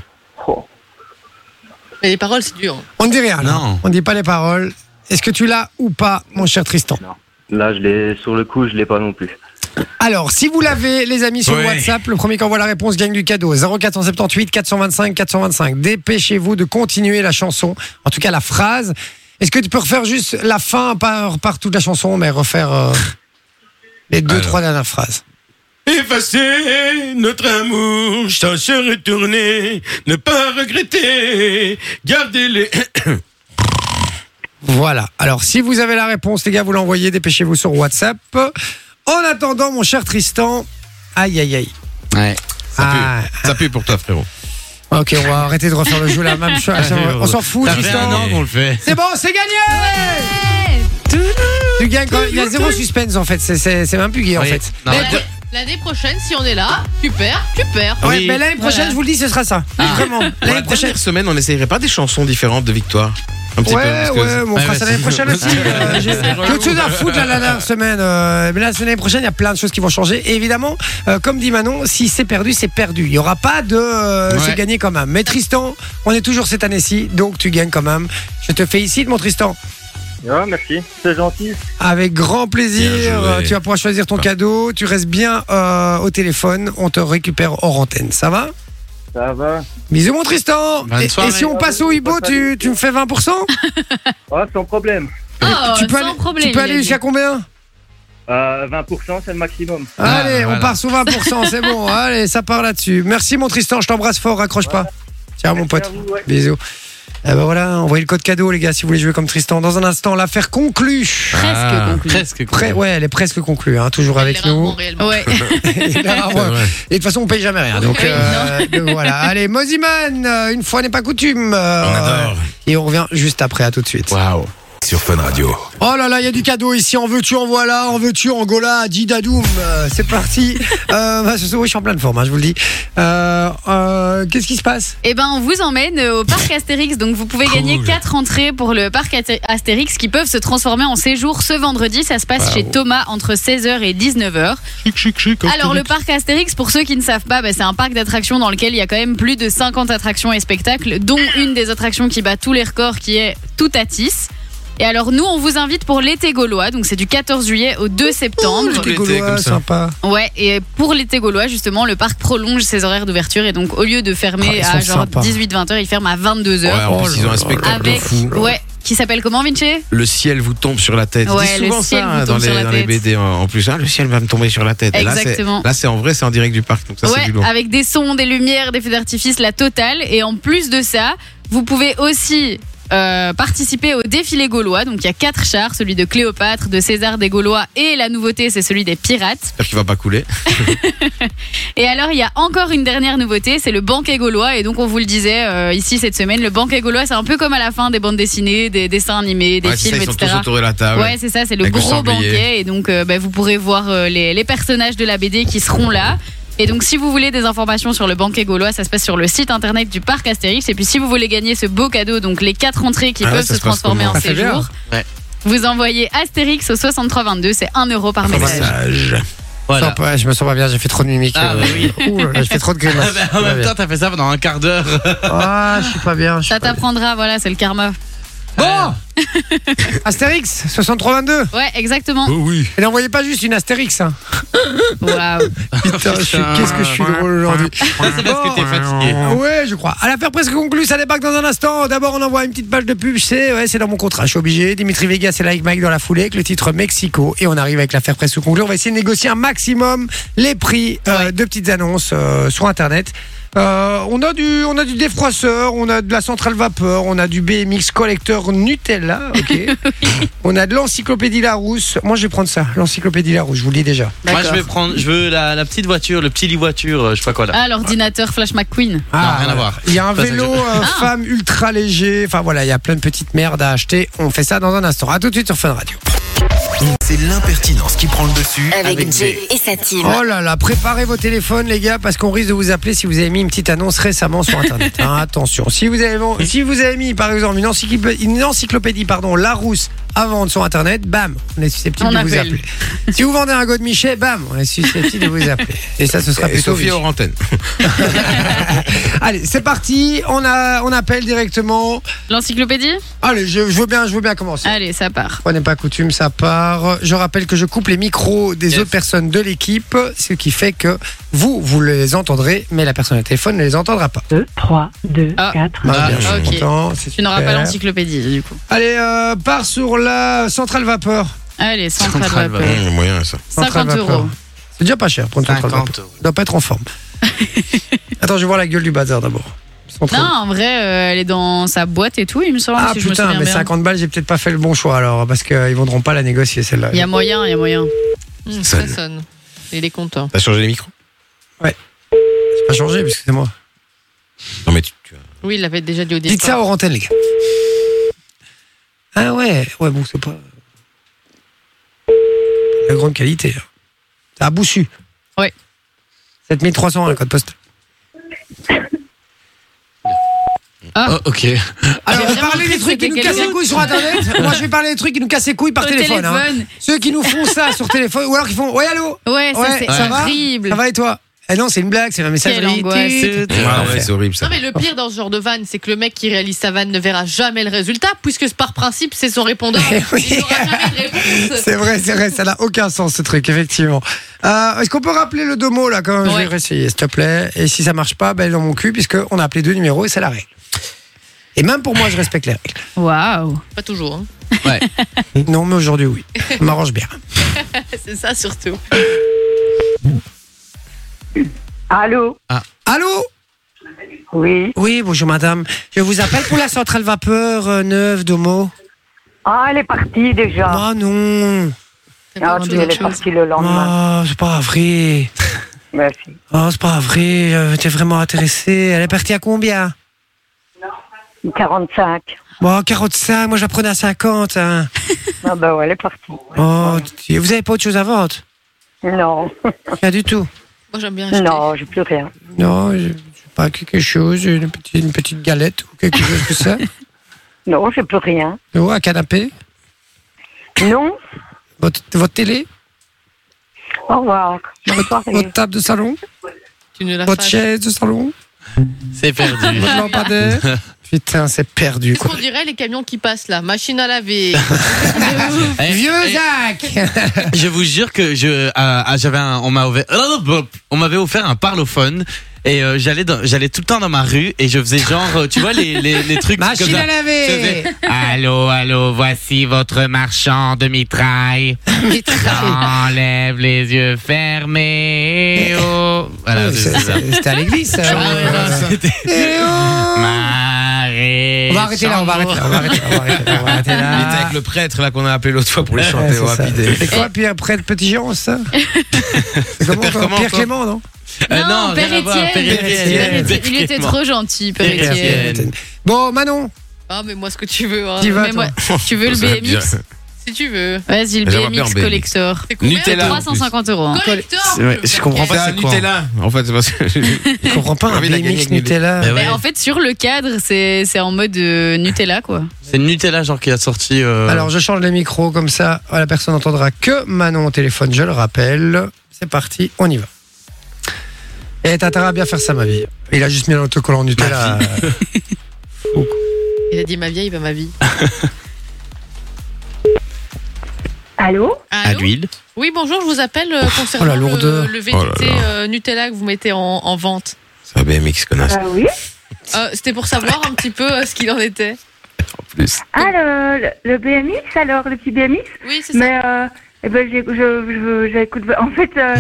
[SPEAKER 5] Mais les paroles, c'est dur.
[SPEAKER 3] On ne dit rien. là. On ne dit pas les paroles. Est-ce que tu l'as ou pas, mon cher Tristan
[SPEAKER 12] Là, je l'ai, sur le coup, je l'ai pas non plus.
[SPEAKER 3] Alors, si vous l'avez, les amis, sur
[SPEAKER 12] Ouais.
[SPEAKER 3] WhatsApp, le premier qui envoie la réponse gagne du cadeau. 0478 425 425. Dépêchez-vous de continuer la chanson, en tout cas la phrase. Est-ce que tu peux refaire juste la fin, pas, par toute la chanson, mais refaire euh, les deux, trois dernières phrases
[SPEAKER 13] Effacer notre amour sans se retourner, ne pas regretter, gardez-les.
[SPEAKER 3] Voilà. Alors, si vous avez la réponse, les gars, vous l'envoyez, dépêchez-vous sur WhatsApp. En attendant, mon cher Tristan, aïe, aïe, aïe.
[SPEAKER 7] Ouais.
[SPEAKER 4] Ça pue.
[SPEAKER 3] Ah.
[SPEAKER 4] Ça pue pour toi, frérot. Ah,
[SPEAKER 3] Ok, on va arrêter de refaire le jeu la même chose. On s'en fout,
[SPEAKER 7] Ça fait
[SPEAKER 3] Tristan.
[SPEAKER 7] un an qu'on le fait.
[SPEAKER 3] C'est bon, c'est gagné Tu gagnes quand il y a zéro suspense en fait, c'est- c'est c'est même plus gay en
[SPEAKER 7] Oui.
[SPEAKER 3] fait.
[SPEAKER 7] Non,
[SPEAKER 3] Mais-
[SPEAKER 7] attends.
[SPEAKER 5] L'année prochaine, si on est là, tu perds, tu perds.
[SPEAKER 3] Ouais, mais l'année prochaine, je vous le dis, ce sera ça.
[SPEAKER 4] Ah.
[SPEAKER 3] Vraiment.
[SPEAKER 4] Pour la dernière semaine, on n'essayerait pas des chansons différentes de Victoire Un petit
[SPEAKER 3] ouais,
[SPEAKER 4] peu, parce que- Ah,
[SPEAKER 3] ouais, mais on fera ça l'année prochaine aussi. Euh, J'ai quelque chose à foutre là, la dernière semaine. euh, mais la semaine prochaine, il y a plein de choses qui vont changer. Et évidemment, euh, comme dit Manon, si c'est perdu, c'est perdu. Il n'y aura pas de euh,
[SPEAKER 7] Ouais.
[SPEAKER 3] c'est gagné quand même. Mais Tristan, on est toujours cette année-ci, donc tu gagnes quand même. Je te félicite, mon Tristan.
[SPEAKER 12] Ah, merci, c'est gentil.
[SPEAKER 3] Avec grand plaisir.
[SPEAKER 12] Bien joué.
[SPEAKER 3] Tu vas pouvoir choisir ton cadeau. Tu restes bien euh, au téléphone. On te récupère hors antenne. Ça va
[SPEAKER 12] Ça va
[SPEAKER 3] Bisous, mon Tristan.
[SPEAKER 12] Bonne
[SPEAKER 3] Et- et,
[SPEAKER 12] soirée.
[SPEAKER 3] si on passe au Ibo, tu, tu me fais 20%
[SPEAKER 12] Ah, sans problème.
[SPEAKER 6] Oh,
[SPEAKER 3] Tu peux
[SPEAKER 6] sans
[SPEAKER 3] aller,
[SPEAKER 6] problème,
[SPEAKER 3] tu peux
[SPEAKER 6] il
[SPEAKER 3] aller
[SPEAKER 6] a dit.
[SPEAKER 3] jusqu'à combien
[SPEAKER 12] Euh, 20%, c'est le maximum.
[SPEAKER 7] Ah,
[SPEAKER 12] Ah,
[SPEAKER 3] Allez, on part sur 20%. c'est bon. Allez, ça part là-dessus. Merci, mon Tristan. Je t'embrasse fort. Raccroche pas. Ciao, mon pote. Bisous. Eh ben voilà, envoyez le code cadeau, les gars, si vous voulez jouer comme Tristan. Dans un instant, l'affaire conclue.
[SPEAKER 7] Presque Ah, conclue. presque conclue.
[SPEAKER 3] Près- ouais, elle est presque conclue, hein, toujours avec nous.
[SPEAKER 6] Ouais.
[SPEAKER 3] Il est rarement- Et de toute façon, on paye jamais rien. Donc,
[SPEAKER 6] Oui,
[SPEAKER 3] euh, donc voilà. Allez, Moziman, euh, une fois n'est pas coutume. euh, Et on revient juste après, à tout de suite.
[SPEAKER 4] Waouh.
[SPEAKER 2] Sur Fun Radio.
[SPEAKER 3] Oh là là, il y a du cadeau ici. En veux-tu, en voilà, en veux-tu, en gola, didadoum. Euh, c'est parti. Euh, bah, ce soir, oui, je suis en pleine forme, hein, je vous le dis. Euh, euh, Qu'est-ce qui se passe
[SPEAKER 6] Eh ben, on vous emmène au parc Astérix. Donc, vous pouvez gagner quatre entrées pour le parc Até- Astérix qui peuvent se transformer en séjour ce vendredi. Ça se passe chez Thomas entre 16h et 19h.
[SPEAKER 4] hein,
[SPEAKER 6] Alors, le parc Astérix, pour ceux qui ne savent pas, bah, c'est un parc d'attractions dans lequel il y a quand même plus de 50 attractions et spectacles, dont une des attractions qui bat tous les records qui est Toutatis. Et alors, nous, on vous invite pour l'été gaulois. Donc, c'est du 14 juillet au 2 septembre.
[SPEAKER 3] Petit Gaulois, sympa.
[SPEAKER 6] Ouais, et pour l'été gaulois, justement, le parc prolonge ses horaires d'ouverture et donc au lieu de
[SPEAKER 3] Ah,
[SPEAKER 6] fermer
[SPEAKER 3] ils sont
[SPEAKER 6] à genre
[SPEAKER 3] sympas.
[SPEAKER 6] 18-20h, il ferme à 22h.
[SPEAKER 4] Ouais, en plus, ils ont un spectacle de
[SPEAKER 6] avec,
[SPEAKER 4] fou.
[SPEAKER 6] Ouais, qui s'appelle comment, Vinci
[SPEAKER 4] Le ciel vous tombe sur la tête.
[SPEAKER 6] Ouais,
[SPEAKER 4] Ils disent
[SPEAKER 6] le
[SPEAKER 4] souvent
[SPEAKER 6] ciel
[SPEAKER 4] ça
[SPEAKER 6] vous
[SPEAKER 4] hein,
[SPEAKER 6] tombe
[SPEAKER 4] dans,
[SPEAKER 6] sur
[SPEAKER 4] les,
[SPEAKER 6] la
[SPEAKER 4] dans les
[SPEAKER 6] tête.
[SPEAKER 4] BD en en plus. Ah, le ciel va me tomber sur la tête. Et là, c'est-
[SPEAKER 6] Exactement.
[SPEAKER 4] Là, c'est en vrai, c'est en direct du parc. Donc ça, c'est
[SPEAKER 6] Ouais,
[SPEAKER 4] du lourd.
[SPEAKER 6] avec des sons, des lumières, des feux d'artifice, la totale. Et en plus de ça, vous pouvez aussi euh, participer au défilé gaulois. Donc il y a quatre chars, celui de Cléopâtre, de César des Gaulois et la nouveauté, c'est celui des pirates.
[SPEAKER 4] J'espère qu'il va pas couler.
[SPEAKER 6] Et alors, il y a encore une dernière nouveauté, c'est le banquet gaulois. Et donc, on vous le disait euh, ici cette semaine, le banquet gaulois, c'est un peu comme à la fin des bandes dessinées, des dessins animés, des
[SPEAKER 4] Ouais, c'est ça,
[SPEAKER 6] films,
[SPEAKER 4] ils sont
[SPEAKER 6] etc.
[SPEAKER 4] tous autour de la table.
[SPEAKER 6] Ouais, c'est ça, c'est le
[SPEAKER 4] Avec le
[SPEAKER 6] gros
[SPEAKER 4] sanglier.
[SPEAKER 6] banquet. Et donc, euh, bah, vous pourrez voir euh, les, les personnages de la BD qui seront là. Et donc, si vous voulez des informations sur le banquet gaulois, ça se passe sur le site internet du parc Astérix. Et puis, si vous voulez gagner ce beau cadeau, donc les quatre entrées qui
[SPEAKER 4] Ah ouais,
[SPEAKER 6] peuvent
[SPEAKER 4] ça
[SPEAKER 6] se,
[SPEAKER 4] passe
[SPEAKER 6] transformer
[SPEAKER 4] comment
[SPEAKER 6] en séjour,
[SPEAKER 4] Ouais.
[SPEAKER 6] vous envoyez Astérix au 6322, c'est 1 euro
[SPEAKER 4] Ah,
[SPEAKER 6] par message.
[SPEAKER 3] Sympa, je me sens pas bien, j'ai fait trop de mimiques.
[SPEAKER 7] Ah,
[SPEAKER 3] euh,
[SPEAKER 7] bah oui.
[SPEAKER 3] ouh, j'ai fait trop de grimaces.
[SPEAKER 7] Ah, bah, en même temps, t'as fait ça pendant un quart d'heure.
[SPEAKER 3] Ah, je suis pas bien.
[SPEAKER 6] Ça t'apprendra, voilà, c'est le karma.
[SPEAKER 3] Bon Astérix, 6322
[SPEAKER 6] Ouais, exactement.
[SPEAKER 3] oui. Et n'envoyez pas juste une Astérix. hein.
[SPEAKER 6] Waouh.
[SPEAKER 3] Putain, je suis- qu'est-ce que je suis drôle aujourd'hui.
[SPEAKER 7] C'est parce que t'es fatigué.
[SPEAKER 3] Ah Ouais, je crois. À l'affaire presque conclue, ça débarque dans un instant. D'abord, on envoie une petite page de pub. C'est ouais, c'est dans mon contrat. Je suis obligé. Dimitri Vegas c'est là avec Mike dans la foulée avec le titre Mexico. Et on arrive avec l'affaire presque conclue. On va essayer de négocier un maximum les prix euh, de petites annonces euh, sur Internet. Euh, on a du, on a du défroisseur, on a de la centrale vapeur, on a du BMX collecteur Nutella, ok. on a de l'encyclopédie Larousse. Moi, je vais prendre ça, l'encyclopédie Larousse. Je vous le dis déjà.
[SPEAKER 7] Moi, je vais prendre, je veux la, la petite voiture, le petit lit voiture, euh, je sais pas quoi là.
[SPEAKER 6] Ah, l'ordinateur Flash McQueen.
[SPEAKER 7] Ah, rien à voir.
[SPEAKER 3] Il y a un
[SPEAKER 7] Pas ça que
[SPEAKER 3] vélo
[SPEAKER 7] je-
[SPEAKER 3] euh,
[SPEAKER 4] Ah.
[SPEAKER 3] femme ultra léger. Enfin voilà, il y a plein de petites merdes à acheter. On fait ça dans un instant. À tout de suite sur Fun Radio.
[SPEAKER 2] C'est l'impertinence qui prend le dessus
[SPEAKER 1] Avec, Jay et sa team.
[SPEAKER 3] Oh là là, préparez vos téléphones les gars parce qu'on risque de vous appeler si vous avez mis une petite annonce récemment sur internet. hein. attention, si vous avez si vous avez mis par exemple une encyclopédie, une encyclopédie pardon, Larousse à vendre sur internet, bam, on est susceptible
[SPEAKER 4] On
[SPEAKER 3] de vous
[SPEAKER 4] appelle.
[SPEAKER 3] appeler. si vous vendez un god Michet, bam, on est susceptible de vous appeler. Et ça ce sera
[SPEAKER 4] Et
[SPEAKER 3] plutôt
[SPEAKER 4] Sophie
[SPEAKER 3] vite.
[SPEAKER 4] hors antenne.
[SPEAKER 3] Allez, c'est parti, on a on appelle directement.
[SPEAKER 6] L'encyclopédie
[SPEAKER 3] Allez, je, je veux bien je veux bien commencer.
[SPEAKER 6] Allez, ça part.
[SPEAKER 3] On n'est pas coutume, ça part. Je rappelle que je coupe les micros des autres personnes de l'équipe, ce qui fait que vous, vous les entendrez, mais la personne au téléphone ne les entendra pas. 2, 3, 2, 4.
[SPEAKER 6] Ah, ok.
[SPEAKER 3] Tu
[SPEAKER 6] Tu n'auras pas l'encyclopédie du coup.
[SPEAKER 3] Allez, euh, part sur la centrale vapeur.
[SPEAKER 6] Allez, centrale vapeur.
[SPEAKER 4] Mmh, il y a moyen, ça.
[SPEAKER 6] 50
[SPEAKER 3] Centrale vapeur.
[SPEAKER 6] euros.
[SPEAKER 3] C'est déjà pas cher pour une centrale
[SPEAKER 7] 50
[SPEAKER 3] vapeur. Doit pas être en forme. Attends, je vais voir la gueule du bazar d'abord. Centrale-
[SPEAKER 6] Non, en vrai, euh, elle est dans sa boîte et tout, il me semble.
[SPEAKER 3] Ah
[SPEAKER 6] Oh, si je me
[SPEAKER 3] putain,
[SPEAKER 6] souviens
[SPEAKER 3] mais
[SPEAKER 6] bien.
[SPEAKER 3] 50 balles, j'ai peut-être pas fait le bon choix alors, parce qu'ils voudront pas la négocier celle-là.
[SPEAKER 6] Il y a moyen, il y a moyen.
[SPEAKER 3] Sonne.
[SPEAKER 5] Mmh, ça sonne. Il est content.
[SPEAKER 3] Bah,
[SPEAKER 4] T'as changé les micros
[SPEAKER 3] J'ai pas changé, excusez-moi.
[SPEAKER 4] Non, mais tu.
[SPEAKER 5] Oui, il l'avait déjà dit au départ.
[SPEAKER 3] Dites ça aux antennes, les gars. Ah ouais, ouais, bon, c'est pas. La grande qualité. là. C'est à boussu.
[SPEAKER 6] Ouais.
[SPEAKER 3] 7300, le hein, code poste.
[SPEAKER 6] Ah.
[SPEAKER 7] Oh, ok.
[SPEAKER 3] Alors,
[SPEAKER 6] vraiment
[SPEAKER 3] vous parlez
[SPEAKER 6] cru
[SPEAKER 3] des
[SPEAKER 6] que
[SPEAKER 3] trucs qui nous
[SPEAKER 6] c'était
[SPEAKER 3] cassent les
[SPEAKER 6] quelqu'un
[SPEAKER 3] couilles sur
[SPEAKER 6] d'autre.
[SPEAKER 3] internet. Moi, je vais parler des trucs qui nous cassent les couilles par
[SPEAKER 6] Au
[SPEAKER 3] téléphone. hein.
[SPEAKER 6] téléphone.
[SPEAKER 3] Ceux qui nous font ça sur téléphone, ou alors qui font Ouais, allô
[SPEAKER 6] Ouais, ça, c'est
[SPEAKER 3] va
[SPEAKER 6] horrible.
[SPEAKER 3] Ça va et toi Ah non, c'est une blague, c'est un message.
[SPEAKER 6] Quelle angoisse.
[SPEAKER 4] Ah ouais, c'est horrible ça.
[SPEAKER 5] Non mais le pire dans ce genre de vanne, c'est que le mec qui réalise sa vanne ne verra jamais le résultat, puisque par principe c'est son répondeur.
[SPEAKER 3] Eh
[SPEAKER 5] Il n'aura jamais de réponse.
[SPEAKER 3] C'est vrai, c'est vrai, ça n'a aucun sens ce truc, effectivement. Euh, Est-ce qu'on peut rappeler le deux mots là quand même Je vais réessayer, s'il te plaît. Et si ça marche pas, ben dans mon cul, puisqu'on a appelé deux numéros et c'est la règle. Et même pour moi, je respecte les règles.
[SPEAKER 6] Waouh.
[SPEAKER 5] Pas toujours. hein.
[SPEAKER 3] Non, mais aujourd'hui, oui. Je m'arrange bien.
[SPEAKER 5] c'est ça surtout.
[SPEAKER 14] Allô
[SPEAKER 3] Ah. Allô
[SPEAKER 14] Oui.
[SPEAKER 3] Oui, bonjour madame. Je vous appelle pour la centrale vapeur euh, neuve d'Homo.
[SPEAKER 14] Ah, elle est partie déjà.
[SPEAKER 3] Ah non
[SPEAKER 14] Ah, Dieu, elle est partie le lendemain.
[SPEAKER 3] Ah, c'est pas vrai.
[SPEAKER 14] Merci.
[SPEAKER 3] Ah, c'est pas vrai. euh, T'es vraiment intéressé. Elle est partie à combien
[SPEAKER 14] 45.
[SPEAKER 3] Bon, 45, moi je la prenais à 50. hein.
[SPEAKER 14] Ah bah ouais, elle est partie.
[SPEAKER 3] Oh, Dieu, vous avez pas autre chose à vendre
[SPEAKER 14] Non.
[SPEAKER 3] Rien du tout.
[SPEAKER 5] Moi j'aime bien.
[SPEAKER 14] Non, j'ai plus rien.
[SPEAKER 3] Non, je, je sais pas, quelque chose, une petite, une petite galette ou quelque chose que ça.
[SPEAKER 14] Non, j'ai plus rien.
[SPEAKER 3] Oh, un canapé
[SPEAKER 14] Non.
[SPEAKER 3] Votre, votre télé
[SPEAKER 14] Au revoir. Bonne soirée.
[SPEAKER 3] Votre table de salon
[SPEAKER 5] Tu ne la
[SPEAKER 3] Votre
[SPEAKER 5] fasses.
[SPEAKER 3] chaise de salon
[SPEAKER 7] C'est perdu.
[SPEAKER 3] Votre lampadaire Putain, c'est perdu
[SPEAKER 5] Qu'est-ce
[SPEAKER 3] quoi.
[SPEAKER 5] qu'on dirait les camions qui passent là Machine à laver. Eh,
[SPEAKER 3] Vieux Zach
[SPEAKER 7] Je vous jure que je, euh, ah, j'avais un- on m'a offert, on m'avait offert un parlophone et euh, j'allais, dans- j'allais tout le temps dans ma rue et je faisais genre, euh, tu vois les, les, les trucs.
[SPEAKER 3] Machine
[SPEAKER 7] comme ça.
[SPEAKER 3] à laver.
[SPEAKER 7] Je faisais, Allô, allô, voici votre marchand de mitraille. Enlève les yeux
[SPEAKER 3] Eh.
[SPEAKER 7] fermés. Oh. Voilà, c'est ça.
[SPEAKER 3] Eh oh. C'était à l'église, ça.
[SPEAKER 7] Marie.
[SPEAKER 3] va arrêter là, on va arrêter là, on va arrêter là, on va arrêter là, on va arrêter là.
[SPEAKER 4] Il était avec le prêtre là qu'on a appelé l'autre fois pour le
[SPEAKER 3] Ouais,
[SPEAKER 4] chanter
[SPEAKER 3] c'est
[SPEAKER 4] au
[SPEAKER 3] ça.
[SPEAKER 4] rapide.
[SPEAKER 3] C'était quoi, puis après le petit Jean, c'est ça C'est comment,
[SPEAKER 4] Père
[SPEAKER 3] toi
[SPEAKER 4] comment,
[SPEAKER 3] Pierre
[SPEAKER 4] toi
[SPEAKER 3] Clément, non
[SPEAKER 7] Euh,
[SPEAKER 6] non, Père
[SPEAKER 7] rien à voir, Père
[SPEAKER 6] Étienne. Père
[SPEAKER 7] Étienne.
[SPEAKER 6] Étienne,
[SPEAKER 7] Père
[SPEAKER 6] Il était
[SPEAKER 7] Clément.
[SPEAKER 6] trop gentil, Père
[SPEAKER 7] Père
[SPEAKER 6] Étienne. Oh,
[SPEAKER 7] Étienne.
[SPEAKER 3] Bon, Manon
[SPEAKER 5] Ah, mais moi, ce que tu veux. hein.
[SPEAKER 3] T'y vas,
[SPEAKER 5] Mais moi,
[SPEAKER 3] toi
[SPEAKER 5] Tu veux le
[SPEAKER 3] Ça va bien.
[SPEAKER 5] BMX Si tu veux.
[SPEAKER 6] Vas-y, le
[SPEAKER 4] Mais j'aimerais bien
[SPEAKER 6] BMX
[SPEAKER 4] un BMX.
[SPEAKER 6] collector.
[SPEAKER 4] C'est combien Nutella, en plus.
[SPEAKER 6] 350 euros. hein.
[SPEAKER 4] je comprends
[SPEAKER 3] pas c'est
[SPEAKER 4] un
[SPEAKER 3] quoi.
[SPEAKER 4] Nutella. En fait, c'est parce que. Je
[SPEAKER 3] comprends pas un BMX Nutella.
[SPEAKER 7] Eh
[SPEAKER 6] Mais en fait, sur le cadre, c'est c'est en mode euh, Nutella, quoi.
[SPEAKER 7] C'est Nutella genre qui a sorti. euh,
[SPEAKER 3] Alors, je change les micros, comme ça, la personne n'entendra que Manon au téléphone, je le rappelle. C'est parti, on y va. Et Tatara a bien faire ça, ma vie. Il a juste mis un autocollant Nutella.
[SPEAKER 5] Il a dit ma vieille, bah ma vie.
[SPEAKER 14] Allô
[SPEAKER 5] À
[SPEAKER 7] l'huile.
[SPEAKER 5] Oui, bonjour, je vous appelle euh,
[SPEAKER 4] oh
[SPEAKER 5] concernant
[SPEAKER 4] la
[SPEAKER 5] le,
[SPEAKER 4] lourdeur.
[SPEAKER 5] le VTT
[SPEAKER 4] Oh là là.
[SPEAKER 5] euh, Nutella que vous mettez en, en vente.
[SPEAKER 4] C'est un BMX connasse.
[SPEAKER 14] oui
[SPEAKER 5] Euh, C'était pour savoir un petit peu euh, ce qu'il en était.
[SPEAKER 14] Ah, le, le- le BMX, alors, le petit BMX
[SPEAKER 5] Oui, c'est
[SPEAKER 14] ça. Mais, euh, eh ben, j'ai- je, je- j'écoute. En fait, euh,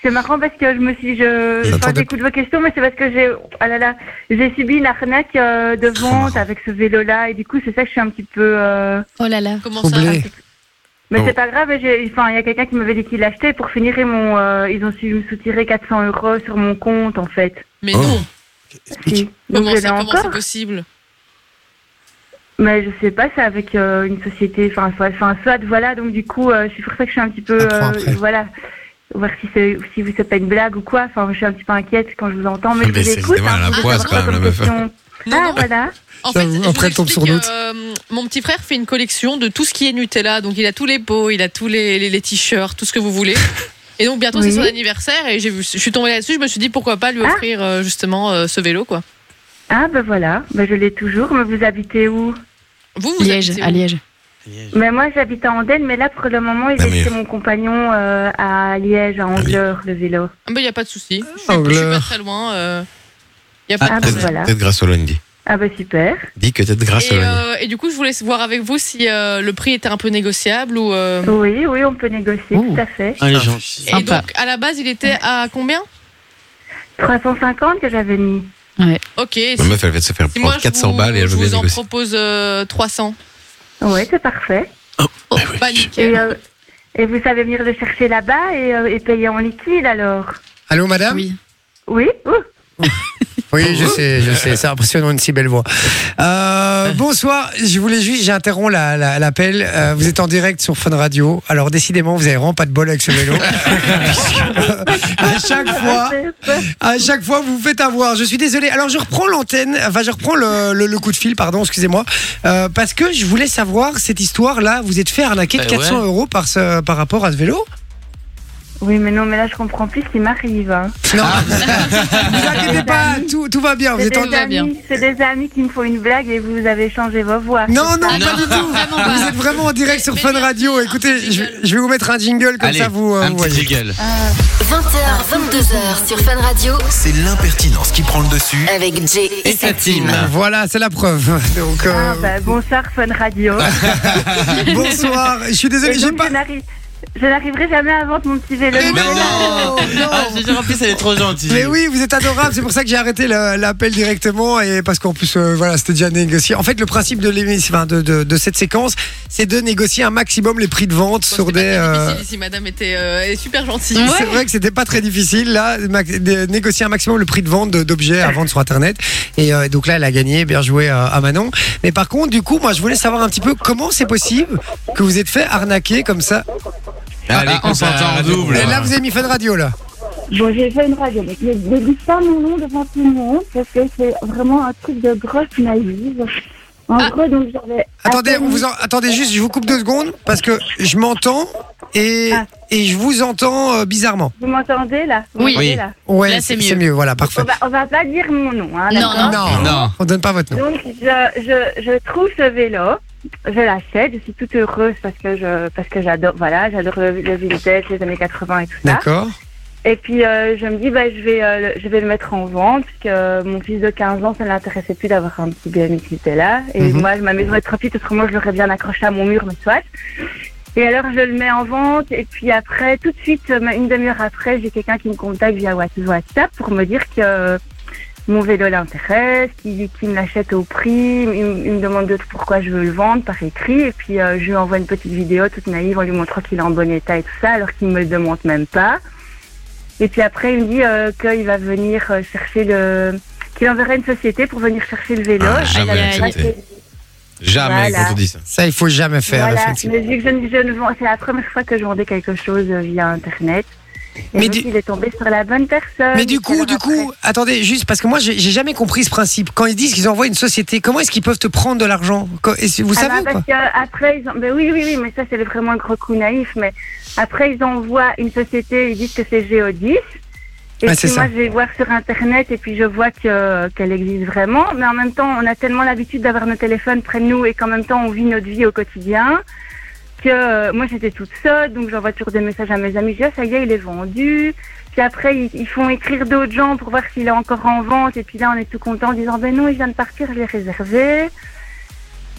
[SPEAKER 14] c'est marrant parce que je me suis. Je, enfin, j'écoute vos questions, mais c'est parce que j'ai. Ah là là, j'ai subi une arnaque euh, de vente avec ce vélo-là, et du coup, c'est ça que je suis un petit peu. euh,
[SPEAKER 6] Oh là là.
[SPEAKER 5] Comment
[SPEAKER 14] Troublé. Mais
[SPEAKER 6] Oh.
[SPEAKER 14] c'est pas grave, j'ai- enfin, il y a quelqu'un qui m'avait dit qu'il l'achetait. Pour finir, ils m'ont, euh, ils ont su me soutirer 400 euros sur mon compte, en fait.
[SPEAKER 5] Mais
[SPEAKER 4] Oh.
[SPEAKER 5] non.
[SPEAKER 14] Si. Donc,
[SPEAKER 5] Comment
[SPEAKER 14] je l'ai
[SPEAKER 5] ça comment
[SPEAKER 14] encore.
[SPEAKER 5] c'est possible
[SPEAKER 14] Mais je sais pas, c'est avec euh, une société, enfin, soit, enfin, soit, voilà. Donc, du coup, euh, je suis pour ça que je suis un petit peu, euh, voilà, voir si c'est, si vous c'est pas une blague ou quoi. Enfin, je suis un petit peu inquiète quand je vous entends, mais, je
[SPEAKER 4] Mais
[SPEAKER 14] vous
[SPEAKER 4] c'est-
[SPEAKER 14] écoute.
[SPEAKER 4] c'est mal à la
[SPEAKER 14] je vous
[SPEAKER 4] poisse,
[SPEAKER 14] pose
[SPEAKER 4] quand même,
[SPEAKER 14] comme
[SPEAKER 4] la meuf.
[SPEAKER 14] question. Ah, voilà.
[SPEAKER 5] En fait, je
[SPEAKER 3] après,
[SPEAKER 5] vous
[SPEAKER 3] elle tombe sur
[SPEAKER 5] explique,
[SPEAKER 3] d'autres.
[SPEAKER 5] euh, mon petit frère fait une collection de tout ce qui est Nutella. Donc, il a tous les pots, il a tous les, les, les t-shirts, tout ce que vous voulez. Et donc, bientôt,
[SPEAKER 14] Oui.
[SPEAKER 5] c'est son anniversaire. Et j'ai vu, je suis tombée là-dessus. Je me suis dit, pourquoi pas lui offrir euh, justement euh, ce vélo, quoi.
[SPEAKER 14] Ah, ben voilà, ben, je l'ai toujours. Mais vous habitez où
[SPEAKER 5] Vous, vous Liège, habitez où à
[SPEAKER 6] Liège.
[SPEAKER 14] Mais moi, j'habite à Andenne, mais là, pour le moment,
[SPEAKER 4] Ah,
[SPEAKER 14] il est chez mon compagnon euh, à Liège, à Angleur, le vélo.
[SPEAKER 5] Ah, ben, il n'y a pas de souci. Je, suis- je suis pas très loin. euh, Il y a pas
[SPEAKER 14] Ah,
[SPEAKER 5] de
[SPEAKER 14] ben
[SPEAKER 5] souci.
[SPEAKER 14] voilà.
[SPEAKER 4] Tête grasse au lundi.
[SPEAKER 14] Ah, ben super.
[SPEAKER 4] Dis que tête grasse
[SPEAKER 5] Et,
[SPEAKER 4] au lundi.
[SPEAKER 5] euh, et du coup, je voulais voir avec vous si euh, le prix était un peu négociable ou. euh,
[SPEAKER 14] Oui, oui, on peut négocier, tout à fait.
[SPEAKER 7] Ah, les gens.
[SPEAKER 5] Et donc, à la base, il était à combien
[SPEAKER 14] 350 que j'avais mis.
[SPEAKER 5] Ok. Si,
[SPEAKER 4] La meuf, elle va se faire
[SPEAKER 5] si moi,
[SPEAKER 4] prendre
[SPEAKER 5] je
[SPEAKER 4] 400
[SPEAKER 5] vous-
[SPEAKER 4] balles et elle
[SPEAKER 5] je
[SPEAKER 4] veut bien
[SPEAKER 5] vous en
[SPEAKER 4] négocier.
[SPEAKER 5] propose euh, 300.
[SPEAKER 14] Ouais, c'est parfait.
[SPEAKER 3] Oh,
[SPEAKER 5] Pas nickel.
[SPEAKER 14] Et, euh, et vous savez venir le chercher là-bas et, euh, et payer en liquide alors
[SPEAKER 3] Allô, madame
[SPEAKER 6] Oui.
[SPEAKER 14] Oui Ouh.
[SPEAKER 3] Oui, je sais, je sais. C'est impressionnant, une si belle voix. Euh, bonsoir. Je voulais juste, j'interromps la- la- l'appel. Euh, vous êtes en direct sur Fun Radio. Alors, décidément, vous avez vraiment pas de bol avec ce vélo. Puisque, à chaque fois, à chaque fois, vous vous faites avoir. Je suis désolé. Alors, je reprends l'antenne. Enfin, je reprends le, le- le coup de fil, pardon, excusez-moi. Euh, parce que je voulais savoir cette histoire-là. Vous êtes fait arnaquer de
[SPEAKER 7] Ben ouais.
[SPEAKER 3] 400 euros par, ce, par rapport à ce vélo
[SPEAKER 14] Oui, mais non, mais là je comprends plus ce qui m'arrive. hein.
[SPEAKER 3] Non.
[SPEAKER 7] Ah.
[SPEAKER 3] vous inquiétez pas. Tout, tout va bien. Vous
[SPEAKER 14] C'est
[SPEAKER 3] êtes en
[SPEAKER 14] des, amis- c'est des amis qui me font une blague et vous avez changé vos voix.
[SPEAKER 3] Non,
[SPEAKER 14] c'est
[SPEAKER 3] non,
[SPEAKER 14] ça
[SPEAKER 3] pas du tout. Vous êtes vraiment en direct sur Fun Radio. Écoutez, je, je vais vous mettre un jingle comme
[SPEAKER 7] Allez,
[SPEAKER 3] ça vous, euh,
[SPEAKER 7] un
[SPEAKER 3] vous
[SPEAKER 7] petit
[SPEAKER 3] voyez.
[SPEAKER 7] jiggle.
[SPEAKER 1] 20h, 22h sur Fun Radio
[SPEAKER 2] C'est l'impertinence qui prend le dessus.
[SPEAKER 1] avec Jay et sa team.
[SPEAKER 3] Voilà, c'est la preuve. Donc, euh,
[SPEAKER 14] Ah, bah, bonsoir, Fun Radio.
[SPEAKER 3] bonsoir. Je suis désolé,
[SPEAKER 14] Et
[SPEAKER 3] j'ai
[SPEAKER 14] donc,
[SPEAKER 3] pas.
[SPEAKER 14] je n'arrive- Je n'arriverai jamais à vendre mon petit vélo.
[SPEAKER 7] Mais non Ah, j'ai dit, en plus, elle est trop gentille.
[SPEAKER 3] Mais oui, vous êtes adorable. C'est pour ça que j'ai arrêté la- l'appel directement et parce qu'en plus, euh, voilà, c'était déjà négocié. En fait, le principe de l'émission, enfin, de, de- de cette séquence, c'est de négocier un maximum les prix de vente sur des. euh,
[SPEAKER 5] Si, si madame était euh, elle est super gentille.
[SPEAKER 3] C'est vrai que c'était pas très difficile là ma- de négocier un maximum le prix de vente de- d'objets à vendre sur internet et euh, donc là elle a gagné bien joué euh, à Manon mais par contre du coup moi je voulais savoir un petit peu comment c'est possible que vous êtes fait arnaquer comme ça
[SPEAKER 4] Allez, on s'entend en double.
[SPEAKER 3] et là vous avez mis Fun Radio là
[SPEAKER 14] Bon, j'ai fait une radio, mais ne ne dis pas mon nom devant tout le monde parce que c'est vraiment un truc de grosse naïve. En
[SPEAKER 6] Ah.
[SPEAKER 14] gros, donc j'avais.
[SPEAKER 3] attendez
[SPEAKER 14] à peine-
[SPEAKER 3] on vous en- attendez juste je vous coupe deux secondes parce que je m'entends et,
[SPEAKER 6] Ah.
[SPEAKER 3] et je vous entends euh, bizarrement
[SPEAKER 14] Vous m'entendez là Vous
[SPEAKER 6] Oui.
[SPEAKER 14] m'entendez, là
[SPEAKER 3] ouais
[SPEAKER 6] Là, c'est
[SPEAKER 3] c'est
[SPEAKER 6] mieux.
[SPEAKER 3] c'est mieux voilà parfait
[SPEAKER 14] on, va, on va pas dire mon nom. Hein,
[SPEAKER 6] Non,
[SPEAKER 14] d'accord
[SPEAKER 3] non
[SPEAKER 7] Non.
[SPEAKER 3] on donne pas votre nom
[SPEAKER 14] Donc je, je, je trouve ce vélo, je l'achète, je suis toute heureuse parce que je parce que j'adore voilà j'adore le, le vintage, les années 80 et tout ça.
[SPEAKER 3] d'accord
[SPEAKER 14] Et puis euh, je me dis bah je vais euh, le- je vais le mettre en vente parce que euh, mon fils de 15 ans ça ne l'intéressait plus d'avoir un petit BMX qui était là et
[SPEAKER 3] Mhm.
[SPEAKER 14] moi ma maison est trop petite autrement je l'aurais bien accroché à mon mur mais soit. Et alors je le mets en vente et puis après tout de suite euh, une demi-heure après j'ai quelqu'un qui me contacte via What- WhatsApp pour me dire que mon vélo l'intéresse, qu'il qu'il me l'achète au prix, il, me- il me demande de- pourquoi je veux le vendre par écrit, et puis euh, je lui envoie une petite vidéo toute naïve en lui montrant qu'il est en bon état et tout ça, alors qu'il me le demande même pas. Et puis après, il me dit euh, qu'il va venir euh, chercher le... qu'il enverrait une société pour venir chercher le vélo.
[SPEAKER 4] Ah, jamais
[SPEAKER 14] Et la-
[SPEAKER 4] accepté. Jamais
[SPEAKER 14] Voilà.
[SPEAKER 4] quand on dit ça.
[SPEAKER 3] Ça, il faut jamais faire,
[SPEAKER 14] voilà,
[SPEAKER 3] effectivement.
[SPEAKER 14] mais vu que je, ne- je ne vends- c'est la première fois que je vendais quelque chose euh, via Internet. Et
[SPEAKER 3] Mais
[SPEAKER 14] donc, il est tombé sur la bonne personne.
[SPEAKER 3] Mais du coup, du coup, attendez, juste parce que moi, j'ai j'ai jamais compris ce principe. Quand ils disent qu'ils envoient une société, comment est-ce qu'ils peuvent te prendre de l'argent Quand- est-ce- Vous
[SPEAKER 14] Ah
[SPEAKER 3] savez
[SPEAKER 14] bah,
[SPEAKER 3] ou pas
[SPEAKER 14] parce que après, ils en- ben oui, oui, oui, mais ça, c'est vraiment un gros coup naïf. Mais après, ils envoient une société, ils disent que c'est Géodis. Et
[SPEAKER 3] Ouais, Ah, c'est
[SPEAKER 14] puis moi,
[SPEAKER 3] ça.
[SPEAKER 14] je vais voir sur Internet et puis je vois que- qu'elle existe vraiment. Mais en même temps, on a tellement l'habitude d'avoir nos téléphones près de nous et qu'en même temps, on vit notre vie au quotidien. Que euh, moi, j'étais toute seule, donc j'envoie toujours des messages à mes amis. Je dis, Ah, ça y est, il est vendu. Puis après, ils, ils font écrire d'autres gens pour voir s'il est encore en vente. Et puis là, on est tout content en disant, ben non, il vient de partir, je l'ai réservé.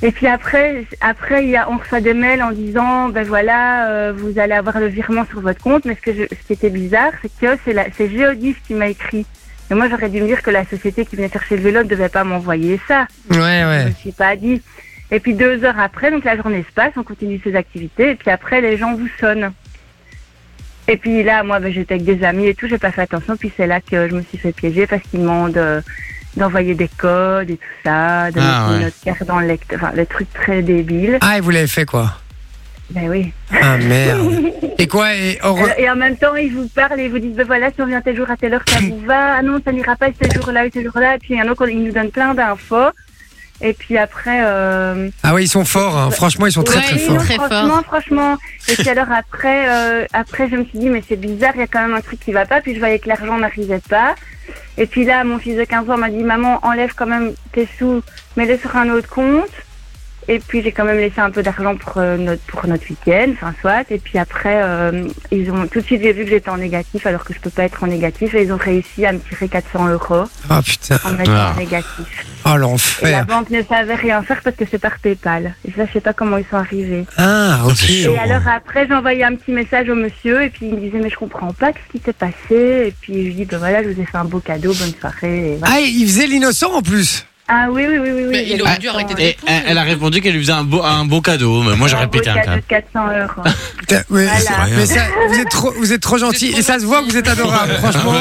[SPEAKER 14] Et puis après, après il y a, on reçoit des mails en disant, ben voilà, euh, vous allez avoir le virement sur votre compte. Mais ce, que je- ce qui était bizarre, c'est que c'est la- c'est Geodis qui m'a écrit. Et moi, j'aurais dû me dire que la société qui venait chercher le vélo ne devait pas m'envoyer ça.
[SPEAKER 3] Ouais, ouais.
[SPEAKER 14] Je me suis pas dit. Et puis deux heures après, donc la journée se passe, on continue ses activités. Et puis après, les gens vous sonnent. Et puis là, moi, ben, j'étais avec des amis et tout, j'ai pas fait attention. Puis c'est là que je me suis fait piéger parce qu'ils demandent euh, d'envoyer des codes et tout ça, de
[SPEAKER 3] Ah,
[SPEAKER 14] mettre
[SPEAKER 3] ouais.
[SPEAKER 14] notre carte dans le lecteur, enfin, le truc très débile.
[SPEAKER 3] Ah, et vous l'avez fait quoi
[SPEAKER 14] Ben oui.
[SPEAKER 3] Ah merde. Et quoi et, au re-
[SPEAKER 14] Alors, Euh, Et en même temps, ils vous parlent et ils vous disent, ben voilà, si on vient tel jour à telle heure, ça vous va. Ah non, ça n'ira pas ce jour-là et ce jour-là. Et puis il y en a qui nous donnent plein d'infos. Et puis après, euh,
[SPEAKER 3] Ah oui, ils sont forts. hein. Franchement, ils sont très
[SPEAKER 14] Ouais,
[SPEAKER 3] très
[SPEAKER 14] oui,
[SPEAKER 3] forts.
[SPEAKER 14] non, franchement, franchement. Et puis alors après, euh, après je me suis dit mais c'est bizarre, il y a quand même un truc qui va pas. Puis je voyais que l'argent n'arrivait pas. Et puis là, mon fils de 15 ans m'a dit maman enlève quand même tes sous, mets-les sur un autre compte. Et puis j'ai quand même laissé un peu d'argent pour euh, notre pour notre week-end, enfin soit. Et puis après, euh, ils ont tout de suite j'ai vu que j'étais en négatif alors que je peux pas être en négatif. Et ils ont réussi à me tirer 400 euros
[SPEAKER 3] Ah putain.
[SPEAKER 14] en me mettant en négatif. Et
[SPEAKER 3] Ah
[SPEAKER 14] la
[SPEAKER 3] l'enfer.
[SPEAKER 14] banque ne savait rien faire parce que c'est par PayPal. Et ça, je sais pas comment ils sont arrivés.
[SPEAKER 3] Ah ok.
[SPEAKER 14] Et alors après, j'ai envoyé un petit message au monsieur et puis il me disait mais je comprends pas ce qui s'est passé. Et puis je lui dis ben voilà, je vous ai fait un beau cadeau, bonne soirée. Et voilà.
[SPEAKER 3] Ah, il faisait l'innocent en plus.
[SPEAKER 14] Ah oui oui oui oui. oui j'ai
[SPEAKER 7] Ah,
[SPEAKER 14] fait un-
[SPEAKER 7] et elle, elle a répondu qu'elle lui faisait un beau, un beau cadeau. Mais moi, j'aurais
[SPEAKER 14] un beau
[SPEAKER 7] pété un
[SPEAKER 14] cadeau
[SPEAKER 7] câble.
[SPEAKER 14] de 400 euros.
[SPEAKER 3] Putain, ouais,
[SPEAKER 14] Voilà.
[SPEAKER 7] C'est rien.
[SPEAKER 3] Ah, mais ça, vous êtes trop, vous êtes trop gentil et ça se voit que vous êtes adorable. Franchement,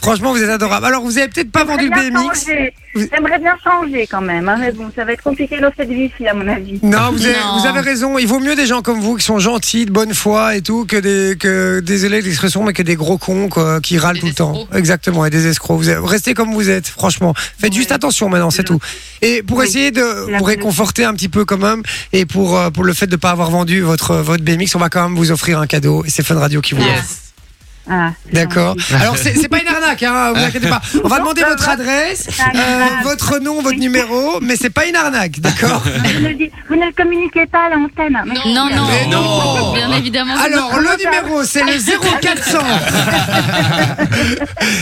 [SPEAKER 3] franchement, vous êtes adorable. Alors, vous avez peut-être pas vendu
[SPEAKER 14] J'aimerais
[SPEAKER 3] le
[SPEAKER 14] bien
[SPEAKER 3] BMX.
[SPEAKER 14] changer. J'aimerais bien changer quand même, hein, mais bon, ça va être compliqué dans cette vie-ci à mon avis.
[SPEAKER 3] Non, vous avez, vous avez raison. Il vaut mieux des gens comme vous qui sont gentils, de bonne foi et tout, que des, que désolé de l'expression, mais que des gros cons quoi, qui râlent tout le temps. Exactement, et des escrocs. Vous êtes- restez comme vous êtes, franchement. Faites juste attention maintenant, c'est tout. Et pour essayer de vous réconforter un petit peu quand même, et pour euh, pour le fait de ne pas avoir vendu votre euh, votre BMX, on va quand même vous offrir un cadeau. Et c'est Fun Radio qui vous l'offre.
[SPEAKER 14] Ah,
[SPEAKER 3] D'accord. Alors c'est c'est pas une arnaque, hein, vous inquiétez pas. On va demander votre adresse, euh, votre nom, votre numéro, mais c'est pas une arnaque, d'accord
[SPEAKER 14] Vous ne, le dites- vous ne le communiquez pas à l'antenne.
[SPEAKER 6] Non, non.
[SPEAKER 3] Mais non.
[SPEAKER 6] Bien évidemment.
[SPEAKER 3] Alors, le numéro, c'est le 0400.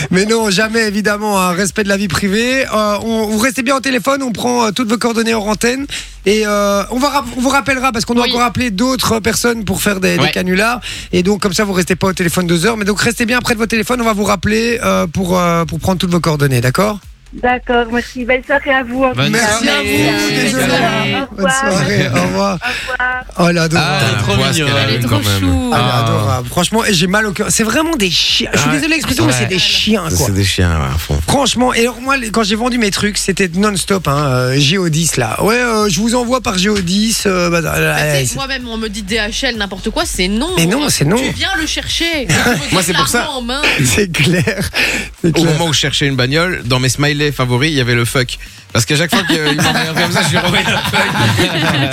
[SPEAKER 3] Mais non, jamais, évidemment, un respect de la vie privée. Euh, on, vous restez bien au téléphone, on prend euh, toutes vos coordonnées hors antenne. Et euh, on, va rap- on vous rappellera, parce qu'on doit encore appeler d'autres personnes pour faire des, des
[SPEAKER 7] Ouais.
[SPEAKER 3] canulars. Et donc, comme ça, vous restez pas au téléphone deux heures. Mais donc, restez bien près de vos téléphones, on va vous rappeler euh, pour, euh, pour prendre toutes vos coordonnées, d'accord
[SPEAKER 14] D'accord, merci. Belle soirée à vous.
[SPEAKER 3] Bonne Merci à soirée. vous, Bonne désolé. soirée.
[SPEAKER 14] Au
[SPEAKER 3] Bonne
[SPEAKER 14] revoir.
[SPEAKER 3] soirée, au revoir. Oh, elle est adorable.
[SPEAKER 7] Elle est trop mignonne.
[SPEAKER 3] Ah, elle est adorable. Franchement, et j'ai mal au cœur. C'est vraiment des chiens. Je suis
[SPEAKER 4] Ah ouais.
[SPEAKER 3] désolé de l'expression, mais
[SPEAKER 4] Ouais.
[SPEAKER 3] c'est des chiens, quoi.
[SPEAKER 4] C'est des chiens, ouais, à fond.
[SPEAKER 3] Franchement, et alors moi, les- quand j'ai vendu mes trucs, c'était non-stop, hein, euh, GO10 là. Ouais, euh, je vous envoie par GO10. euh, bah,
[SPEAKER 5] Bah,
[SPEAKER 3] euh,
[SPEAKER 5] c'est-
[SPEAKER 3] c'est-
[SPEAKER 5] Moi-même, on me dit DHL, n'importe quoi, c'est non.
[SPEAKER 3] Mais non, c'est non.
[SPEAKER 5] Tu viens le chercher. Tu me
[SPEAKER 4] Moi,
[SPEAKER 5] donnes
[SPEAKER 4] c'est pour ça.
[SPEAKER 5] l'argent En main.
[SPEAKER 3] c'est clair. C'est
[SPEAKER 4] Au moment où je cherchais une bagnole, dans mes smileys favoris, il y avait le fuck. Parce qu'à chaque fois qu'il m'envoyait comme ça, je lui renvoyais le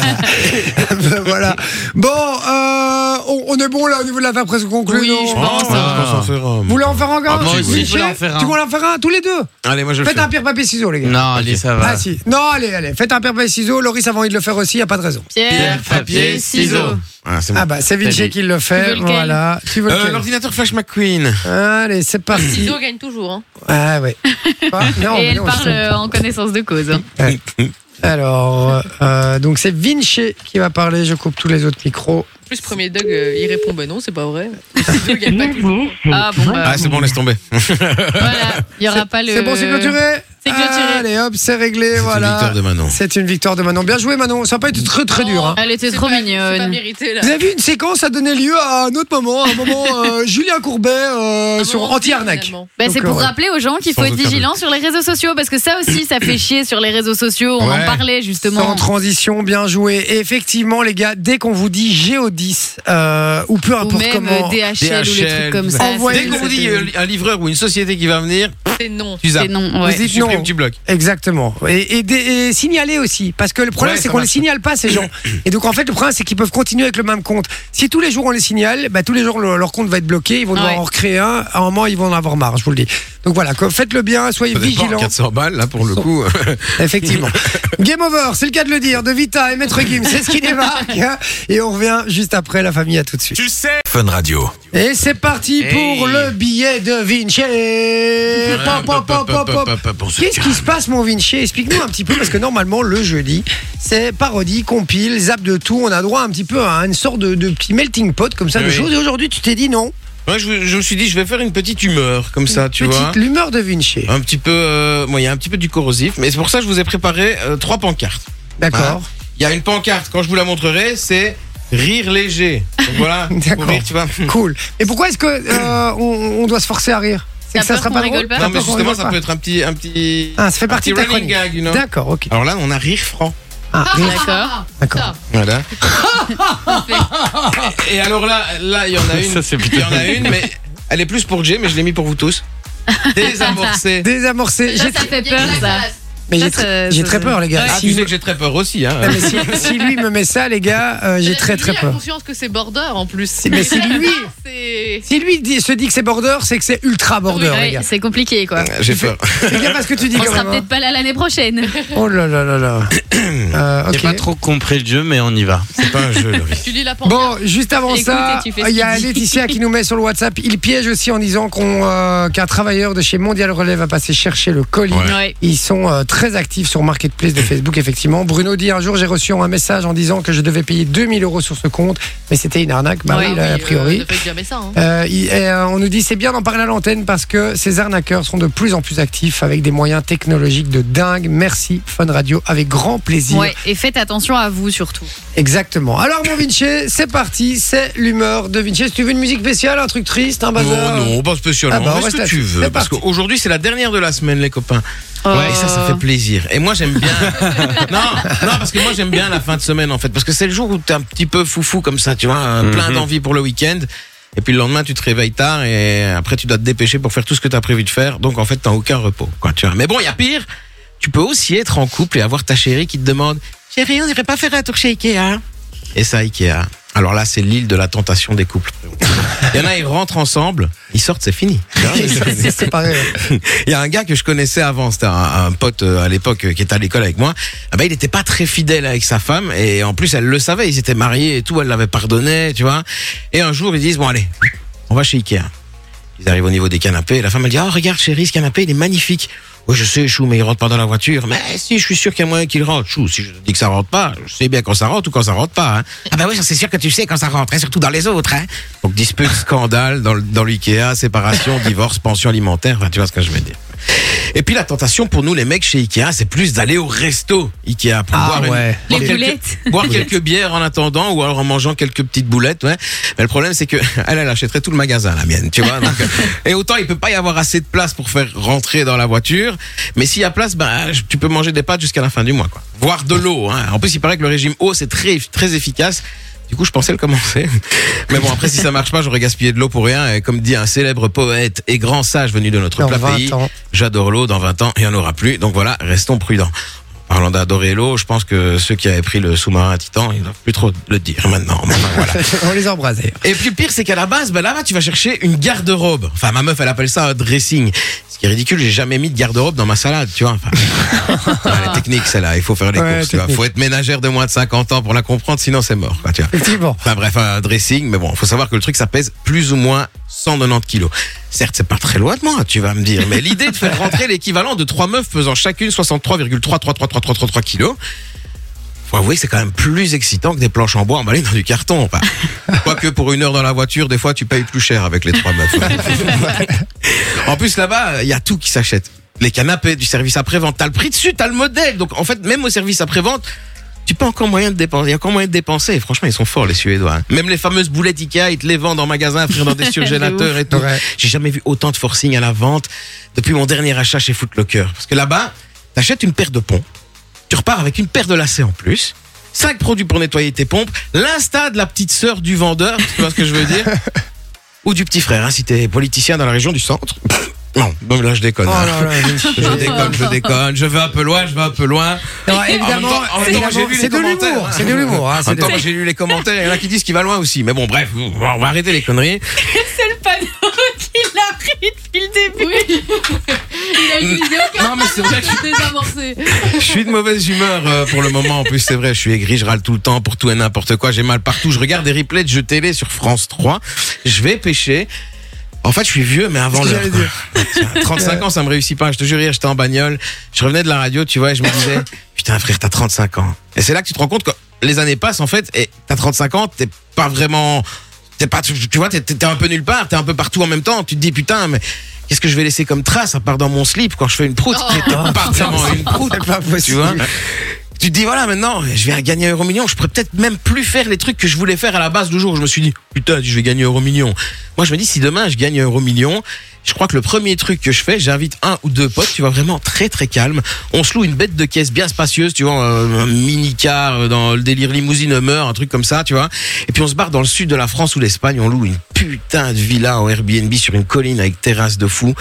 [SPEAKER 3] Ben, voilà. Bon, euh, on, on est bon là au niveau de l'affaire presque conclue.
[SPEAKER 4] Oui,
[SPEAKER 3] non
[SPEAKER 4] je pense, Oh, hein. je pense en faire un.
[SPEAKER 3] Vous voulez en faire un
[SPEAKER 4] Ah, moi,
[SPEAKER 3] gars
[SPEAKER 4] oui.
[SPEAKER 3] Michel,
[SPEAKER 4] Je voulais en faire un.
[SPEAKER 3] Tu voulais en faire un tous les deux
[SPEAKER 4] Allez, moi je le
[SPEAKER 3] Faites
[SPEAKER 4] fais.
[SPEAKER 3] un pierre papier ciseaux les gars.
[SPEAKER 7] Non, allez, ça va.
[SPEAKER 3] Ah si. Non, allez, allez. Faites un pierre papier ciseaux. Loris a envie de le faire aussi. Y a pas de raison.
[SPEAKER 4] Pierre, papier, ciseaux. Ah, c'est bon.
[SPEAKER 3] Ah bah c'est Vinci
[SPEAKER 4] Vas-y.
[SPEAKER 3] qui le
[SPEAKER 4] Tu veux
[SPEAKER 3] fait.
[SPEAKER 4] lequel
[SPEAKER 3] Voilà. Tu veux
[SPEAKER 4] Euh,
[SPEAKER 3] lequel
[SPEAKER 4] L'ordinateur Flash McQueen.
[SPEAKER 3] Allez, c'est parti.
[SPEAKER 5] Ciseaux gagne toujours. Hein.
[SPEAKER 3] Ah ouais. Ah, non,
[SPEAKER 6] et
[SPEAKER 3] mais
[SPEAKER 6] elle
[SPEAKER 3] non,
[SPEAKER 6] parle
[SPEAKER 3] je-
[SPEAKER 6] euh, en connaissance de cause. hein.
[SPEAKER 3] Ouais. euh, Alors, euh, donc c'est Vinci qui va parler. Je coupe tous les autres micros.
[SPEAKER 5] plus, premier Doug, euh, il répond bah non, c'est pas vrai.
[SPEAKER 4] Ah
[SPEAKER 5] bon, bah,
[SPEAKER 4] Ah, c'est bon, laisse tomber.
[SPEAKER 5] Il y
[SPEAKER 6] Ah,
[SPEAKER 5] aura pas
[SPEAKER 3] C'est bon, c'est clôturé
[SPEAKER 5] C'est clôturé.
[SPEAKER 3] Allez hop, c'est réglé, voilà.
[SPEAKER 4] victoire de Manon.
[SPEAKER 3] C'est une victoire de Manon. Bien joué Manon, ça n'a pas été très très dur. hein.
[SPEAKER 6] Ah, Elle était trop mignonne.
[SPEAKER 3] Vous avez vu une séquence a donné lieu à un autre moment, à un moment euh, Julien Courbet euh, sur anti-arnaque.
[SPEAKER 6] Bah, c'est
[SPEAKER 3] Donc,
[SPEAKER 6] pour
[SPEAKER 3] euh, ouais.
[SPEAKER 6] rappeler aux gens qu'il faut
[SPEAKER 3] Sans
[SPEAKER 6] être
[SPEAKER 3] aucun
[SPEAKER 6] vigilant sur les réseaux sociaux parce que ça aussi, ça fait chier sur les réseaux sociaux. On en
[SPEAKER 3] Ouais.
[SPEAKER 6] parlait justement.
[SPEAKER 3] Sans transition, bien joué. Et effectivement, les gars, dès qu'on vous dit Géo10 euh, ou peu importe
[SPEAKER 6] même,
[SPEAKER 3] comment,
[SPEAKER 6] euh, DHL ou les trucs comme ça,
[SPEAKER 4] Dès qu'on vous dit euh, un livreur ou une société qui va venir,
[SPEAKER 5] c'est non.
[SPEAKER 4] Tu zappes.
[SPEAKER 3] Vous
[SPEAKER 4] Tu
[SPEAKER 3] dites non.
[SPEAKER 4] supprimes, tu bloques.
[SPEAKER 3] Exactement. Et, et dé- et signaler aussi. Parce que le problème,
[SPEAKER 4] Ouais,
[SPEAKER 3] c'est
[SPEAKER 4] ça
[SPEAKER 3] qu'on les
[SPEAKER 4] marche.
[SPEAKER 3] signale pas, ces gens. Et donc, en fait, le problème, c'est qu'ils peuvent continuer avec le même compte. Si tous les jours on les signale, bah, tous les jours le- leur compte va être bloqué. Ils vont devoir
[SPEAKER 4] Ouais.
[SPEAKER 3] en recréer un. À un moment, ils vont en avoir marre, je vous le dis. Donc voilà, quoi. faites-le bien, soyez
[SPEAKER 4] Ça dépend, hein.
[SPEAKER 3] vigilants.
[SPEAKER 4] 400 balles, là, pour le coup.
[SPEAKER 3] Effectivement. Game over, c'est le cas de le dire, de Vita et Maître Gims, c'est ce qui débarque. Et on revient juste après, la famille, à tout de suite.
[SPEAKER 2] Fun Radio.
[SPEAKER 3] Et c'est parti pour
[SPEAKER 2] Hey.
[SPEAKER 3] le billet de Vinci. Pop, pop, pop, pop, pop.
[SPEAKER 4] Ah, pop, pop, on se
[SPEAKER 3] Qu'est-ce qui se passe, mon Vinci Explique-nous un petit peu, parce que normalement, le jeudi, c'est parodie, compile, zap de tout. On a droit un petit peu à une sorte de, de petit melting pot comme ça de
[SPEAKER 4] Oui.
[SPEAKER 3] choses. Et aujourd'hui, tu t'es dit non.
[SPEAKER 4] Moi, je, je me suis dit, je vais faire une petite humeur, comme ça, tu
[SPEAKER 3] Petite
[SPEAKER 4] vois.
[SPEAKER 3] l'humeur de Vinci.
[SPEAKER 4] Un petit peu. euh, bon, il y a un petit peu du corrosif, mais c'est pour ça que je vous ai préparé euh, trois pancartes.
[SPEAKER 3] D'accord.
[SPEAKER 4] Hein Il y a une pancarte, quand je vous la montrerai, c'est rire léger. Donc voilà, pour rire, tu vois.
[SPEAKER 3] Cool. Et pourquoi est-ce que euh, on, on doit se forcer à rire C'est que ça sera pas drôle T'as
[SPEAKER 4] Non, mais
[SPEAKER 3] peur qu'on
[SPEAKER 4] justement,
[SPEAKER 3] rigole
[SPEAKER 4] ça
[SPEAKER 3] pas
[SPEAKER 4] peut être un petit. Un petit
[SPEAKER 3] Ah, ça fait
[SPEAKER 4] un
[SPEAKER 3] partie
[SPEAKER 4] petit
[SPEAKER 3] de ta
[SPEAKER 4] running
[SPEAKER 3] chronique.
[SPEAKER 4] gag, you know.
[SPEAKER 3] D'accord, ok.
[SPEAKER 4] Alors là, on a rire franc.
[SPEAKER 3] Ah, rire.
[SPEAKER 5] D'accord.
[SPEAKER 3] D'accord.
[SPEAKER 4] Voilà. Et alors là, là, il y en a une.
[SPEAKER 7] Ça, c'est
[SPEAKER 4] Il y en a une, mais elle est plus pour Jay, mais je l'ai mis pour vous tous. Désamorcé.
[SPEAKER 3] Désamorcé.
[SPEAKER 6] Ça,
[SPEAKER 3] J'ai
[SPEAKER 6] ça
[SPEAKER 3] tr-
[SPEAKER 6] fait peur, ça.
[SPEAKER 3] Mais
[SPEAKER 6] Ça,
[SPEAKER 3] j'ai
[SPEAKER 6] ça-
[SPEAKER 3] tr-
[SPEAKER 6] ça-
[SPEAKER 3] j'ai très peur, les gars.
[SPEAKER 4] Ah,
[SPEAKER 3] Si-
[SPEAKER 4] tu sais que j'ai très peur aussi. Hein.
[SPEAKER 3] Non, mais si, si lui me met ça, les gars, euh, j'ai très très
[SPEAKER 5] Il a
[SPEAKER 3] peur.
[SPEAKER 5] conscience que c'est border en plus.
[SPEAKER 3] Mais c'est lui.
[SPEAKER 5] C'est.
[SPEAKER 3] Si lui dit- se dit que c'est border, c'est que c'est ultra border,
[SPEAKER 6] Ouais,
[SPEAKER 3] les gars.
[SPEAKER 6] c'est compliqué quoi.
[SPEAKER 4] J'ai peur.
[SPEAKER 3] Fais gaffe à ce que tu dis
[SPEAKER 6] On
[SPEAKER 3] quand
[SPEAKER 6] sera
[SPEAKER 3] même.
[SPEAKER 6] peut-être pas là l'année prochaine.
[SPEAKER 3] hein. Oh là là là là. Euh,
[SPEAKER 7] J'ai
[SPEAKER 3] ok.
[SPEAKER 7] pas trop compris le jeu, mais on y va.
[SPEAKER 4] C'est pas un jeu,
[SPEAKER 5] Tu lis la pancarte.
[SPEAKER 3] Bon, Oh, juste avant
[SPEAKER 5] Écoute
[SPEAKER 3] ça,
[SPEAKER 5] et tu fais ce
[SPEAKER 3] il y a
[SPEAKER 5] qu'il dit.
[SPEAKER 3] Laetitia qui nous met sur le WhatsApp. Il piège aussi en disant qu'on, euh, qu'un travailleur de chez Mondial Relais va passer chercher le colis.
[SPEAKER 6] Ouais. Ouais.
[SPEAKER 3] Ils sont euh, très actifs sur Marketplace de Facebook, effectivement. Bruno dit un jour, j'ai reçu un message en disant que je devais payer 2000 euros sur ce compte, mais c'était une arnaque. Bah
[SPEAKER 5] Ouais,
[SPEAKER 3] oui, là,
[SPEAKER 5] oui,
[SPEAKER 3] a priori.
[SPEAKER 5] euh, ne faites jamais ça. hein.
[SPEAKER 3] Euh, il- et, euh, on nous dit c'est bien d'en parler à l'antenne parce que ces arnaqueurs sont de plus en plus actifs avec des moyens technologiques de dingue. Merci Fun Radio avec grand plaisir.
[SPEAKER 6] Ouais, et faites attention à vous surtout.
[SPEAKER 3] Exactement. Alors mon Vinci, c'est parti, c'est l'humeur de Vinci. Si tu veux une musique spéciale, un truc triste, un bazar.
[SPEAKER 4] Non, non, pas spécialement.
[SPEAKER 3] Ah bah, on
[SPEAKER 4] mais ce
[SPEAKER 3] reste
[SPEAKER 4] que
[SPEAKER 3] là-
[SPEAKER 4] tu veux.
[SPEAKER 3] c'est
[SPEAKER 4] Parce
[SPEAKER 3] parti.
[SPEAKER 4] qu'aujourd'hui, c'est la dernière de la semaine, les copains.
[SPEAKER 3] Oh.
[SPEAKER 4] Ouais, et ça, ça fait plaisir. Et moi, j'aime bien. non, non, parce que moi, j'aime bien la fin de semaine, en fait. Parce que c'est le jour où t'es un petit peu foufou comme ça, tu vois, euh, plein
[SPEAKER 7] Mhm.
[SPEAKER 4] d'envie pour le week-end. Et puis le lendemain, tu te réveilles tard et après, tu dois te dépêcher pour faire tout ce que t'as prévu de faire. Donc, en fait, t'as aucun repos, quoi, tu vois. Mais bon, il y a pire. Tu peux aussi être en couple et avoir ta chérie qui te demande Chérie, on irait pas faire un tour chez Ikea hein Et ça, Ikea. Alors là, c'est l'île de la tentation des couples. Il y en a, ils rentrent ensemble, ils sortent, c'est fini.
[SPEAKER 3] c'est hein. pareil.
[SPEAKER 4] Il y a un gars que je connaissais avant, c'était un, un pote euh, à l'époque euh, qui était à l'école avec moi. Ah ben, il n'était pas très fidèle avec sa femme et en plus elle le savait, ils étaient mariés et tout, elle l'avait pardonné, tu vois. Et un jour ils disent bon allez, on va chez Ikea. Ils arrivent au niveau des canapés et la femme elle dit oh regarde chérie ce canapé il est magnifique. Oui je sais chou mais il rentre pas dans la voiture. Mais si je suis sûr qu'il y a moyen qu'il rentre chou. Si je te dis que ça rentre pas, je sais bien quand ça rentre ou quand ça rentre pas. hein. Ah ben oui ça, c'est sûr que tu sais quand ça rentre et surtout dans les autres. Hein. Donc dispute, scandale dans le- dans l'Ikea, séparation, divorce, pension alimentaire. Enfin, tu vois ce que je veux dire. Et puis la tentation pour nous les mecs chez Ikea, c'est plus d'aller au resto Ikea pour
[SPEAKER 3] Ah
[SPEAKER 4] boire, une-
[SPEAKER 3] ouais.
[SPEAKER 4] boire
[SPEAKER 6] Les
[SPEAKER 4] quelques,
[SPEAKER 6] boulettes.
[SPEAKER 4] boire quelques bières en attendant ou alors en mangeant quelques petites boulettes. Ouais. Mais le problème c'est que elle, elle achèterait tout le magasin la mienne, tu vois. donc, euh, et autant il peut pas y avoir assez de place pour faire rentrer dans la voiture, mais s'il y a place, ben je- tu peux manger des pâtes jusqu'à la fin du mois, quoi. Voire de l'eau. Hein. En plus il paraît que le régime eau c'est très très efficace. Du coup, je pensais le commencer. Mais bon, après, si ça marche pas, j'aurais gaspillé de l'eau pour rien. Et comme dit un célèbre poète et grand sage venu de notre
[SPEAKER 3] Dans
[SPEAKER 4] plat
[SPEAKER 3] 20
[SPEAKER 4] pays,
[SPEAKER 3] ans.
[SPEAKER 4] J'adore l'eau, dans 20 ans, il n'y en aura plus. Donc voilà, restons prudents. En Parlant d'adorer l'eau, je pense que ceux qui avaient pris le sous-marin Titan, ils ne doivent plus trop le dire maintenant. Enfin, voilà.
[SPEAKER 3] on les embrasse. d'ailleurs.
[SPEAKER 4] Et puis le pire, c'est qu'à la base, ben là-bas, tu vas chercher une garde-robe. Enfin, ma meuf, elle appelle ça un dressing. Ce qui est ridicule, j'ai jamais mis de garde-robe dans ma salade, tu vois. Enfin, non, elle est technique, celle-là. Il faut faire les
[SPEAKER 3] Ouais,
[SPEAKER 4] courses, tu vois.
[SPEAKER 3] technique.
[SPEAKER 4] Faut être ménagère de moins de 50 ans pour la comprendre, sinon c'est mort, quoi, tu vois.
[SPEAKER 3] Effectivement.
[SPEAKER 4] Enfin bref, un dressing, mais bon, faut savoir que le truc, ça pèse plus ou moins 190 kilos. Certes, c'est pas très loin de moi, tu vas me dire, mais l'idée de faire rentrer l'équivalent de trois meufs pesant chacune 63,333333 kilos, faut avouer que c'est quand même plus excitant que des planches en bois emballées dans du carton. Enfin, Quoique pour une heure dans la voiture, des fois tu payes plus cher avec les trois meufs. hein. en plus là-bas, il y a tout qui s'achète. Les canapés, du service après-vente, t'as le prix dessus, t'as le modèle. Donc en fait, même au service après-vente, tu peux encore moyen de dépenser. Il y a encore moyen de dépenser. Et franchement, ils sont forts les Suédois. hein. Même les fameuses boulettes Ikea, ils te les vendent en magasin, à frire dans des surgélateurs et tout. J'ai jamais vu autant de forcing à la vente depuis mon dernier achat chez Footlocker. Parce que là-bas, t'achètes une paire de ponts. Tu repars avec une paire de lacets en plus. Cinq produits pour nettoyer tes pompes. L'insta de la petite sœur du vendeur, tu vois ce que je veux dire Ou du petit frère, hein, si t'es politicien dans la région du centre. Non, bon, là je déconne.
[SPEAKER 3] Oh
[SPEAKER 4] hein.
[SPEAKER 3] là là, je-
[SPEAKER 4] je déconne, je déconne. Je vais un peu loin, je vais un peu loin.
[SPEAKER 3] Non,
[SPEAKER 4] En même temps-
[SPEAKER 3] évidemment,
[SPEAKER 4] en même temps,
[SPEAKER 3] évidemment,
[SPEAKER 4] j'ai lu les
[SPEAKER 3] c'est de
[SPEAKER 4] commentaires,
[SPEAKER 3] l'humour,
[SPEAKER 4] hein.
[SPEAKER 3] c'est de l'humour, hein,
[SPEAKER 4] En
[SPEAKER 3] c'est
[SPEAKER 4] même
[SPEAKER 3] de-
[SPEAKER 4] temps, moi, j'ai lu les commentaires. Il y en a qui disent qu'il va loin aussi. Mais bon, bref, on va on va arrêter les conneries.
[SPEAKER 10] C'est le panneau qu'il a pris depuis le début.
[SPEAKER 5] Il a une idée aucun
[SPEAKER 4] Non, mais c'est vrai que-
[SPEAKER 5] désamorcé.
[SPEAKER 4] Je suis de mauvaise humeur euh, pour le moment. En plus, c'est vrai, je suis aigri, je râle tout le temps pour tout et n'importe quoi. J'ai mal partout. Je regarde des replays de jeux télé sur France 3. Je vais pêcher. En fait, je suis vieux, mais avant l'heure. quoi. Tiens, 35 ans, ça me réussit pas. Je te jure, hier, j'étais en bagnole. Je revenais de la radio, tu vois, et je me disais, putain, frère, t'as 35 ans. Et c'est là que tu te rends compte que les années passent, en fait, et t'as 35 ans, t'es pas vraiment, t'es pas, tu tu vois, t'es, t'es un peu nulle part, t'es un peu partout en même temps. Tu te dis, putain, mais qu'est-ce que je vais laisser comme trace à part dans mon slip quand je fais une proute? T'es pas vraiment une proute.
[SPEAKER 3] Oh. C'est pas possible.
[SPEAKER 4] Tu vois tu te dis voilà maintenant je vais gagner un euro million je pourrais peut-être même plus faire les trucs que je voulais faire à la base du jour où je me suis dit putain je vais gagner un euro million moi je me dis si demain je gagne un euro million je crois que le premier truc que je fais j'invite un ou deux potes tu vois vraiment très très calme on se loue une bête de caisse bien spacieuse tu vois euh, un mini car euh, dans le délire limousine hummer un truc comme ça tu vois et puis on se barre dans le sud de la France ou l'Espagne on loue une putain de villa en Airbnb sur une colline avec terrasse de fou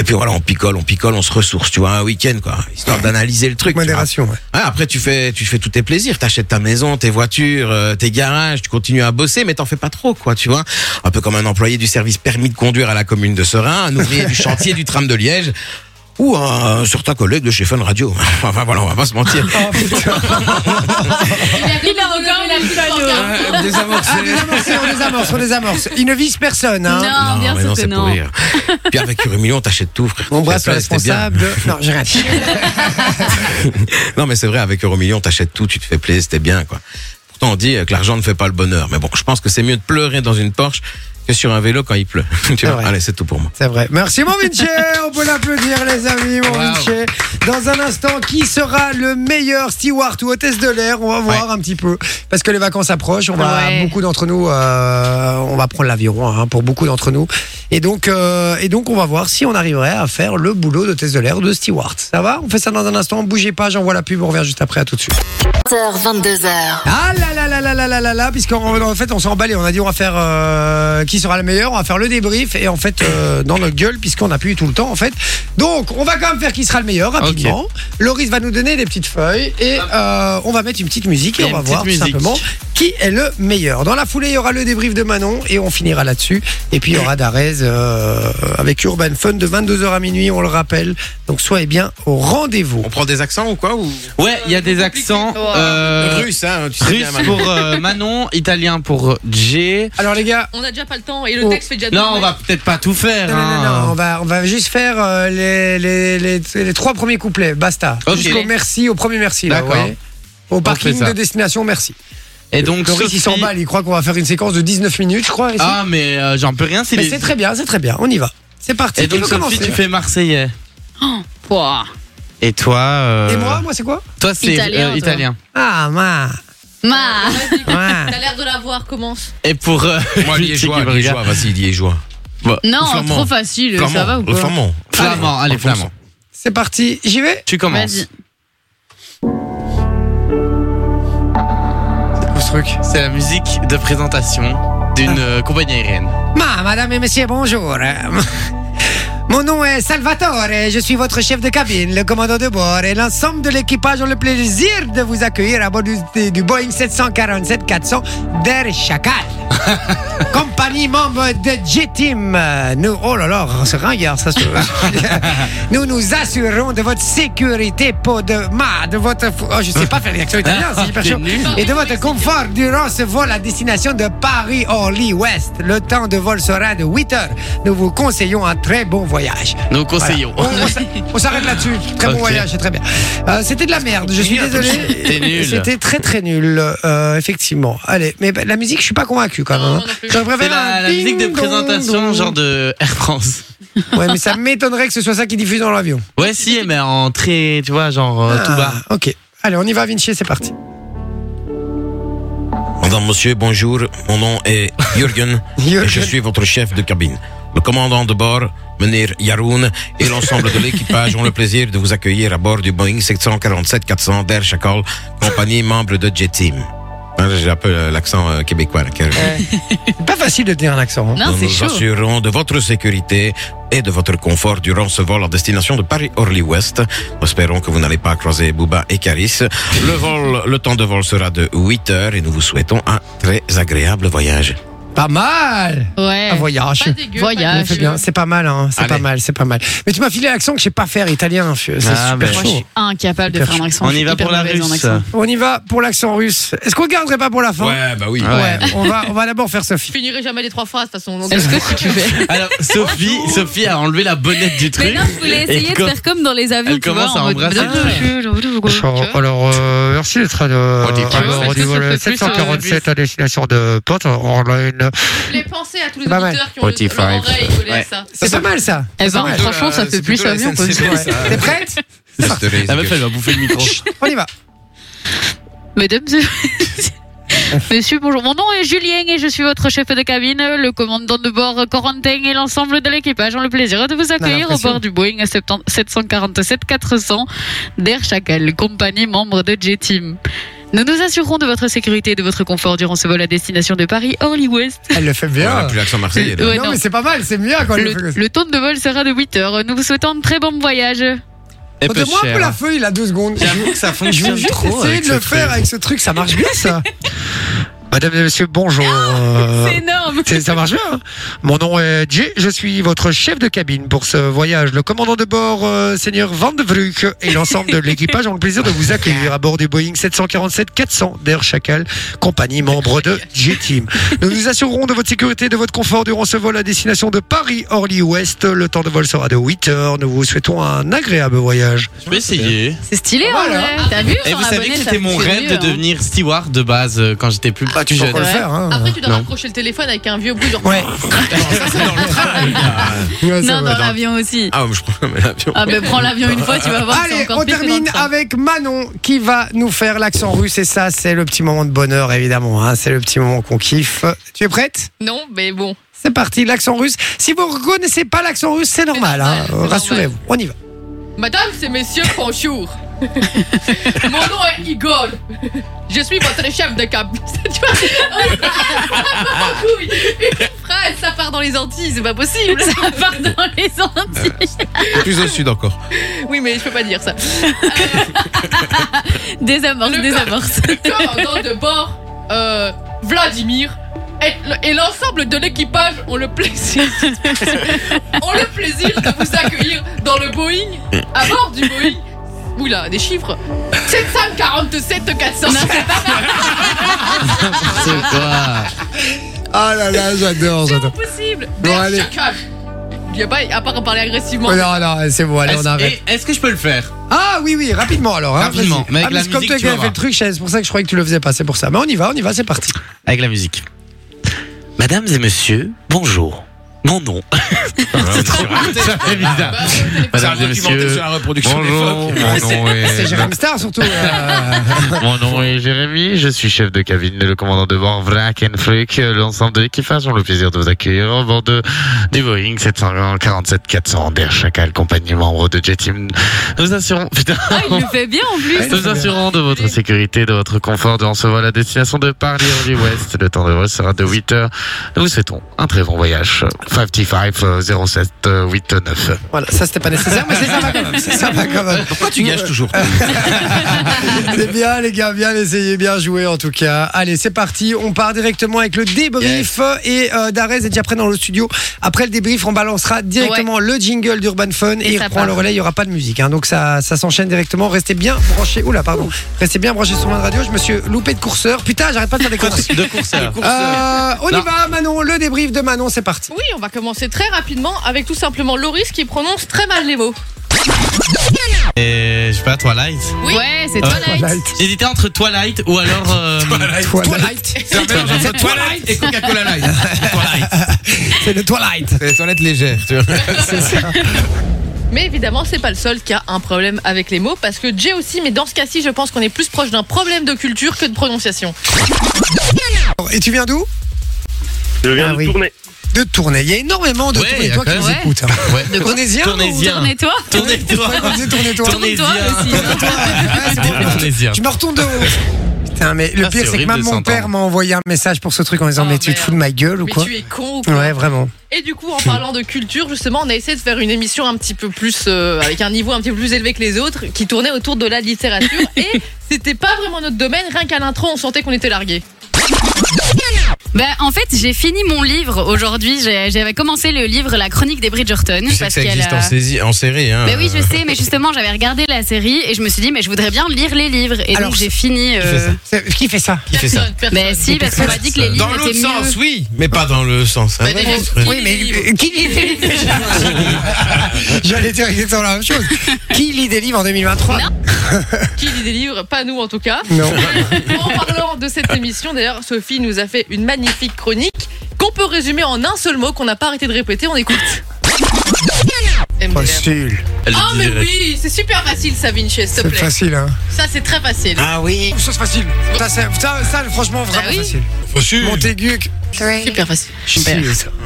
[SPEAKER 4] et puis voilà, on picole, on picole, on se ressource, tu vois, un week-end, quoi, histoire d'analyser le truc. Modération, ouais. Après, tu fais, tu fais tous tes plaisirs, t'achètes ta maison, tes voitures, euh, tes garages, tu continues à bosser, mais t'en fais pas trop, quoi, tu vois. Un peu comme un employé du service permis de conduire à la commune de Serein, un ouvrier du chantier du tram de Liège. Ou un certain collègue de chez Fun Radio. Enfin voilà, on va pas se mentir.
[SPEAKER 10] Il a encore eu la petite pancarte.
[SPEAKER 4] Ah, désamorcé.
[SPEAKER 3] Ah, désamorcé, on désamorce, on désamorce. Il ne vise personne. Hein.
[SPEAKER 4] Non, Non, bien mais sûr non, que c'est pour non. rire. Puis avec un million, t'achètes tout, frère.
[SPEAKER 3] On brasse le
[SPEAKER 4] C'était bien.
[SPEAKER 3] responsable. de- Non, j'ai rien dit.
[SPEAKER 4] non, mais c'est vrai, avec Euromillion, t'achètes tout, tu te fais plaisir, c'était bien, quoi. Pourtant, on dit euh, que l'argent ne fait pas le bonheur. Mais bon, je pense que c'est mieux de pleurer dans une Porsche que sur un vélo quand il pleut. tu vois, allez, c'est tout pour moi.
[SPEAKER 3] C'est vrai. Merci mon Vinci, on peut l'applaudir les amis, mon Vinci. Dans un instant, qui sera le meilleur steward ou hôtesse de l'air On va voir un petit peu. Parce que les vacances approchent, on va
[SPEAKER 15] Ouais.
[SPEAKER 3] beaucoup d'entre nous, euh, on va prendre l'avion hein, pour beaucoup d'entre nous. Et donc, euh, et donc, on va voir si on arriverait à faire le boulot d'hôtesse de l'air de steward. Ça va On fait ça dans un instant, bougez pas, j'envoie la pub, on revient juste après, à tout de suite.
[SPEAKER 1] 20h, 22h.
[SPEAKER 3] Ah là là là là là là là là, puisqu'en en fait on s'est emballé, on a dit on va faire euh, qui sera le meilleur, on va faire le débrief et en fait euh, dans notre gueule puisqu'on a plus eu tout le temps en fait. Donc on va quand même faire qui sera le meilleur rapidement. Loris va nous donner des petites feuilles et euh, on va mettre une petite musique et,
[SPEAKER 7] Et
[SPEAKER 3] on va
[SPEAKER 7] une petite
[SPEAKER 3] voir tout
[SPEAKER 7] musique.
[SPEAKER 3] simplement qui est le meilleur. Dans la foulée il y aura le débrief de Manon et on finira là-dessus. Et puis il y aura Darez euh, avec Urban Fun de 22h à minuit, on le rappelle. Donc soyez bien au rendez-vous.
[SPEAKER 4] On prend des accents ou quoi ou...
[SPEAKER 7] Ouais, il y a des accents. euh,
[SPEAKER 4] Russe, hein, tu sais
[SPEAKER 7] russe
[SPEAKER 4] bien, Manon.
[SPEAKER 7] pour euh, Manon, italien pour J.
[SPEAKER 3] Alors les gars, oh.
[SPEAKER 5] On a déjà pas le temps et
[SPEAKER 6] Oh.
[SPEAKER 5] le texte fait déjà
[SPEAKER 7] là,
[SPEAKER 5] deux
[SPEAKER 7] on va peut-être pas tout faire. hein.
[SPEAKER 3] Non, non, non, non, on va, on va juste faire euh, les, les, les, les trois premiers couplets, basta.
[SPEAKER 7] Ok.
[SPEAKER 3] Jusqu'au merci, au premier merci, là, vous
[SPEAKER 7] D'accord.
[SPEAKER 3] voyez. Au
[SPEAKER 7] On
[SPEAKER 3] parking
[SPEAKER 7] fait ça.
[SPEAKER 3] de destination, merci.
[SPEAKER 7] Et donc,
[SPEAKER 3] Doris, il
[SPEAKER 7] Sophie-
[SPEAKER 3] s'emballe, il croit qu'on va faire une séquence de 19 minutes, je crois. ici.
[SPEAKER 7] Ah, mais euh, j'en peux rien. C'est
[SPEAKER 3] Mais
[SPEAKER 7] les-
[SPEAKER 3] c'est très bien, c'est très bien, on y va. C'est parti,
[SPEAKER 7] Et
[SPEAKER 3] tu
[SPEAKER 7] donc,
[SPEAKER 3] veux
[SPEAKER 7] Sophie,
[SPEAKER 3] commencer
[SPEAKER 7] tu fais Marseillais.
[SPEAKER 6] Oh, pouah.
[SPEAKER 7] Et toi euh,
[SPEAKER 3] Et moi, moi, c'est quoi
[SPEAKER 7] Toi, c'est euh,
[SPEAKER 6] Italien,
[SPEAKER 7] italien.
[SPEAKER 6] toi.
[SPEAKER 3] Ah, ma.
[SPEAKER 6] Ma.
[SPEAKER 5] T'as l'air de la voir, commence.
[SPEAKER 7] Et pour. euh,
[SPEAKER 4] Moi,
[SPEAKER 7] Lucie
[SPEAKER 4] liégeois,
[SPEAKER 7] Gabriel.
[SPEAKER 4] liégeois, vas-y, liégeois.
[SPEAKER 6] Non,
[SPEAKER 7] Flamand.
[SPEAKER 6] trop facile, ça va ou quoi
[SPEAKER 4] Flamand.
[SPEAKER 7] Flamand, allez,
[SPEAKER 4] on
[SPEAKER 7] flamand.
[SPEAKER 3] C'est parti, j'y vais
[SPEAKER 7] Tu commences.
[SPEAKER 3] Tout ce truc.
[SPEAKER 7] C'est la musique de présentation d'une euh, compagnie aérienne.
[SPEAKER 3] Ma, madame et oh, monsieur, bonjour. Mon nom est Salvatore, je suis votre chef de cabine, le commandant de bord et l'ensemble de l'équipage ont le plaisir de vous accueillir à bord du, du Boeing 747-400 d'Air Chacal. Compagnie membre de G-Team. Euh, Nous, oh là là, c'est ringard ça. ce- nous nous assurons de votre sécurité pour de, ma, de votre. Oh, je sais pas faire l'action italienne, c'est hyper
[SPEAKER 15] T'es
[SPEAKER 3] chaud.
[SPEAKER 15] nul.
[SPEAKER 3] Et de votre confort durant ce vol à destination de Paris-Orly-Ouest. Le temps de vol sera de 8 heures. Nous vous conseillons un très bon voyage.
[SPEAKER 7] Nous conseillons.
[SPEAKER 3] Voilà. On- on s'a- On s'arrête là-dessus. Très
[SPEAKER 7] Ok.
[SPEAKER 3] bon voyage, c'est très bien. Euh, C'était de la merde, je suis
[SPEAKER 7] T'es
[SPEAKER 3] désolé.
[SPEAKER 7] nul.
[SPEAKER 3] C'était très très nul, euh, effectivement. Allez, mais bah, la musique, je suis pas convaincu quand même. hein. J'aurais
[SPEAKER 7] C'est
[SPEAKER 3] préféré
[SPEAKER 7] la,
[SPEAKER 3] un
[SPEAKER 7] la musique de
[SPEAKER 3] ding-dong.
[SPEAKER 7] présentation, genre de Air France.
[SPEAKER 3] Ouais, mais ça m'étonnerait que ce soit ça qui diffuse dans l'avion.
[SPEAKER 7] Ouais, si, mais en très, tu vois, genre euh, tout bas.
[SPEAKER 3] Ah, Ok. Allez, on y va, Vinci, c'est parti.
[SPEAKER 4] Madame, monsieur, bonjour. Mon nom est Jürgen. et je suis votre chef de cabine. Le commandant de bord, Menir Yaroun, et l'ensemble de l'équipage ont le plaisir de vous accueillir à bord du Boeing 747-400 d'Air Chacal, compagnie membre de J-Team. Hein, J'ai un peu euh, l'accent euh, québécois. là, qui arrive.
[SPEAKER 3] C'est pas facile de tenir un accent. hein.
[SPEAKER 4] nous nous assurons de votre sécurité et de votre confort durant ce vol à destination de Paris-Orly-Ouest. Nous espérons que vous n'allez pas croiser Bouba et Caris. Le, vol, le temps de vol sera de 8 heures et nous vous souhaitons un très agréable voyage.
[SPEAKER 3] Pas mal.
[SPEAKER 5] Ouais.
[SPEAKER 3] Un voyage.
[SPEAKER 5] Voyage.
[SPEAKER 3] On fait bien. C'est pas mal, hein. C'est
[SPEAKER 4] Allez.
[SPEAKER 3] pas mal, c'est pas mal. Mais tu m'as filé l'accent que je sais pas faire italien. C'est
[SPEAKER 7] Ah,
[SPEAKER 3] super
[SPEAKER 7] ben,
[SPEAKER 3] chaud.
[SPEAKER 7] moi, je suis
[SPEAKER 6] Incapable de
[SPEAKER 3] Hyper
[SPEAKER 6] faire un
[SPEAKER 3] chaud.
[SPEAKER 6] accent. je suis hyper mauvaise en accent.
[SPEAKER 3] On y va pour l'accent russe. Est-ce qu'on garderait pas pour la fin
[SPEAKER 4] Ouais, bah oui.
[SPEAKER 3] Ouais, on va, on va d'abord faire Sophie.
[SPEAKER 5] Je finirai jamais les trois phrases, de toute façon. donc, Est-ce que si tu fais
[SPEAKER 7] Alors, Sophie, Sophie a enlevé la bonnette du truc.
[SPEAKER 6] Oh. Mais non, je voulais
[SPEAKER 7] Et
[SPEAKER 6] essayer de
[SPEAKER 7] quand-
[SPEAKER 6] faire comme dans les avions.
[SPEAKER 7] Elle
[SPEAKER 6] tu
[SPEAKER 7] commence
[SPEAKER 6] vois,
[SPEAKER 7] à
[SPEAKER 6] en mode-
[SPEAKER 7] embrasser.
[SPEAKER 16] Alors, euh, merci d'être à, euh,
[SPEAKER 4] Oh,
[SPEAKER 16] à bord du
[SPEAKER 4] hein,
[SPEAKER 16] vol
[SPEAKER 5] Spotify.
[SPEAKER 16] 747 à destination de Porte Online.
[SPEAKER 5] Les pensées à tous les
[SPEAKER 16] Pas mal.
[SPEAKER 5] auditeurs qui ont le leur
[SPEAKER 16] Spotify.
[SPEAKER 5] oreille collée à
[SPEAKER 16] Ouais.
[SPEAKER 5] ça.
[SPEAKER 3] C'est pas mal ça.
[SPEAKER 5] Eh
[SPEAKER 3] C'est
[SPEAKER 5] ben,
[SPEAKER 3] pas mal.
[SPEAKER 5] franchement, ça fait plus avion, quoi.
[SPEAKER 3] T'es prête
[SPEAKER 7] La meuf, elle va bouffer le micro.
[SPEAKER 3] On y va.
[SPEAKER 17] Mesdames et- Messieurs, bonjour. Mon nom est Julien et je suis votre chef de cabine, le commandant de bord Corentin et l'ensemble de l'équipage ont le plaisir de vous accueillir au
[SPEAKER 6] l'impression.
[SPEAKER 17] bord du Boeing 70- 747-400 d'Air Chacal, compagnie membre de J-Team. Nous nous assurons de votre sécurité et de votre confort durant ce vol à destination de Paris, Orly-Ouest.
[SPEAKER 3] Elle le fait bien.
[SPEAKER 4] On a plus l'accent marseillais. là.
[SPEAKER 17] Ouais,
[SPEAKER 3] non,
[SPEAKER 17] non.
[SPEAKER 3] mais c'est pas mal, c'est bien quand
[SPEAKER 17] Le,
[SPEAKER 3] il fait comme ça.
[SPEAKER 17] le temps de vol sera de 8 heures. Nous vous souhaitons un très bon voyage.
[SPEAKER 6] Eh,
[SPEAKER 7] Et peu
[SPEAKER 3] Donnez-moi un
[SPEAKER 7] cher.
[SPEAKER 6] hein.
[SPEAKER 3] peu la feuille, là, deux secondes.
[SPEAKER 7] J'avoue que ça
[SPEAKER 3] Je
[SPEAKER 7] fonctionne
[SPEAKER 3] vais juste
[SPEAKER 7] trop
[SPEAKER 3] essayer
[SPEAKER 7] avec
[SPEAKER 3] de le
[SPEAKER 7] ce
[SPEAKER 3] faire
[SPEAKER 7] truc.
[SPEAKER 3] avec ce truc, ça marche bien, ça. Ah,
[SPEAKER 16] Madame et messieurs, bonjour. Euh,
[SPEAKER 6] C'est énorme.
[SPEAKER 16] c'est- Ça marche bien. hein Mon nom est Jay, je suis votre chef de cabine pour ce voyage. Le commandant de bord, euh, Seigneur Van de Vruck, et l'ensemble de l'équipage ont le plaisir de vous accueillir à bord du Boeing 747-400 d'Air Chacal, compagnie membre de J-Team. Nous nous assurerons de votre sécurité et de votre confort durant ce vol à destination de Paris-Orly-Ouest. Le temps de vol sera de 8 heures. Nous vous souhaitons un agréable voyage.
[SPEAKER 7] Je vais essayer.
[SPEAKER 6] C'est stylé, en vrai.
[SPEAKER 3] hein.
[SPEAKER 6] T'as vu
[SPEAKER 7] Et
[SPEAKER 6] sans
[SPEAKER 7] vous
[SPEAKER 6] la
[SPEAKER 7] savez que
[SPEAKER 6] bonnette,
[SPEAKER 7] c'était
[SPEAKER 6] ça
[SPEAKER 7] mon
[SPEAKER 6] fait
[SPEAKER 7] rêve
[SPEAKER 6] mieux,
[SPEAKER 7] de
[SPEAKER 6] hein.
[SPEAKER 7] devenir steward de base euh, quand j'étais plus jeune.
[SPEAKER 3] tu sais encore le faire, hein.
[SPEAKER 5] Après, tu dois
[SPEAKER 7] Non.
[SPEAKER 5] raccrocher le téléphone avec un vieux bruit genre.
[SPEAKER 3] Ouais.
[SPEAKER 6] Non, dans l'avion aussi.
[SPEAKER 4] Ah, mais je prends mais l'avion.
[SPEAKER 6] Ah, mais prends l'avion une fois, tu vas voir, c'est
[SPEAKER 3] Allez,
[SPEAKER 6] encore
[SPEAKER 3] on
[SPEAKER 6] pire que dans le
[SPEAKER 3] termine
[SPEAKER 6] train.
[SPEAKER 3] avec Manon qui va nous faire l'accent russe. Et ça, c'est le petit moment de bonheur, évidemment. hein. C'est le petit moment qu'on kiffe. Ah, Tu es prête
[SPEAKER 5] Non, mais bon.
[SPEAKER 3] C'est parti, l'accent russe. Si vous reconnaissez pas l'accent russe, c'est normal. hein. Rassurez-vous, on y va.
[SPEAKER 5] Madame, c'est messieurs, bonjour. Mon nom est Igor. Je suis votre chef de cabine. tu vois Oh, Une phrase, ça part dans les Antilles, c'est pas possible. Ça part dans les Antilles.
[SPEAKER 4] Plus au sud encore.
[SPEAKER 5] Oui, mais je peux pas dire ça.
[SPEAKER 6] Désamorce, désamorce.
[SPEAKER 5] Le commandant de bord, euh, Vladimir, et, le- et l'ensemble de l'équipage ont le plaisir, ont le plaisir de vous accueillir dans le Boeing, à bord du Boeing. Oula, des chiffres 747 400
[SPEAKER 7] C'est quoi
[SPEAKER 3] Ah là là, j'adore, j'adore.
[SPEAKER 5] Impossible
[SPEAKER 3] Bon,
[SPEAKER 5] Merde,
[SPEAKER 3] allez.
[SPEAKER 5] chacal. Il y a pas, à part en parler agressivement.
[SPEAKER 3] Oh, non, non, c'est bon, allez, on
[SPEAKER 7] Est-ce-
[SPEAKER 3] arrête.
[SPEAKER 7] et- Est-ce que je peux le faire
[SPEAKER 3] Ah oui, oui, rapidement alors. hein,
[SPEAKER 7] Rapidement,
[SPEAKER 3] vas-y.
[SPEAKER 7] mais avec
[SPEAKER 3] Ah,
[SPEAKER 7] la
[SPEAKER 3] c'est comme
[SPEAKER 7] musique,
[SPEAKER 3] toi
[SPEAKER 7] tu
[SPEAKER 3] qui
[SPEAKER 7] vas
[SPEAKER 3] avais fait
[SPEAKER 7] voir.
[SPEAKER 3] le truc, c'est pour ça que je croyais que tu le faisais pas, c'est pour ça. Mais on y va, on y va, c'est parti.
[SPEAKER 7] Avec la musique. Mesdames et messieurs, bonjour. Mon nom. C'est trop évident. Mesdames et messieurs, bonjour. Mon nom
[SPEAKER 3] C'est
[SPEAKER 7] est.
[SPEAKER 3] Jérôme Star surtout. euh.
[SPEAKER 16] Mon nom est Jérémy, je suis chef de cabine, le commandant de bord Vrakenfluk. L'ensemble de l'équipage ont le plaisir de vous accueillir à bord de, du Boeing 747-400 d'Air Chacal, compagnie membre de J-Team. Nous assurons, putain.
[SPEAKER 6] Ah, il le fait bien en plus.
[SPEAKER 16] Nous assurons de votre sécurité, de votre confort durant ce vol à destination de Paris Orly Ouest. Le temps de vol sera de 8 heures. Nous vous souhaitons un très bon voyage. euh,
[SPEAKER 7] 55 07 89.
[SPEAKER 3] Voilà, ça c'était pas nécessaire, Ah, mais c'est sympa quand même. C'est sympa quand même.
[SPEAKER 4] Pourquoi tu gâches toujours
[SPEAKER 3] C'est bien, les gars, bien essayé, bien joué en tout cas. Allez, c'est parti. On part directement avec le débrief. Et euh, Darès est déjà prêt dans le studio. Après le débrief, on balancera directement le jingle d'Urban Fun et,
[SPEAKER 17] Et
[SPEAKER 3] il
[SPEAKER 17] ça
[SPEAKER 3] reprend le
[SPEAKER 17] part.
[SPEAKER 3] relais. Il n'y aura pas de musique. hein. donc ça, ça s'enchaîne directement. Restez bien branchés. Oula, pardon. Restez bien branchés sur de radio. Je me suis loupé de courseur. Putain, j'arrête pas Ah, de faire des courses.
[SPEAKER 7] De Ah, courseur.
[SPEAKER 3] Euh, on
[SPEAKER 7] Non.
[SPEAKER 3] y va, Manon. Le débrief de Manon, c'est parti.
[SPEAKER 5] Oui, on va commencer très rapidement avec tout simplement Loris qui prononce très mal les mots.
[SPEAKER 7] Et je sais pas, Twilight.
[SPEAKER 5] Oui. Ouais, c'est
[SPEAKER 3] Ah,
[SPEAKER 7] Euh, J'hésitais entre Twilight ou alors. euh, Twilight. C'est un mélange entre Twilight et Coca-Cola Light.
[SPEAKER 3] C'est le Twilight.
[SPEAKER 4] C'est les toilettes légères, tu vois.
[SPEAKER 5] Mais évidemment, c'est pas le seul qui a un problème avec les mots parce que Jay aussi, mais dans ce cas-ci, je pense qu'on est plus proche d'un problème de culture que de prononciation.
[SPEAKER 3] Et tu viens d'où
[SPEAKER 12] Je viens de tourner.
[SPEAKER 3] De tourner. Il y a énormément de
[SPEAKER 7] Ah Ouais,
[SPEAKER 3] tourner
[SPEAKER 7] il y a
[SPEAKER 3] toi qui
[SPEAKER 7] quand
[SPEAKER 3] nous
[SPEAKER 7] même-
[SPEAKER 3] écoutent. hein.
[SPEAKER 7] Ouais.
[SPEAKER 3] De Tournaisien
[SPEAKER 7] Tournaisien.
[SPEAKER 6] Tournez-toi.
[SPEAKER 7] Tournez-toi.
[SPEAKER 3] Tournez-toi.
[SPEAKER 7] Tournez-toi aussi. Tournez-toi.
[SPEAKER 3] Tu me retournes de haut. Putain, mais le
[SPEAKER 7] Ah,
[SPEAKER 3] pire,
[SPEAKER 7] c'est
[SPEAKER 3] c'est que
[SPEAKER 7] horrible
[SPEAKER 3] même
[SPEAKER 7] de
[SPEAKER 3] mon
[SPEAKER 7] s'entendre.
[SPEAKER 3] père m'a envoyé un message pour ce truc en disant
[SPEAKER 5] Oh,
[SPEAKER 3] Mais tu te
[SPEAKER 5] merde.
[SPEAKER 3] fous de ma gueule ou
[SPEAKER 5] Mais
[SPEAKER 3] quoi
[SPEAKER 5] tu es con ou quoi
[SPEAKER 3] Ouais, vraiment.
[SPEAKER 5] Et du coup, en parlant de culture, justement, on a essayé de faire une émission un petit peu plus, euh, avec un niveau un petit peu plus élevé que les autres, qui tournait autour de la littérature. et c'était pas vraiment notre domaine, rien qu'à l'intro, on sentait qu'on était largués.
[SPEAKER 6] Bah, en fait, j'ai fini mon livre aujourd'hui. J'ai- J'avais commencé le livre La chronique des Bridgerton.
[SPEAKER 4] Tu sais que
[SPEAKER 6] parce
[SPEAKER 4] ça
[SPEAKER 6] qu'elle
[SPEAKER 4] existe
[SPEAKER 6] a-
[SPEAKER 4] en, saisie- en série. Hein.
[SPEAKER 6] Bah oui, je sais, mais justement, j'avais regardé la série et je me suis dit, mais je voudrais bien lire les livres. Et
[SPEAKER 3] Alors,
[SPEAKER 6] donc, j'ai fini.
[SPEAKER 4] fait ça
[SPEAKER 3] C'est- Qui fait ça
[SPEAKER 4] Qui fait ça
[SPEAKER 6] Mais Eh si, parce qu'on m'a dit que les livres
[SPEAKER 4] Dans l'autre
[SPEAKER 6] étaient
[SPEAKER 4] sens,
[SPEAKER 6] mieux.
[SPEAKER 4] oui, mais pas dans le
[SPEAKER 7] Ah
[SPEAKER 4] sens. hein.
[SPEAKER 5] Mais déjà,
[SPEAKER 3] Bah, Oui, mais euh, qui lit des livres déjà J'allais dire exactement la même chose. Qui lit des livres en 2023
[SPEAKER 5] Qui lit des livres Pas nous, en tout cas.
[SPEAKER 3] Non.
[SPEAKER 5] En parlant de cette émission, d'ailleurs, Sophie nous a fait une magnifique chronique qu'on peut résumer en un seul mot qu'on n'a pas arrêté de répéter. On écoute. MDR.
[SPEAKER 3] Facile.
[SPEAKER 6] Oh,
[SPEAKER 5] Ah, mais oui, c'est super facile, Savine, s'il te
[SPEAKER 3] C'est
[SPEAKER 5] plaît.
[SPEAKER 3] facile, hein. Oh,
[SPEAKER 5] Ça, c'est très facile. Ah
[SPEAKER 4] Ah oui.
[SPEAKER 3] Ça, c'est facile. Ça, c'est- ça, ça, franchement, vraiment
[SPEAKER 5] oui.
[SPEAKER 3] facile. Montaigu.
[SPEAKER 5] Super facile.
[SPEAKER 3] Si, ça,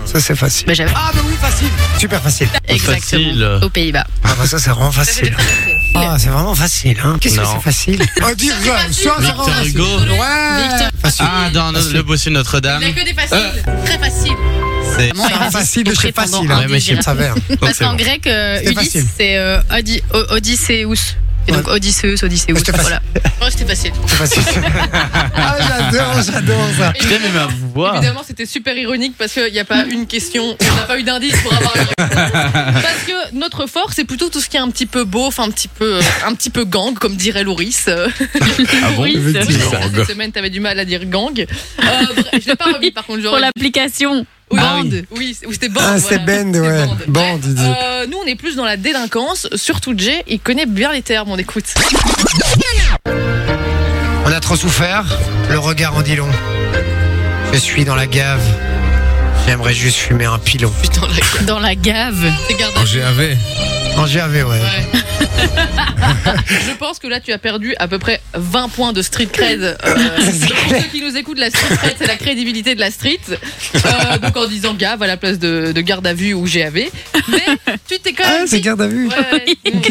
[SPEAKER 3] ça, c'est facile.
[SPEAKER 6] Bah, j'avais-
[SPEAKER 3] Ah, bah oui, facile. Super facile.
[SPEAKER 5] Exactement.
[SPEAKER 7] Facile.
[SPEAKER 6] Aux Pays-Bas.
[SPEAKER 3] Ah, bah ça, c'est vraiment
[SPEAKER 5] Ça, c'était
[SPEAKER 3] facile.
[SPEAKER 5] très facile.
[SPEAKER 3] Ah, c'est vraiment facile, hein. Qu'est-ce que
[SPEAKER 7] Non.
[SPEAKER 3] c'est facile Ah, dire
[SPEAKER 5] c'est
[SPEAKER 3] ça,
[SPEAKER 5] facile.
[SPEAKER 3] ça, c'est
[SPEAKER 7] Victor
[SPEAKER 3] vraiment facile.
[SPEAKER 7] Hugo.
[SPEAKER 3] Ouais. Facile.
[SPEAKER 7] Ah, dans le, le bossu Notre-Dame. Euh,
[SPEAKER 5] Il n'y a que des faciles.
[SPEAKER 4] Euh.
[SPEAKER 5] Très facile.
[SPEAKER 7] C'est.
[SPEAKER 6] Vraiment,
[SPEAKER 3] Ah,
[SPEAKER 6] Eurydice,
[SPEAKER 3] facile de
[SPEAKER 6] compris
[SPEAKER 3] chez facile,
[SPEAKER 6] pendant
[SPEAKER 7] hein.
[SPEAKER 6] un
[SPEAKER 7] Ouais, mais je sais
[SPEAKER 6] désir.
[SPEAKER 3] Ça va. hein.
[SPEAKER 7] Donc,
[SPEAKER 6] Parce
[SPEAKER 7] c'est
[SPEAKER 6] qu'en
[SPEAKER 7] bon.
[SPEAKER 6] grec, euh,
[SPEAKER 3] C'était
[SPEAKER 6] Ulysse,
[SPEAKER 3] facile.
[SPEAKER 6] c'est euh, Odi- O- Odysseus. Et donc Odysseus, Odysseus.
[SPEAKER 3] Bah, C'était facile.
[SPEAKER 6] Voilà.
[SPEAKER 5] Ouais, c'était facile.
[SPEAKER 3] C'est facile. ah, j'adore, j'adore ça.
[SPEAKER 7] Je t'aime, mais ma voix.
[SPEAKER 5] Évidemment, c'était super ironique parce qu'il n'y a pas une question, on n'a pas eu d'indice pour avoir. une réponse. parce que notre force, c'est plutôt tout ce qui est un petit peu beau, enfin un petit peu, euh, un petit peu gang, comme dirait Loris. Euh,
[SPEAKER 7] Ah bon
[SPEAKER 6] Oui, c'est
[SPEAKER 5] oui,
[SPEAKER 6] vrai.
[SPEAKER 5] cette semaine, t'avais du mal à dire gang. Euh, bref, je l'ai pas remis par contre.
[SPEAKER 6] Pour
[SPEAKER 5] j'aurais
[SPEAKER 6] l'application.
[SPEAKER 5] oui,
[SPEAKER 7] Ah oui.
[SPEAKER 5] bande. Oui, c'est- ou c'était bande.
[SPEAKER 3] Ah, c'est
[SPEAKER 5] voilà.
[SPEAKER 3] Bend,
[SPEAKER 5] C'était
[SPEAKER 3] ouais.
[SPEAKER 5] bande.
[SPEAKER 3] Band, il dit.
[SPEAKER 5] Euh, nous, on est plus dans la délinquance. Surtout Jay, il connaît bien les termes. On écoute.
[SPEAKER 3] On a trop souffert, le regard en dit long. Je suis dans la gave. J'aimerais juste fumer un pilon.
[SPEAKER 5] Putain, la
[SPEAKER 6] Dans la gave.
[SPEAKER 5] c'est garde
[SPEAKER 4] En GAV.
[SPEAKER 3] En GAV, ouais.
[SPEAKER 5] Je pense que là, tu as perdu à peu près 20 points de street cred. Euh, pour ceux qui nous écoutent, la street cred, c'est la crédibilité de la street. Euh, donc en disant gave à la place de, de garde à vue ou GAV. Mais tu t'es quand même.
[SPEAKER 3] Ah, c'est
[SPEAKER 5] vite-
[SPEAKER 3] garde à vue.
[SPEAKER 5] Ouais, ouais.
[SPEAKER 3] Ok.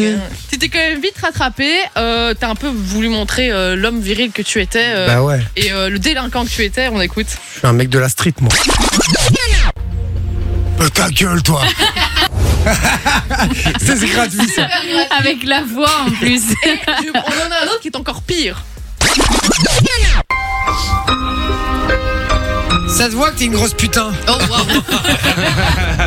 [SPEAKER 5] Tu t'es quand même vite rattrapé. Euh, T'as un peu voulu montrer euh, l'homme viril que tu étais euh,
[SPEAKER 3] Bah ouais,
[SPEAKER 5] et euh, le délinquant que tu étais. On écoute.
[SPEAKER 3] je suis un mec de la street, moi. Bah, ta gueule, toi Ça, c'est gratuit, ça.
[SPEAKER 6] Avec la voix en
[SPEAKER 5] Et
[SPEAKER 6] plus.
[SPEAKER 5] je- on en a un autre qui est encore pire.
[SPEAKER 3] Ça se voit que t'es une grosse putain.
[SPEAKER 5] Oh, wow.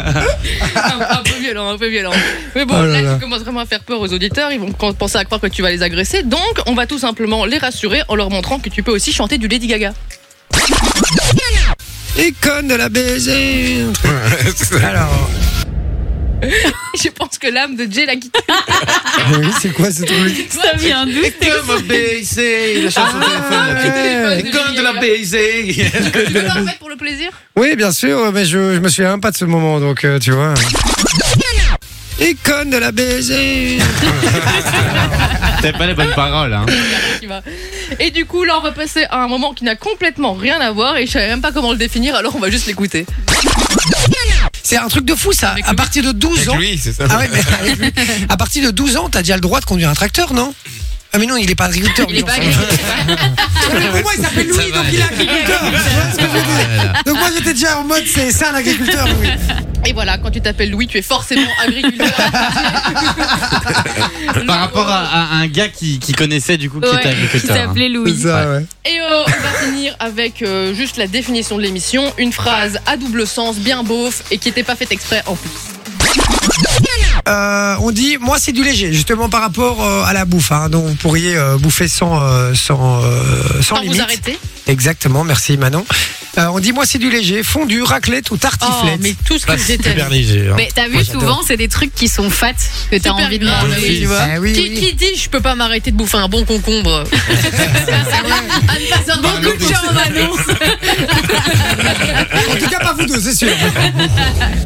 [SPEAKER 5] un, un peu violent, un peu violent. Mais bon,
[SPEAKER 3] Oh là
[SPEAKER 5] là,
[SPEAKER 3] là.
[SPEAKER 5] tu commences vraiment à faire peur aux auditeurs. Ils vont con- penser à croire que tu vas les agresser. Donc, on va tout simplement les rassurer en leur montrant que tu peux aussi chanter du Lady Gaga.
[SPEAKER 3] Icône de la baiser. Alors,
[SPEAKER 5] Je pense que l'âme de Jay l'a quitté.
[SPEAKER 3] oui, c'est quoi ce truc
[SPEAKER 6] Ça vient d'où
[SPEAKER 4] Comme un baiser. La chanson
[SPEAKER 5] Ah.
[SPEAKER 4] de téléphone. là, tu-
[SPEAKER 3] Ouais.
[SPEAKER 4] Et Comme de la baiser.
[SPEAKER 5] Tu peux le remettre pour le plaisir
[SPEAKER 3] Oui, bien sûr, euh, mais je, je me souviens même pas de ce moment, donc euh, tu vois. Icône de la baiser.
[SPEAKER 7] T'as pas les bonnes paroles, hein.
[SPEAKER 5] Tu vas. Et du coup, là, on va passer à un moment qui n'a complètement rien à voir et je savais même pas comment le définir, alors on va juste l'écouter.
[SPEAKER 3] C'est un truc de fou, ça. À partir de 12 ans.
[SPEAKER 4] Avec lui, c'est ça.
[SPEAKER 3] Ah ouais, mais avec lui. à partir de 12 ans, t'as déjà le droit de conduire un tracteur, non ah mais non, il est pas agriculteur.
[SPEAKER 6] Il est
[SPEAKER 3] lui,
[SPEAKER 6] pas
[SPEAKER 3] enfin. Ouais, mais pour moi, il s'appelle
[SPEAKER 7] Ça
[SPEAKER 3] Louis,
[SPEAKER 7] va
[SPEAKER 3] donc il est agriculteur. Tu vois ce que je veux dire donc moi, j'étais déjà en mode, c'est ça un agriculteur, Louis.
[SPEAKER 5] Et voilà, quand tu t'appelles Louis, tu es forcément agriculteur.
[SPEAKER 7] Par rapport à, à un gars qui, qui connaissait du coup qui
[SPEAKER 5] Ouais,
[SPEAKER 7] était agriculteur.
[SPEAKER 5] qui
[SPEAKER 7] hein.
[SPEAKER 5] s'appelait Louis.
[SPEAKER 16] C'est ça, ouais.
[SPEAKER 5] Et euh, on va finir avec euh, juste la définition de l'émission, une phrase à double sens, bien beauf et qui n'était pas faite exprès en plus.
[SPEAKER 3] Euh, on dit, moi c'est du léger, justement par rapport euh, à la bouffe. hein. donc vous pourriez euh, bouffer sans, euh, sans, euh, sans
[SPEAKER 5] Sans vous
[SPEAKER 3] limite.
[SPEAKER 5] arrêter.
[SPEAKER 3] Exactement, merci Manon. Euh, on dit, moi c'est du léger, fondu, raclette ou tartiflette.
[SPEAKER 5] Oh, mais tout ce que Ça, je c'est déteste. super
[SPEAKER 3] Bah, léger. hein.
[SPEAKER 6] Mais t'as vu,
[SPEAKER 3] Moi, j'adore.
[SPEAKER 6] souvent, c'est des trucs qui sont fat que t'as
[SPEAKER 5] Super
[SPEAKER 6] envie de
[SPEAKER 5] grave,
[SPEAKER 6] manger.
[SPEAKER 5] oui.
[SPEAKER 6] tu vois.
[SPEAKER 5] Eh oui, Qui- oui. qui dit je peux pas m'arrêter de bouffer un bon concombre Anne passe un bon coup de chat en Manon.
[SPEAKER 3] En tout cas, pas vous deux, c'est sûr.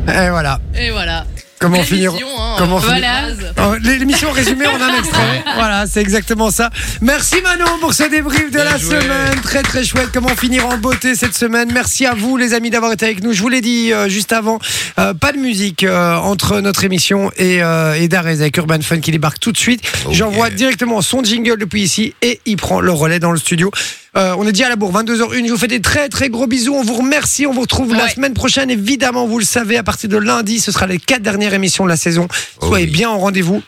[SPEAKER 3] Et voilà.
[SPEAKER 5] Et voilà.
[SPEAKER 3] Comment finir
[SPEAKER 5] hein,
[SPEAKER 3] Comment
[SPEAKER 5] voilà.
[SPEAKER 3] finir Oh, L'émission résumée en un extrait. voilà, c'est exactement ça. Merci Manon pour ce débrief de la semaine. Très très chouette. Comment finir en beauté cette semaine Merci à vous les amis d'avoir été avec nous. Je vous l'ai dit euh, juste avant, euh, pas de musique euh, entre notre émission et, euh, et Darès avec Urban Fun qui débarque tout de suite. J'envoie directement son jingle depuis ici et il prend le relais dans le studio. Euh, on est déjà à la bourre, 22h01. Je vous fais des très très gros bisous. On vous remercie. On vous retrouve la semaine prochaine. Évidemment, vous le savez, à partir de lundi, ce sera les quatre dernières émissions de la saison. Soyez bien en rendez-vous.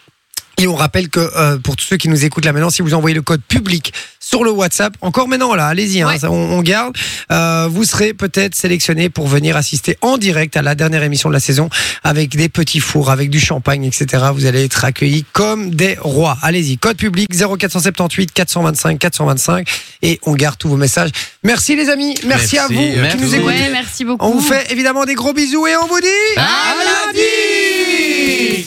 [SPEAKER 3] Et on rappelle que euh, pour tous ceux qui nous écoutent là maintenant, si vous envoyez le code public sur le WhatsApp, encore maintenant là, allez-y, hein, ça, on, on garde, euh, vous serez peut-être sélectionné pour venir assister en direct à la dernière émission de la saison avec des petits fours, avec du champagne, etc. Vous allez être accueillis comme des rois. Allez-y, code public 0478 425 425 et on garde tous vos messages. Merci les amis, merci, à vous
[SPEAKER 6] Merci.
[SPEAKER 3] qui nous écoutez.
[SPEAKER 6] Ouais, merci beaucoup.
[SPEAKER 3] On vous fait évidemment des gros bisous et on vous dit à lundi